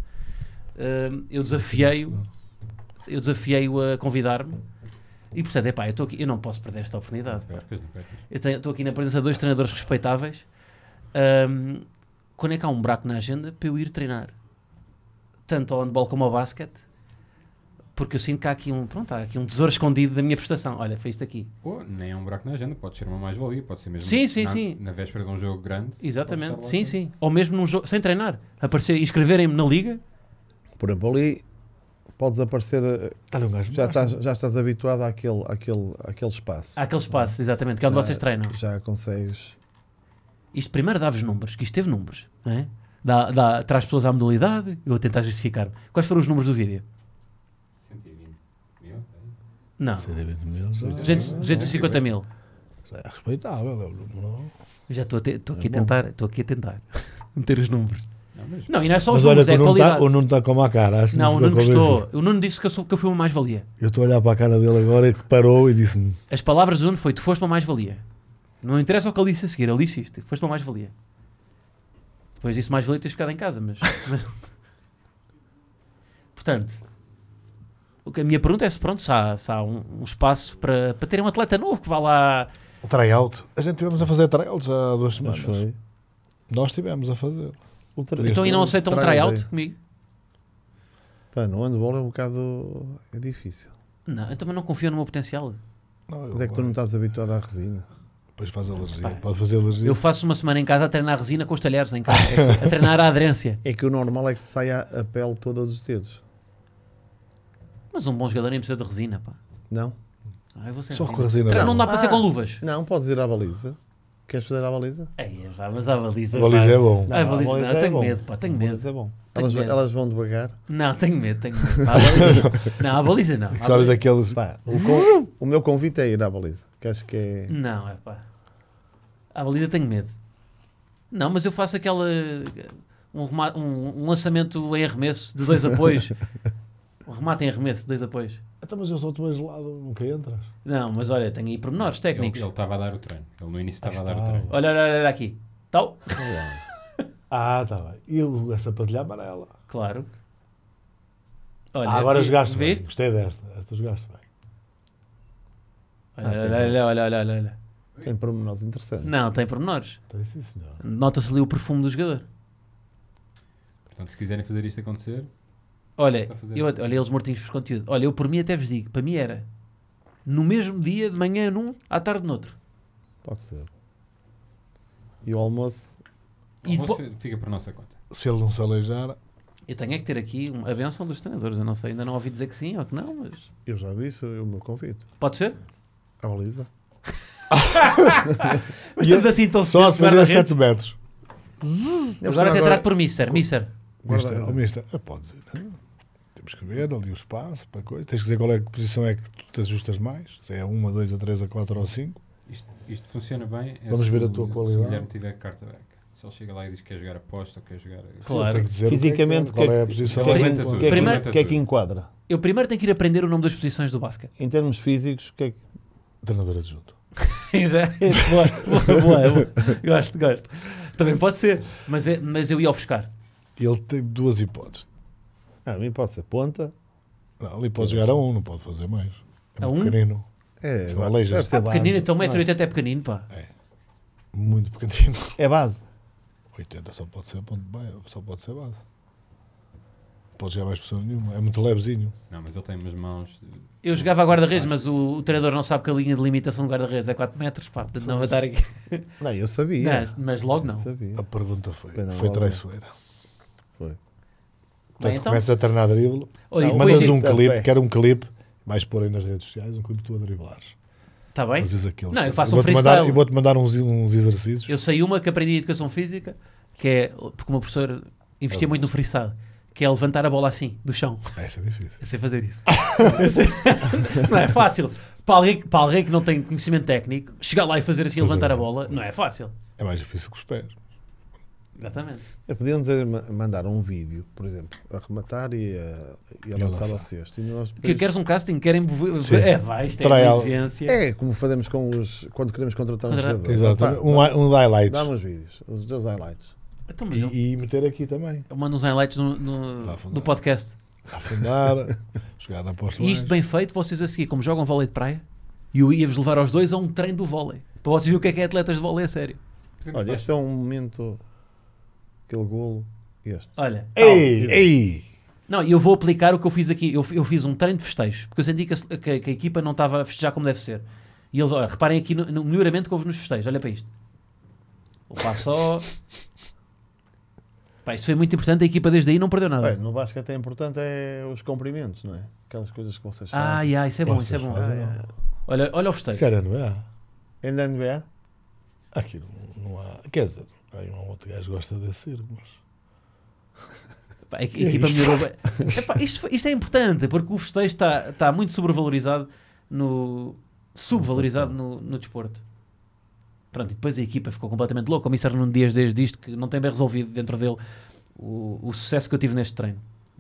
ah, eu desafiei-o eu desafiei-o a convidar-me. E portanto, epá, eu, estou aqui, eu não posso perder esta oportunidade. pá. Percas, não percas. Eu tenho- estou aqui na presença de dois treinadores respeitáveis. Ahm, quando é que há um buraco na agenda para eu ir treinar? Tanto ao handball como ao basquete. Porque eu sinto que há aqui um, pronto, há aqui um tesouro escondido da minha prestação. Olha, foi isto aqui. Pô, nem é um buraco na agenda, pode ser uma mais-valia, pode ser mesmo Sim, sim, na, sim. na véspera de um jogo grande. Exatamente. pode estar lá Sim, também. sim. Ou mesmo num jogo, sem treinar. Aparecer, inscreverem-me na liga. Por exemplo, ali podes aparecer. eh, Está-lhe um gajo Já baixo. estás, já estás habituado àquele, àquele, àquele espaço. Há Ah, aquele espaço, exatamente, que é onde Já- vocês treinam. Já consegues. Isto primeiro dá-vos números, que isto teve números, não é? Dá, dá, traz pessoas à modalidade. Eu vou tentar justificar. Quais foram os números do vídeo? 120 mil. é Não. 120 mil já, 200, 250 mil. já é respeitável, é o número. não? Já estou a te- estou aqui, É a bom. tentar, estou aqui a (laughs) tentar meter os números. Não, mas Não, e não é só os Mas olha, números, que é o a Nuno tá- qualidade. o Nuno está com uma cara. Acho que Não, o ficou Nuno convencido. gostou. O Nuno disse que eu, sou, que eu fui uma mais-valia. Eu estou a olhar para a cara dele agora e que parou e disse-me: As palavras do Nuno foi: tu foste uma mais-valia. Não interessa o que ele disse a seguir, ele disse isto: foste uma mais-valia. Depois disse mais-valia teres ficado em casa, mas. (laughs) mas- Portanto, o que a minha pergunta é se pronto, se há, se há um, um espaço para, para terem um atleta novo que vá lá. O tryout. A gente tivemos a fazer tryouts há duas Mas semanas. foi. Nós tivemos a fazer. Outra Este então e é não um aceitam um tryout. tryout comigo? Pá, no handball é um bocado. é difícil. Não, então mas não confio no meu potencial. Não, Mas é que tu não estás habituado à resina. Depois faz alergia. Pá. Pode fazer alergia. Eu faço uma semana em casa a treinar resina com os talheres em casa, a treinar a aderência. É que o normal é que te saia a pele toda dos dedos. Mas um bom jogador nem precisa de resina, pá. Não? Ah, eu vou sem Só com resina Tra- não. Não dá para ser com Ah. luvas. Não, podes ir à baliza. Queres fazer à baliza? Ei, vá, mas a baliza. A baliza vá. é bom. Ah, a baliza, não, é tenho bom. medo, pá, tenho A baliza medo. É bom. Tenho Elas, medo. elas vão devagar. Não, tenho medo, tenho medo. Pá, a baliza- não, a baliza não. História daqueles. Pá, o, con- o meu convite é ir à baliza. Que acho que é. Não, é pá. A baliza tenho medo. Não, mas eu faço aquela. Um, rema- um- um lançamento em arremesso de dois apoios. um remate em arremesso de dois apoios. Então, mas eu sou teu gelado, nunca entras. Não, mas olha, tenho aí pormenores Ele técnicos. ele estava a dar o treino. Ele no início estava a dar está. o treino. Olha, olha, olha aqui. Tal. Ah, está bem. E eu, essa patilha amarela. Claro. Olha, ah, agora vi- jogaste bem. Viste? Gostei desta. Esta jogaste bem. Olha, Ah, tem olha, olha, olha, olha, olha, olha. Tem pormenores interessantes. Não, tem pormenores. Tem sim, senhor. Nota-se ali o perfume do jogador. Portanto, se quiserem fazer isto acontecer, Olha, Só fazer eu, uma coisa. olha, eles mortinhos por conteúdo. Olha, eu por mim até vos digo, para mim era no mesmo dia, de manhã num, à tarde noutro. Pode ser. E o almoço? o E almoço depois- fi- fica por nossa conta. Se ele não se aleijar, Eu tenho é que ter aqui um- a benção dos treinadores. Eu não sei, ainda não ouvi dizer que sim ou que não, mas Eu já disse o meu convite. pode ser. À baliza. Mas E estamos assim tão só a seguros de defender guarda-redes. 7 metros. Eu agora até Agora- trato por Mister. Mister, Mister, oh, mister, eh, pode dizer. né? Temos que ver ali o espaço para coisa. Tens que dizer qual é que posição é que tu te ajustas mais. Se é a 1, a 2, a 3, a 4 ou a 5. Isto, isto funciona bem. é Vamos se ver a o- tua Se o qualidade. Guilherme tiver carta branca. Se ele chega lá e diz que quer jogar aposta ou quer jogar. Claro. Tem que dizer o que é que- Fisicamente, qual que- é a posição. O que é que- Aguenta o tudo, que é que- aguenta o que é que tudo. enquadra? eu primeiro tenho que ir aprender o nome das posições do basquete. Em termos físicos, o que é que. Treinador adjunto. Já- boa, boa, boa, boa. Gosto, gosto. Também pode ser, mas, é- mas eu ia ofuscar. Ele tem duas hipóteses. Ah, a mim pode ser ponta. Não, ali pode jogar a 1, não pode fazer mais. É A muito um? pequenino. É, Se não aleijas. deve ser É base. pequenino, então Não é? 1,80m é pequenino, pá. Muito pequenino. (laughs) É base. 80 só pode ser ponto de baia, só pode ser base. Não Pode jogar mais posição nenhuma. É muito levezinho. Não, mas ele tem umas mãos. Eu jogava a guarda-redes, mas o, o treinador não sabe que a linha de limitação do guarda-redes é 4 metros, pá, portanto não vai estar aqui. Não, eu sabia. Não, mas logo Eu não. Ah, sabia. A pergunta foi, Pena, foi vale. traiçoeira. Foi. Bem, Portanto, então, começa a treinar drible, olha, e Não, depois mandas é- um Tá clipe, bem. quer um clipe, vais pôr aí nas redes sociais um clipe tu a driblares. Está Tá bem? Fazes aqueles. Não, eu faço um vou-te mandar, freestyle. E vou-te mandar uns, uns exercícios. Eu sei uma que aprendi em Educação Física, que é, porque o meu professor investia muito no freestyle, que é levantar a bola assim, do chão. Essa é difícil. Eu sei fazer isso. (laughs) Eu sei- não é fácil. Para alguém, que- para alguém que não tem conhecimento técnico, chegar lá e fazer assim, Fazer levantar a assim. bola, não é fácil. É mais difícil com os pés. Exatamente. Eu podia dizer, ma- mandar um vídeo, por exemplo, a rematar e a, e a E a lançar lançar. ao cesto. E nós Que depois- queres um casting? Querem. vo- Sim. É, vai, isto é Trial. exigência. É como fazemos com os. quando queremos contratar um Contra- jogador. Exatamente. Pá, Um, hi- um highlight. Dá-me os vídeos, os teus highlights. Então, mas eu, E, e meter aqui também. eu mando uns highlights no, no- Lá, fundado. do podcast. Afundar, (laughs) jogar na posta. E isto mais. bem feito, vocês a seguir, como jogam vôlei de praia, e eu ia-vos levar aos dois a um treino do vôlei. Para vocês verem o que é que é atletas de vôlei a sério. Olha, este é um momento. aquele golo. Este. Olha, Ei, ei! não, eu vou aplicar o que eu fiz aqui. Eu, eu fiz um treino de festejo, porque eu senti que a, que a- que a equipa não estava a festejar como deve ser. E eles, olha, reparem aqui no, no melhoramento que houve nos festejos. Olha para isto. Opa, só. Pá, isto foi muito importante. A equipa desde aí não perdeu nada. Bem, no basquete é importante é os comprimentos, não é? Aquelas coisas que vocês Ah, fazem. yeah, isso é bom, isso é Vocês bom. fazem, Ah, não. Olha, olha o festejo. Isso é era NBA. E na NBA? Aqui não, não há. Quer dizer, há aí um outro gajo que gosta desse circo, mas. Pá, a equipa isto? melhorou bem. Epá, isto, foi- isto é importante, porque o festejo está, está muito tá, sobrevalorizado no subvalorizado no, no desporto. Pronto, e depois a equipa ficou completamente louca. O Mr. Nuno Dias desde isto que não tem bem resolvido dentro dele o, o sucesso que eu tive neste treino.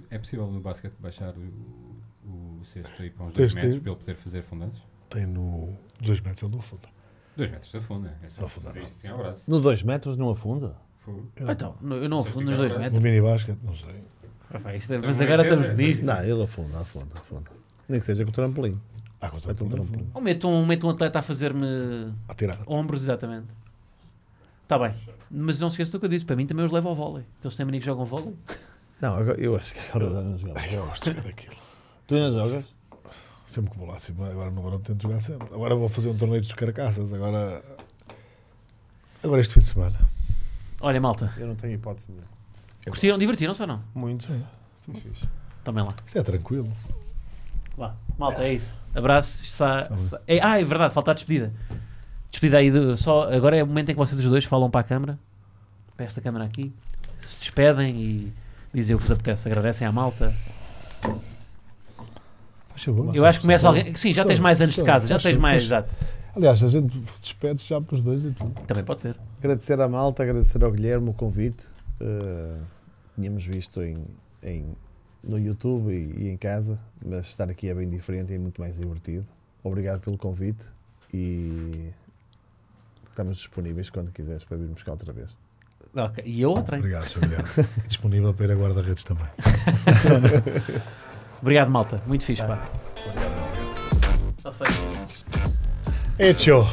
É possível no basquete baixar o, o cesto aí para uns Tens 2 de- metros para ele poder fazer fundantes? Tem no 2 metros ele não afunda. 2 metros da funda. É só Não afunda, fazer não. isto sem abraço. No 2 metros não afunda? Fogo. Não. Então, no- eu não Vocês afundo nos ficaram dois atrás. No metros. mini basquete, não sei. Rapaz, isto é- Então mas não agora entendo estamos essa nisto. história. Não, ele afunda, afunda, afunda. Nem que seja com o trampolim. Há contra Vai-te um trampolim. Ou meto um, meto um atleta a fazer-me A tirar. (laughs) ombros, exatamente. Está bem. Mas não se esqueça do que eu disse. Para mim também os levo ao vôlei. Aqueles têm amigos que jogam vôlei. Não, agora- eu acho que agora já não jogava. Eu gosto de ver aquilo. Tu ainda jogas? Sempre que vou lá acima, agora no verão tento jogar sempre. Agora vou fazer um torneio dos carcaças, agora. Agora este fim de semana. Olha, malta. Eu não tenho hipótese nenhuma. Curtiram, divertiram-se ou não? Muito. Sim. Foi fixe. Também lá. Isto é tranquilo. Vá. Malta, é isso. Abraço. Sa, bem. sa- é, ah, é verdade. Falta a despedida. Despedida aí. Do, só, agora é o momento em que vocês os dois falam para a câmara. Para esta câmara aqui. Se despedem e dizem o que vos apetece. Agradecem à malta. Acho bom. Eu acho que começa alguém. Sim, já Só- tens mais anos de só- casa. Já acho- tens mais acho- idade. Aliás, a gente despede já para os dois e tudo. Também pode ser. Agradecer à malta, agradecer ao Guilherme o convite. Eh, tínhamos visto em, em- no YouTube e, e em casa, mas estar aqui é bem diferente e é muito mais divertido. Obrigado pelo convite e estamos disponíveis quando quiseres para virmos cá outra vez. Ok. E eu outra. hein? Obrigado, Sr. Guilherme. (laughs) Disponível para ir a guarda-redes também. Obrigado, malta. Muito fixe, pá. Tá feito. É, Hecho.